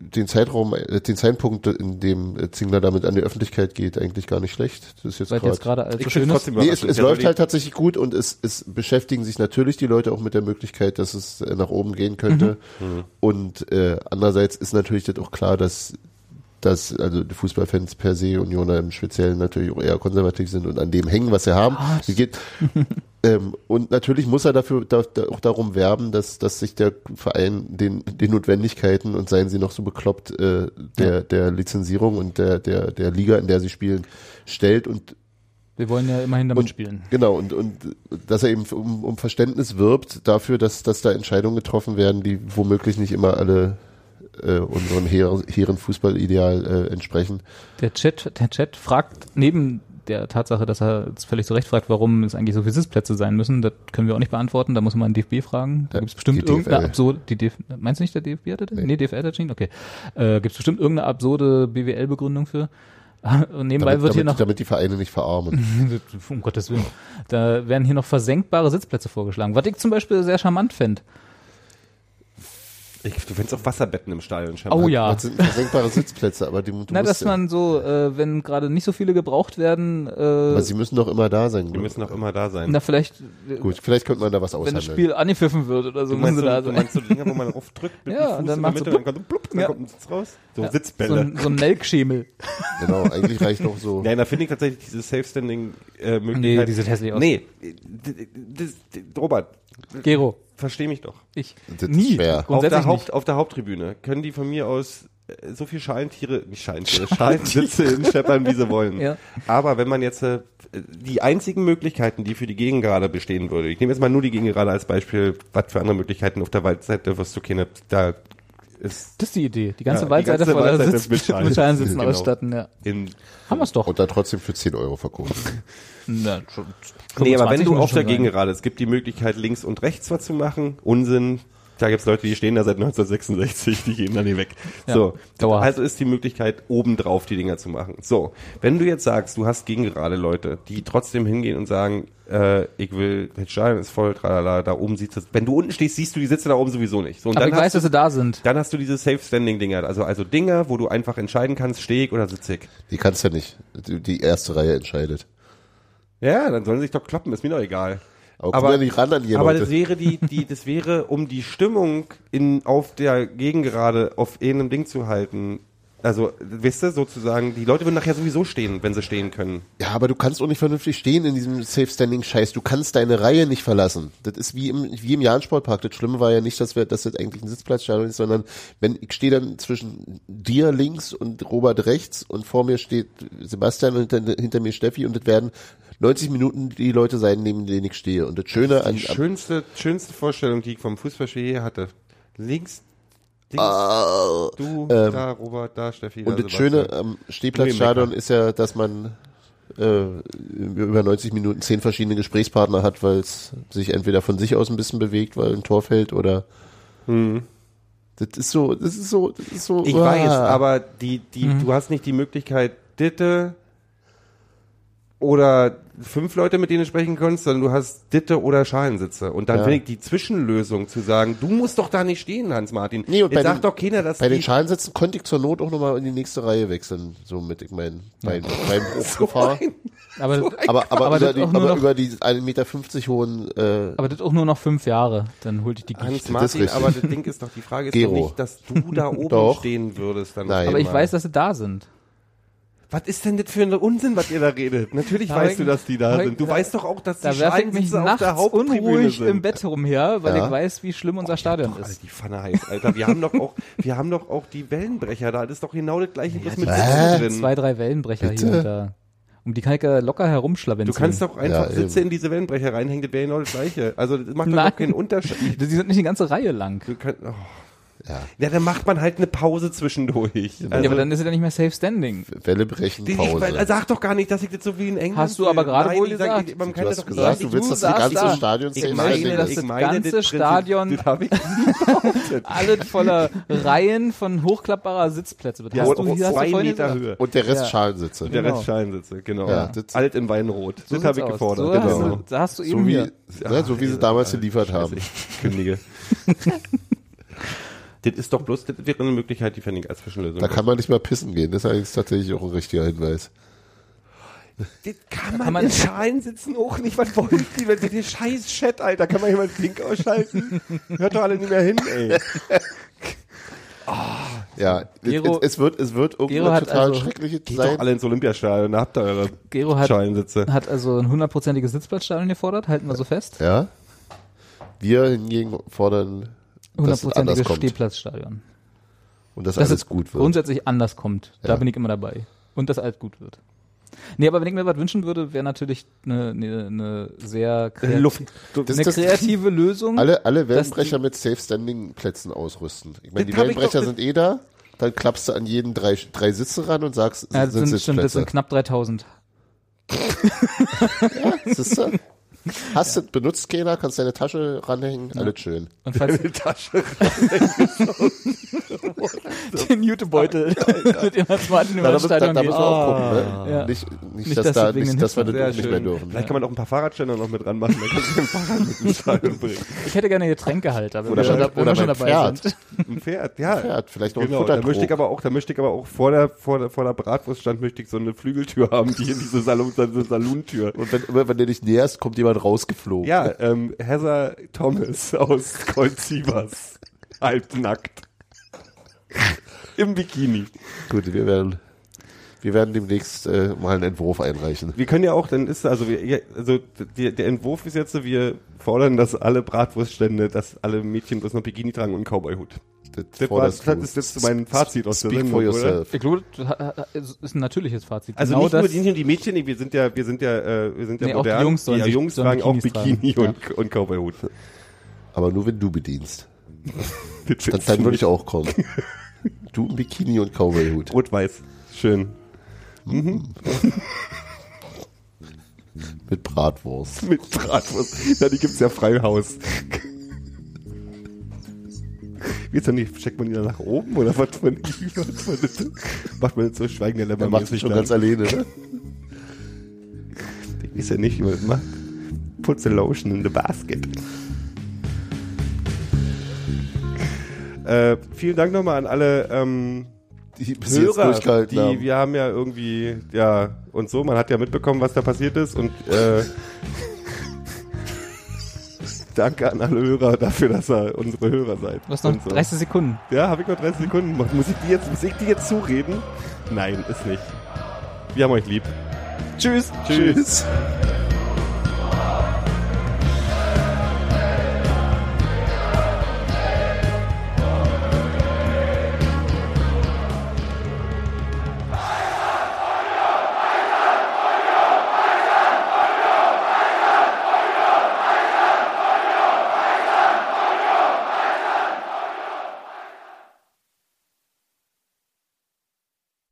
Speaker 3: den Zeitraum, äh, den Zeitpunkt, in dem äh, Zingler damit an die Öffentlichkeit geht, eigentlich gar nicht schlecht. Das ist jetzt
Speaker 1: Seid ihr jetzt
Speaker 3: gerade.
Speaker 1: gerade allzu
Speaker 2: find's
Speaker 1: schönes.
Speaker 2: trotzdem
Speaker 3: Nee, es,
Speaker 2: überraschend.
Speaker 3: es
Speaker 2: Der soll
Speaker 3: läuft
Speaker 2: die-
Speaker 3: halt tatsächlich gut und es, es beschäftigen sich natürlich die Leute auch mit der Möglichkeit, dass es äh, nach oben gehen könnte.
Speaker 2: Mhm.
Speaker 3: Und äh, andererseits ist natürlich das auch klar, dass, dass also die Fußballfans per se, Unioner im Speziellen, natürlich auch eher konservativ sind und an dem hängen, was sie haben. Es geht, ähm, und natürlich muss er dafür da, da auch darum werben, dass, dass sich der Verein den, den Notwendigkeiten und seien sie noch so bekloppt äh, der, der Lizenzierung und der, der, der Liga, in der sie spielen, stellt und
Speaker 1: Wir wollen ja immerhin damit
Speaker 3: und,
Speaker 1: spielen.
Speaker 3: Genau, und, und dass er eben um, um Verständnis wirbt dafür, dass, dass da Entscheidungen getroffen werden, die womöglich nicht immer alle äh, unserem hehren hehren Fußballideal äh, entsprechen.
Speaker 1: Der Chat, der Chat fragt neben der Tatsache, dass er jetzt völlig zu Recht fragt, warum es eigentlich so viele Sitzplätze sein müssen, das können wir auch nicht beantworten. Da muss man an den DFB fragen. Da
Speaker 3: Ja,
Speaker 1: gibt's
Speaker 3: die
Speaker 1: bestimmt
Speaker 3: DFL.
Speaker 1: irgendeine absurde. Die DF, meinst du nicht, der DFB hatte das? Nee,
Speaker 3: Nee.
Speaker 1: DFL hat das entschieden? Okay. Äh, gibt's bestimmt irgendeine absurde BWL-Begründung für? Und nebenbei
Speaker 3: Damit,
Speaker 1: wird hier noch
Speaker 3: damit, damit die Vereine nicht verarmen.
Speaker 1: um Gottes Willen. Da werden hier noch versenkbare Sitzplätze vorgeschlagen. Was ich zum Beispiel sehr charmant fände.
Speaker 2: Ich, du findest auch Wasserbetten im Stadion.
Speaker 1: Oh ja.
Speaker 3: Das sind versenkbare Sitzplätze, aber die du
Speaker 1: Na,
Speaker 3: musst
Speaker 1: dass
Speaker 3: ja-
Speaker 1: man so, äh, wenn gerade nicht so viele gebraucht werden,
Speaker 3: aber
Speaker 1: äh,
Speaker 3: sie müssen doch immer da sein.
Speaker 2: Die müssen auch immer da sein.
Speaker 1: na vielleicht, äh,
Speaker 3: Gut, vielleicht könnte man da was
Speaker 1: wenn das
Speaker 3: aushandeln.
Speaker 1: Spiel angepfiffen wird oder so,
Speaker 2: Du meinst,
Speaker 1: müssen sie
Speaker 2: so,
Speaker 1: da
Speaker 2: du
Speaker 1: sein.
Speaker 2: meinst so Dinger, wo man raufdrückt mit
Speaker 1: Ja,
Speaker 2: dem Fuß
Speaker 1: und dann
Speaker 2: in der
Speaker 1: macht so
Speaker 2: Mitte, dann kommt so plupp, dann
Speaker 1: Ja.
Speaker 2: kommt ein Sitz raus. So
Speaker 1: so,
Speaker 2: Sitzbälle.
Speaker 1: ein, so ein Melkschemel.
Speaker 3: Genau, eigentlich reicht doch so.
Speaker 2: Nein, da finde ich tatsächlich diese Safe-Standing-Möglichkeit.
Speaker 1: Nee, die sieht hässlich aus.
Speaker 2: Nee, d- d- d- Robert,
Speaker 1: Gero,
Speaker 2: versteh mich doch.
Speaker 1: ich.
Speaker 3: Das ist
Speaker 1: nie.
Speaker 2: Auf
Speaker 3: schwer.
Speaker 2: der,
Speaker 1: Grundsätzlich nicht.
Speaker 2: Haupt, auf der Haupttribüne können die von mir aus äh, so viel Schalentiere, nicht Schalentiere, Schalensitze in Scheppern, wie sie wollen.
Speaker 1: Ja.
Speaker 2: Aber wenn man jetzt äh, die einzigen Möglichkeiten, die für die Gegengerade bestehen würde, ich nehme jetzt mal nur die Gegengerade als Beispiel, was für andere Möglichkeiten auf der Waldseite wirst du keine, da ist
Speaker 1: Das ist die Idee. Die ganze
Speaker 2: Ja, die
Speaker 1: Waldseite
Speaker 2: ganze
Speaker 1: voller
Speaker 2: Waldseite
Speaker 1: Sitz
Speaker 2: mit Schalen.
Speaker 1: mit Schalensitzen
Speaker 2: Genau.
Speaker 1: ausstatten. Ja.
Speaker 2: in
Speaker 1: Haben wir's doch.
Speaker 3: Und dann trotzdem für 10 Euro verkaufen.
Speaker 1: Na, schon,
Speaker 2: Nee, aber wenn
Speaker 1: 25
Speaker 2: du
Speaker 1: muss
Speaker 2: auf
Speaker 1: schon
Speaker 2: der
Speaker 1: sein.
Speaker 2: Gegengerade, es gibt die Möglichkeit, links und rechts was zu machen. Unsinn. Da gibt's Leute, die stehen da seit 1966, die gehen dann hier weg.
Speaker 1: Ja,
Speaker 2: so,
Speaker 1: dauerhaft.
Speaker 2: also ist die Möglichkeit, obendrauf die Dinger zu machen. So, wenn du jetzt sagst, du hast Gegengerade Leute, die trotzdem hingehen und sagen, äh, ich will, der Stadion ist voll, tralala, da oben sieht's, wenn du unten stehst, siehst du die Sitze da oben sowieso nicht. So, und
Speaker 1: Aber
Speaker 2: dann
Speaker 1: ich
Speaker 2: hast
Speaker 1: weiß,
Speaker 2: du,
Speaker 1: dass sie da sind.
Speaker 2: dann hast du diese Safe-Standing-Dinger, also, also Dinger, wo du einfach entscheiden kannst, steh ich oder sitze ich.
Speaker 3: Die kannst ja nicht. Die die erste Reihe entscheidet.
Speaker 2: Ja, dann sollen sie sich doch kloppen, ist mir doch egal.
Speaker 3: Aber, komm ja nicht ran an die
Speaker 2: aber
Speaker 3: Leute.
Speaker 2: das wäre die, die, das wäre, um die Stimmung in, auf der Gegengerade auf einem Ding zu halten. Also, wisst ihr, sozusagen, die Leute würden nachher sowieso stehen, wenn sie stehen können.
Speaker 3: Ja, aber du kannst auch nicht vernünftig stehen in diesem Safe-Standing-Scheiß. Du kannst deine Reihe nicht verlassen. Das ist wie im, wie im Jahn-Sportpark. Das Schlimme war ja nicht, dass, wir, dass das eigentlich ein Sitzplatzstadion ist, sondern wenn ich stehe dann zwischen dir links und Robert rechts und vor mir steht Sebastian und hinter, hinter mir Steffi und das werden 90 Minuten die Leute sein, neben denen ich stehe. Und das Schöne an...
Speaker 2: Die schönste, schönste Vorstellung, die ich vom Fußballspiel je hatte. Links, links,
Speaker 3: Ah,
Speaker 2: du,
Speaker 3: ähm,
Speaker 2: da, Robert, da, Steffi, da,
Speaker 3: und das
Speaker 2: Sebastian.
Speaker 3: Schöne am Stehplatzstadion ist ja, dass man äh, über 90 Minuten zehn verschiedene Gesprächspartner hat, weil es sich entweder von sich aus ein bisschen bewegt, weil ein Tor fällt oder das ist so, das ist so, das ist so.
Speaker 2: Mhm. Ich
Speaker 3: ah.
Speaker 2: weiß, aber die, die,
Speaker 3: Mhm.
Speaker 2: du hast nicht die Möglichkeit, Ditte oder fünf Leute, mit denen du sprechen kannst, sondern du hast Ditte oder Schalensitze. Und dann
Speaker 3: Ja.
Speaker 2: finde ich die Zwischenlösung zu sagen, du musst doch da nicht stehen, Hans-Martin.
Speaker 3: Nee, und
Speaker 2: Jetzt
Speaker 3: bei
Speaker 2: sagt
Speaker 3: den-
Speaker 2: doch keiner, dass
Speaker 3: Bei den
Speaker 2: die,
Speaker 3: Schalensätzen konnte ich zur Not auch nochmal in die nächste Reihe wechseln, so mit, ich meine, bei, beim Hochgefahr.
Speaker 1: Aber,
Speaker 3: aber aber,
Speaker 1: Aber
Speaker 3: über,
Speaker 1: das
Speaker 3: die,
Speaker 1: auch nur
Speaker 3: aber
Speaker 1: noch-
Speaker 3: über die 1,50 Meter hohen äh,
Speaker 1: aber das auch nur noch fünf Jahre. Dann holt ich die Gicht.
Speaker 3: das
Speaker 2: Hans-Martin,
Speaker 3: ist richtig.
Speaker 2: aber das Ding ist doch, die Frage ist
Speaker 3: Gero.
Speaker 2: doch nicht, dass du da oben
Speaker 3: Doch.
Speaker 2: stehen würdest. Dann
Speaker 3: Nein.
Speaker 1: Aber ich
Speaker 2: Mal.
Speaker 1: weiß, dass sie da sind.
Speaker 2: Was ist denn das für ein Unsinn, was ihr da redet? Natürlich
Speaker 1: Da
Speaker 2: weißt
Speaker 1: ich-
Speaker 2: du, dass die da
Speaker 1: da-
Speaker 2: sind. Du
Speaker 1: da-
Speaker 2: weißt doch auch, dass die
Speaker 1: Da werfe ich mich
Speaker 2: Schalensitze auf
Speaker 1: nachts
Speaker 2: der Haupttribüne
Speaker 1: unruhig
Speaker 2: sind.
Speaker 1: im Bett herumher, weil
Speaker 3: Ja.
Speaker 1: ich weiß, wie schlimm unser Stadion
Speaker 2: Alter,
Speaker 1: ist.
Speaker 2: die Pfanne heiß, Alter. Wir haben doch auch, wir haben doch auch die Wellenbrecher da. Das ist doch genau das gleiche, was mit
Speaker 3: Hä?
Speaker 2: Sitzen
Speaker 1: Zwei,
Speaker 2: drin.
Speaker 1: drei Wellenbrecher hier
Speaker 3: Bitte?
Speaker 1: und da. Um die kann ich ja locker herumschlawenzeln.
Speaker 2: Du kannst doch einfach
Speaker 3: Ja,
Speaker 2: Sitze in diese Wellenbrecher reinhängen, das wäre genau das gleiche. Also das macht doch
Speaker 1: Nein.
Speaker 2: auch keinen Unterschied.
Speaker 1: Die sind nicht die ganze Reihe lang.
Speaker 2: Du kannst, oh.
Speaker 3: Ja.
Speaker 2: ja. dann macht man halt eine Pause zwischendurch.
Speaker 3: Also
Speaker 2: Also,
Speaker 1: ja, aber dann ist es ja nicht mehr safe standing.
Speaker 3: Wellebrechen
Speaker 2: die, ich, weil, also,
Speaker 3: Pause.
Speaker 2: sag doch gar nicht, dass ich das so wie in England
Speaker 1: Hast du aber
Speaker 2: sehe.
Speaker 1: gerade
Speaker 2: Nein,
Speaker 1: wohl
Speaker 2: ich sag,
Speaker 1: gesagt.
Speaker 2: man kann
Speaker 3: Du
Speaker 2: das
Speaker 3: hast
Speaker 2: doch
Speaker 3: gesagt, du willst, dass das
Speaker 1: Du
Speaker 3: ganze
Speaker 1: sagst da,
Speaker 3: Stadion
Speaker 2: ich
Speaker 1: Ich
Speaker 2: meine,
Speaker 1: meine, dass
Speaker 2: ich
Speaker 1: das
Speaker 2: meine,
Speaker 1: ganze
Speaker 2: das Prinzip-
Speaker 1: Stadion-
Speaker 2: Das hab ich
Speaker 1: Alles voller Reihen von hochklappbarer Sitzplätze. Das
Speaker 2: ja,
Speaker 1: hast du,
Speaker 2: auf
Speaker 1: hier hast du
Speaker 2: zwei
Speaker 1: vorhin
Speaker 2: Meter
Speaker 1: gesagt.
Speaker 2: Höhe.
Speaker 3: Und der Rest
Speaker 1: Ja.
Speaker 3: Schalensitze.
Speaker 2: Der
Speaker 1: Genau.
Speaker 2: Rest Schallensitze, genau.
Speaker 3: Ja,
Speaker 2: Alt
Speaker 3: das-
Speaker 2: Alt in Weinrot. das habe
Speaker 1: sieht's
Speaker 2: ich
Speaker 1: aus.
Speaker 2: gefordert.
Speaker 1: So, hast
Speaker 3: Genau.
Speaker 1: du, da hast du eben
Speaker 3: So wie,
Speaker 1: hier.
Speaker 3: ne, so wie sie damals geliefert haben.
Speaker 2: Ich kündige. Das ist doch bloß, das wäre eine Möglichkeit, die fände ich als Zwischenlösung.
Speaker 3: Da kann man nicht mal pissen gehen. Das ist eigentlich tatsächlich auch ein richtiger Hinweis.
Speaker 2: das kann man,
Speaker 1: kann man-
Speaker 2: in Schalen sitzen auch nicht. Was wollen die? Was ist der scheiß Chat, Alter? Kann man jemand Link ausschalten? Hört doch alle nicht mehr hin, ey.
Speaker 3: Ja,
Speaker 1: Gero-
Speaker 3: es, es wird, es wird
Speaker 1: Gero
Speaker 3: irgendwann
Speaker 1: hat
Speaker 3: total
Speaker 1: also-
Speaker 3: schrecklich
Speaker 2: Geht
Speaker 3: sein.
Speaker 2: doch alle ins Olympiastadion, da habt ihr eure
Speaker 1: Gero hat,
Speaker 2: Schalensitze.
Speaker 1: hat also ein hundertprozentiges Sitzplatzstadion gefordert, halten wir so fest.
Speaker 3: Ja. Wir hingegen fordern, dass es anders
Speaker 1: Hundertprozentiges
Speaker 3: kommt
Speaker 1: Stehplatzstadion.
Speaker 3: und dass
Speaker 1: Dass
Speaker 3: alles
Speaker 1: es
Speaker 3: gut wird.
Speaker 1: grundsätzlich anders kommt. Da
Speaker 3: Ja.
Speaker 1: bin ich immer dabei. Und dass alles gut wird. Nee, aber wenn ich mir was wünschen würde, wäre natürlich eine ne, ne sehr kreat
Speaker 2: Luft.
Speaker 3: Das-
Speaker 1: eine kreative Lösung.
Speaker 3: Alle, alle
Speaker 1: dass
Speaker 3: Wellenbrecher mit Safe-Standing-Plätzen ausrüsten. Ich meine,
Speaker 2: Das
Speaker 3: die
Speaker 2: hab ich
Speaker 3: Wellenbrecher
Speaker 2: doch-
Speaker 3: sind eh da. Dann klappst du an jeden drei, drei Sitze ran und sagst,
Speaker 1: ja, das
Speaker 3: sind,
Speaker 1: sind, stimmt, das
Speaker 3: Sitzplätze.
Speaker 1: sind knapp 3000.
Speaker 3: Siehst du? Hast du, benutzt keiner, kannst deine Tasche ranhängen, alles schön.
Speaker 1: Und falls
Speaker 2: Tasche.
Speaker 1: den Jutebeutel mit dem Smarten über
Speaker 3: Na, da,
Speaker 1: das
Speaker 3: muss- da,
Speaker 1: Stadion Ah.
Speaker 3: da
Speaker 1: geht.
Speaker 3: muss man auch gucken, ne?
Speaker 1: Ja.
Speaker 3: Nicht, nicht,
Speaker 1: Nicht,
Speaker 3: dass,
Speaker 1: dass sie
Speaker 3: da,
Speaker 1: wegen den
Speaker 3: nicht, dass wir
Speaker 1: Hitzen-
Speaker 3: das
Speaker 2: Sehr
Speaker 3: nicht mehr
Speaker 2: schön.
Speaker 3: dürfen.
Speaker 2: Vielleicht kann man auch einen Fahrradständer noch mit ranmachen, dann kannst du den Fahrrad mit ins Stadion bringen.
Speaker 1: Ich hätte gerne Getränkehalter, wenn
Speaker 3: Oder
Speaker 1: wir schon,
Speaker 3: beim-
Speaker 1: da, wenn
Speaker 3: oder
Speaker 1: wir schon
Speaker 3: beim
Speaker 1: dabei
Speaker 3: Pferd.
Speaker 1: sind.
Speaker 2: Ein Pferd, ja.
Speaker 3: Pferd, vielleicht noch
Speaker 2: Genau,
Speaker 3: ein
Speaker 2: da möchte ich
Speaker 3: Futtertrog.
Speaker 2: aber auch, da möchte ich aber auch vor der, vor der, vor der Bratwurst stand, möchte ich so eine Flügeltür haben, die in diese Salon, diese Salontür.
Speaker 3: Und wenn, immer wenn du dich näherst, kommt jemand rausgeflogen.
Speaker 2: Ja, ähm, Heather Thomas aus Kreuzivers. Halbnackt. Im Bikini.
Speaker 3: Gut, wir werden, wir werden demnächst äh, mal einen Entwurf einreichen.
Speaker 2: Wir können ja auch, dann ist also wir, ja, also der, der Entwurf ist jetzt, so, wir fordern, dass alle Bratwurststände, dass alle Mädchen bloß noch Bikini tragen und einen Cowboyhut. Das, war, das
Speaker 3: forderst du.
Speaker 2: ist jetzt mein Fazit aus der
Speaker 3: Speak
Speaker 2: Sendung,
Speaker 3: for
Speaker 2: oder?
Speaker 3: yourself.
Speaker 1: Ich glaube, das ist ein natürliches Fazit.
Speaker 2: Also
Speaker 1: genau
Speaker 2: nicht
Speaker 1: das,
Speaker 2: nur die, die Mädchen, nee, wir sind ja, wir sind ja, äh, wir sind ja
Speaker 1: Nee, auch die
Speaker 2: modern.
Speaker 1: Jungs sollen
Speaker 2: ja,
Speaker 1: sich-
Speaker 2: Jungs
Speaker 1: sollen
Speaker 2: tragen auch
Speaker 1: Bikinis tragen.
Speaker 2: Bikini und, und Cowboyhut.
Speaker 3: Aber nur wenn du bedienst.
Speaker 2: Das
Speaker 3: Dann, dann würde ich auch kommen. Du im Bikini und Cowboyhut.
Speaker 2: Rot-Weiß. Schön.
Speaker 3: Mit Bratwurst.
Speaker 2: Mit Bratwurst. Ja, die gibt's ja frei Haus. Jetzt doch nicht, checkt man die da nach oben oder was man, was man das, macht man jetzt so Schweigen der Lämmer
Speaker 3: Der macht sich schon ganz
Speaker 2: dann.
Speaker 3: alleine. Ne?
Speaker 2: Ist ja nicht, wie man das macht. Put the lotion in the basket. Äh, vielen Dank nochmal an alle ähm,
Speaker 3: Die bis
Speaker 2: Hörer,
Speaker 3: jetzt durchgehalten
Speaker 2: die
Speaker 3: haben.
Speaker 2: wir haben ja irgendwie, ja, und so, man hat ja mitbekommen, was da passiert ist und äh, danke an alle Hörer dafür, dass ihr unsere Hörer seid.
Speaker 1: Du hast noch
Speaker 2: Und so.
Speaker 1: 30 Sekunden.
Speaker 2: Ja, habe ich noch 30 Sekunden gemacht. Muss ich die jetzt, muss ich die jetzt zureden? Nein, ist nicht. Wir haben euch lieb. Tschüss. Tschüss.
Speaker 3: Tschüss.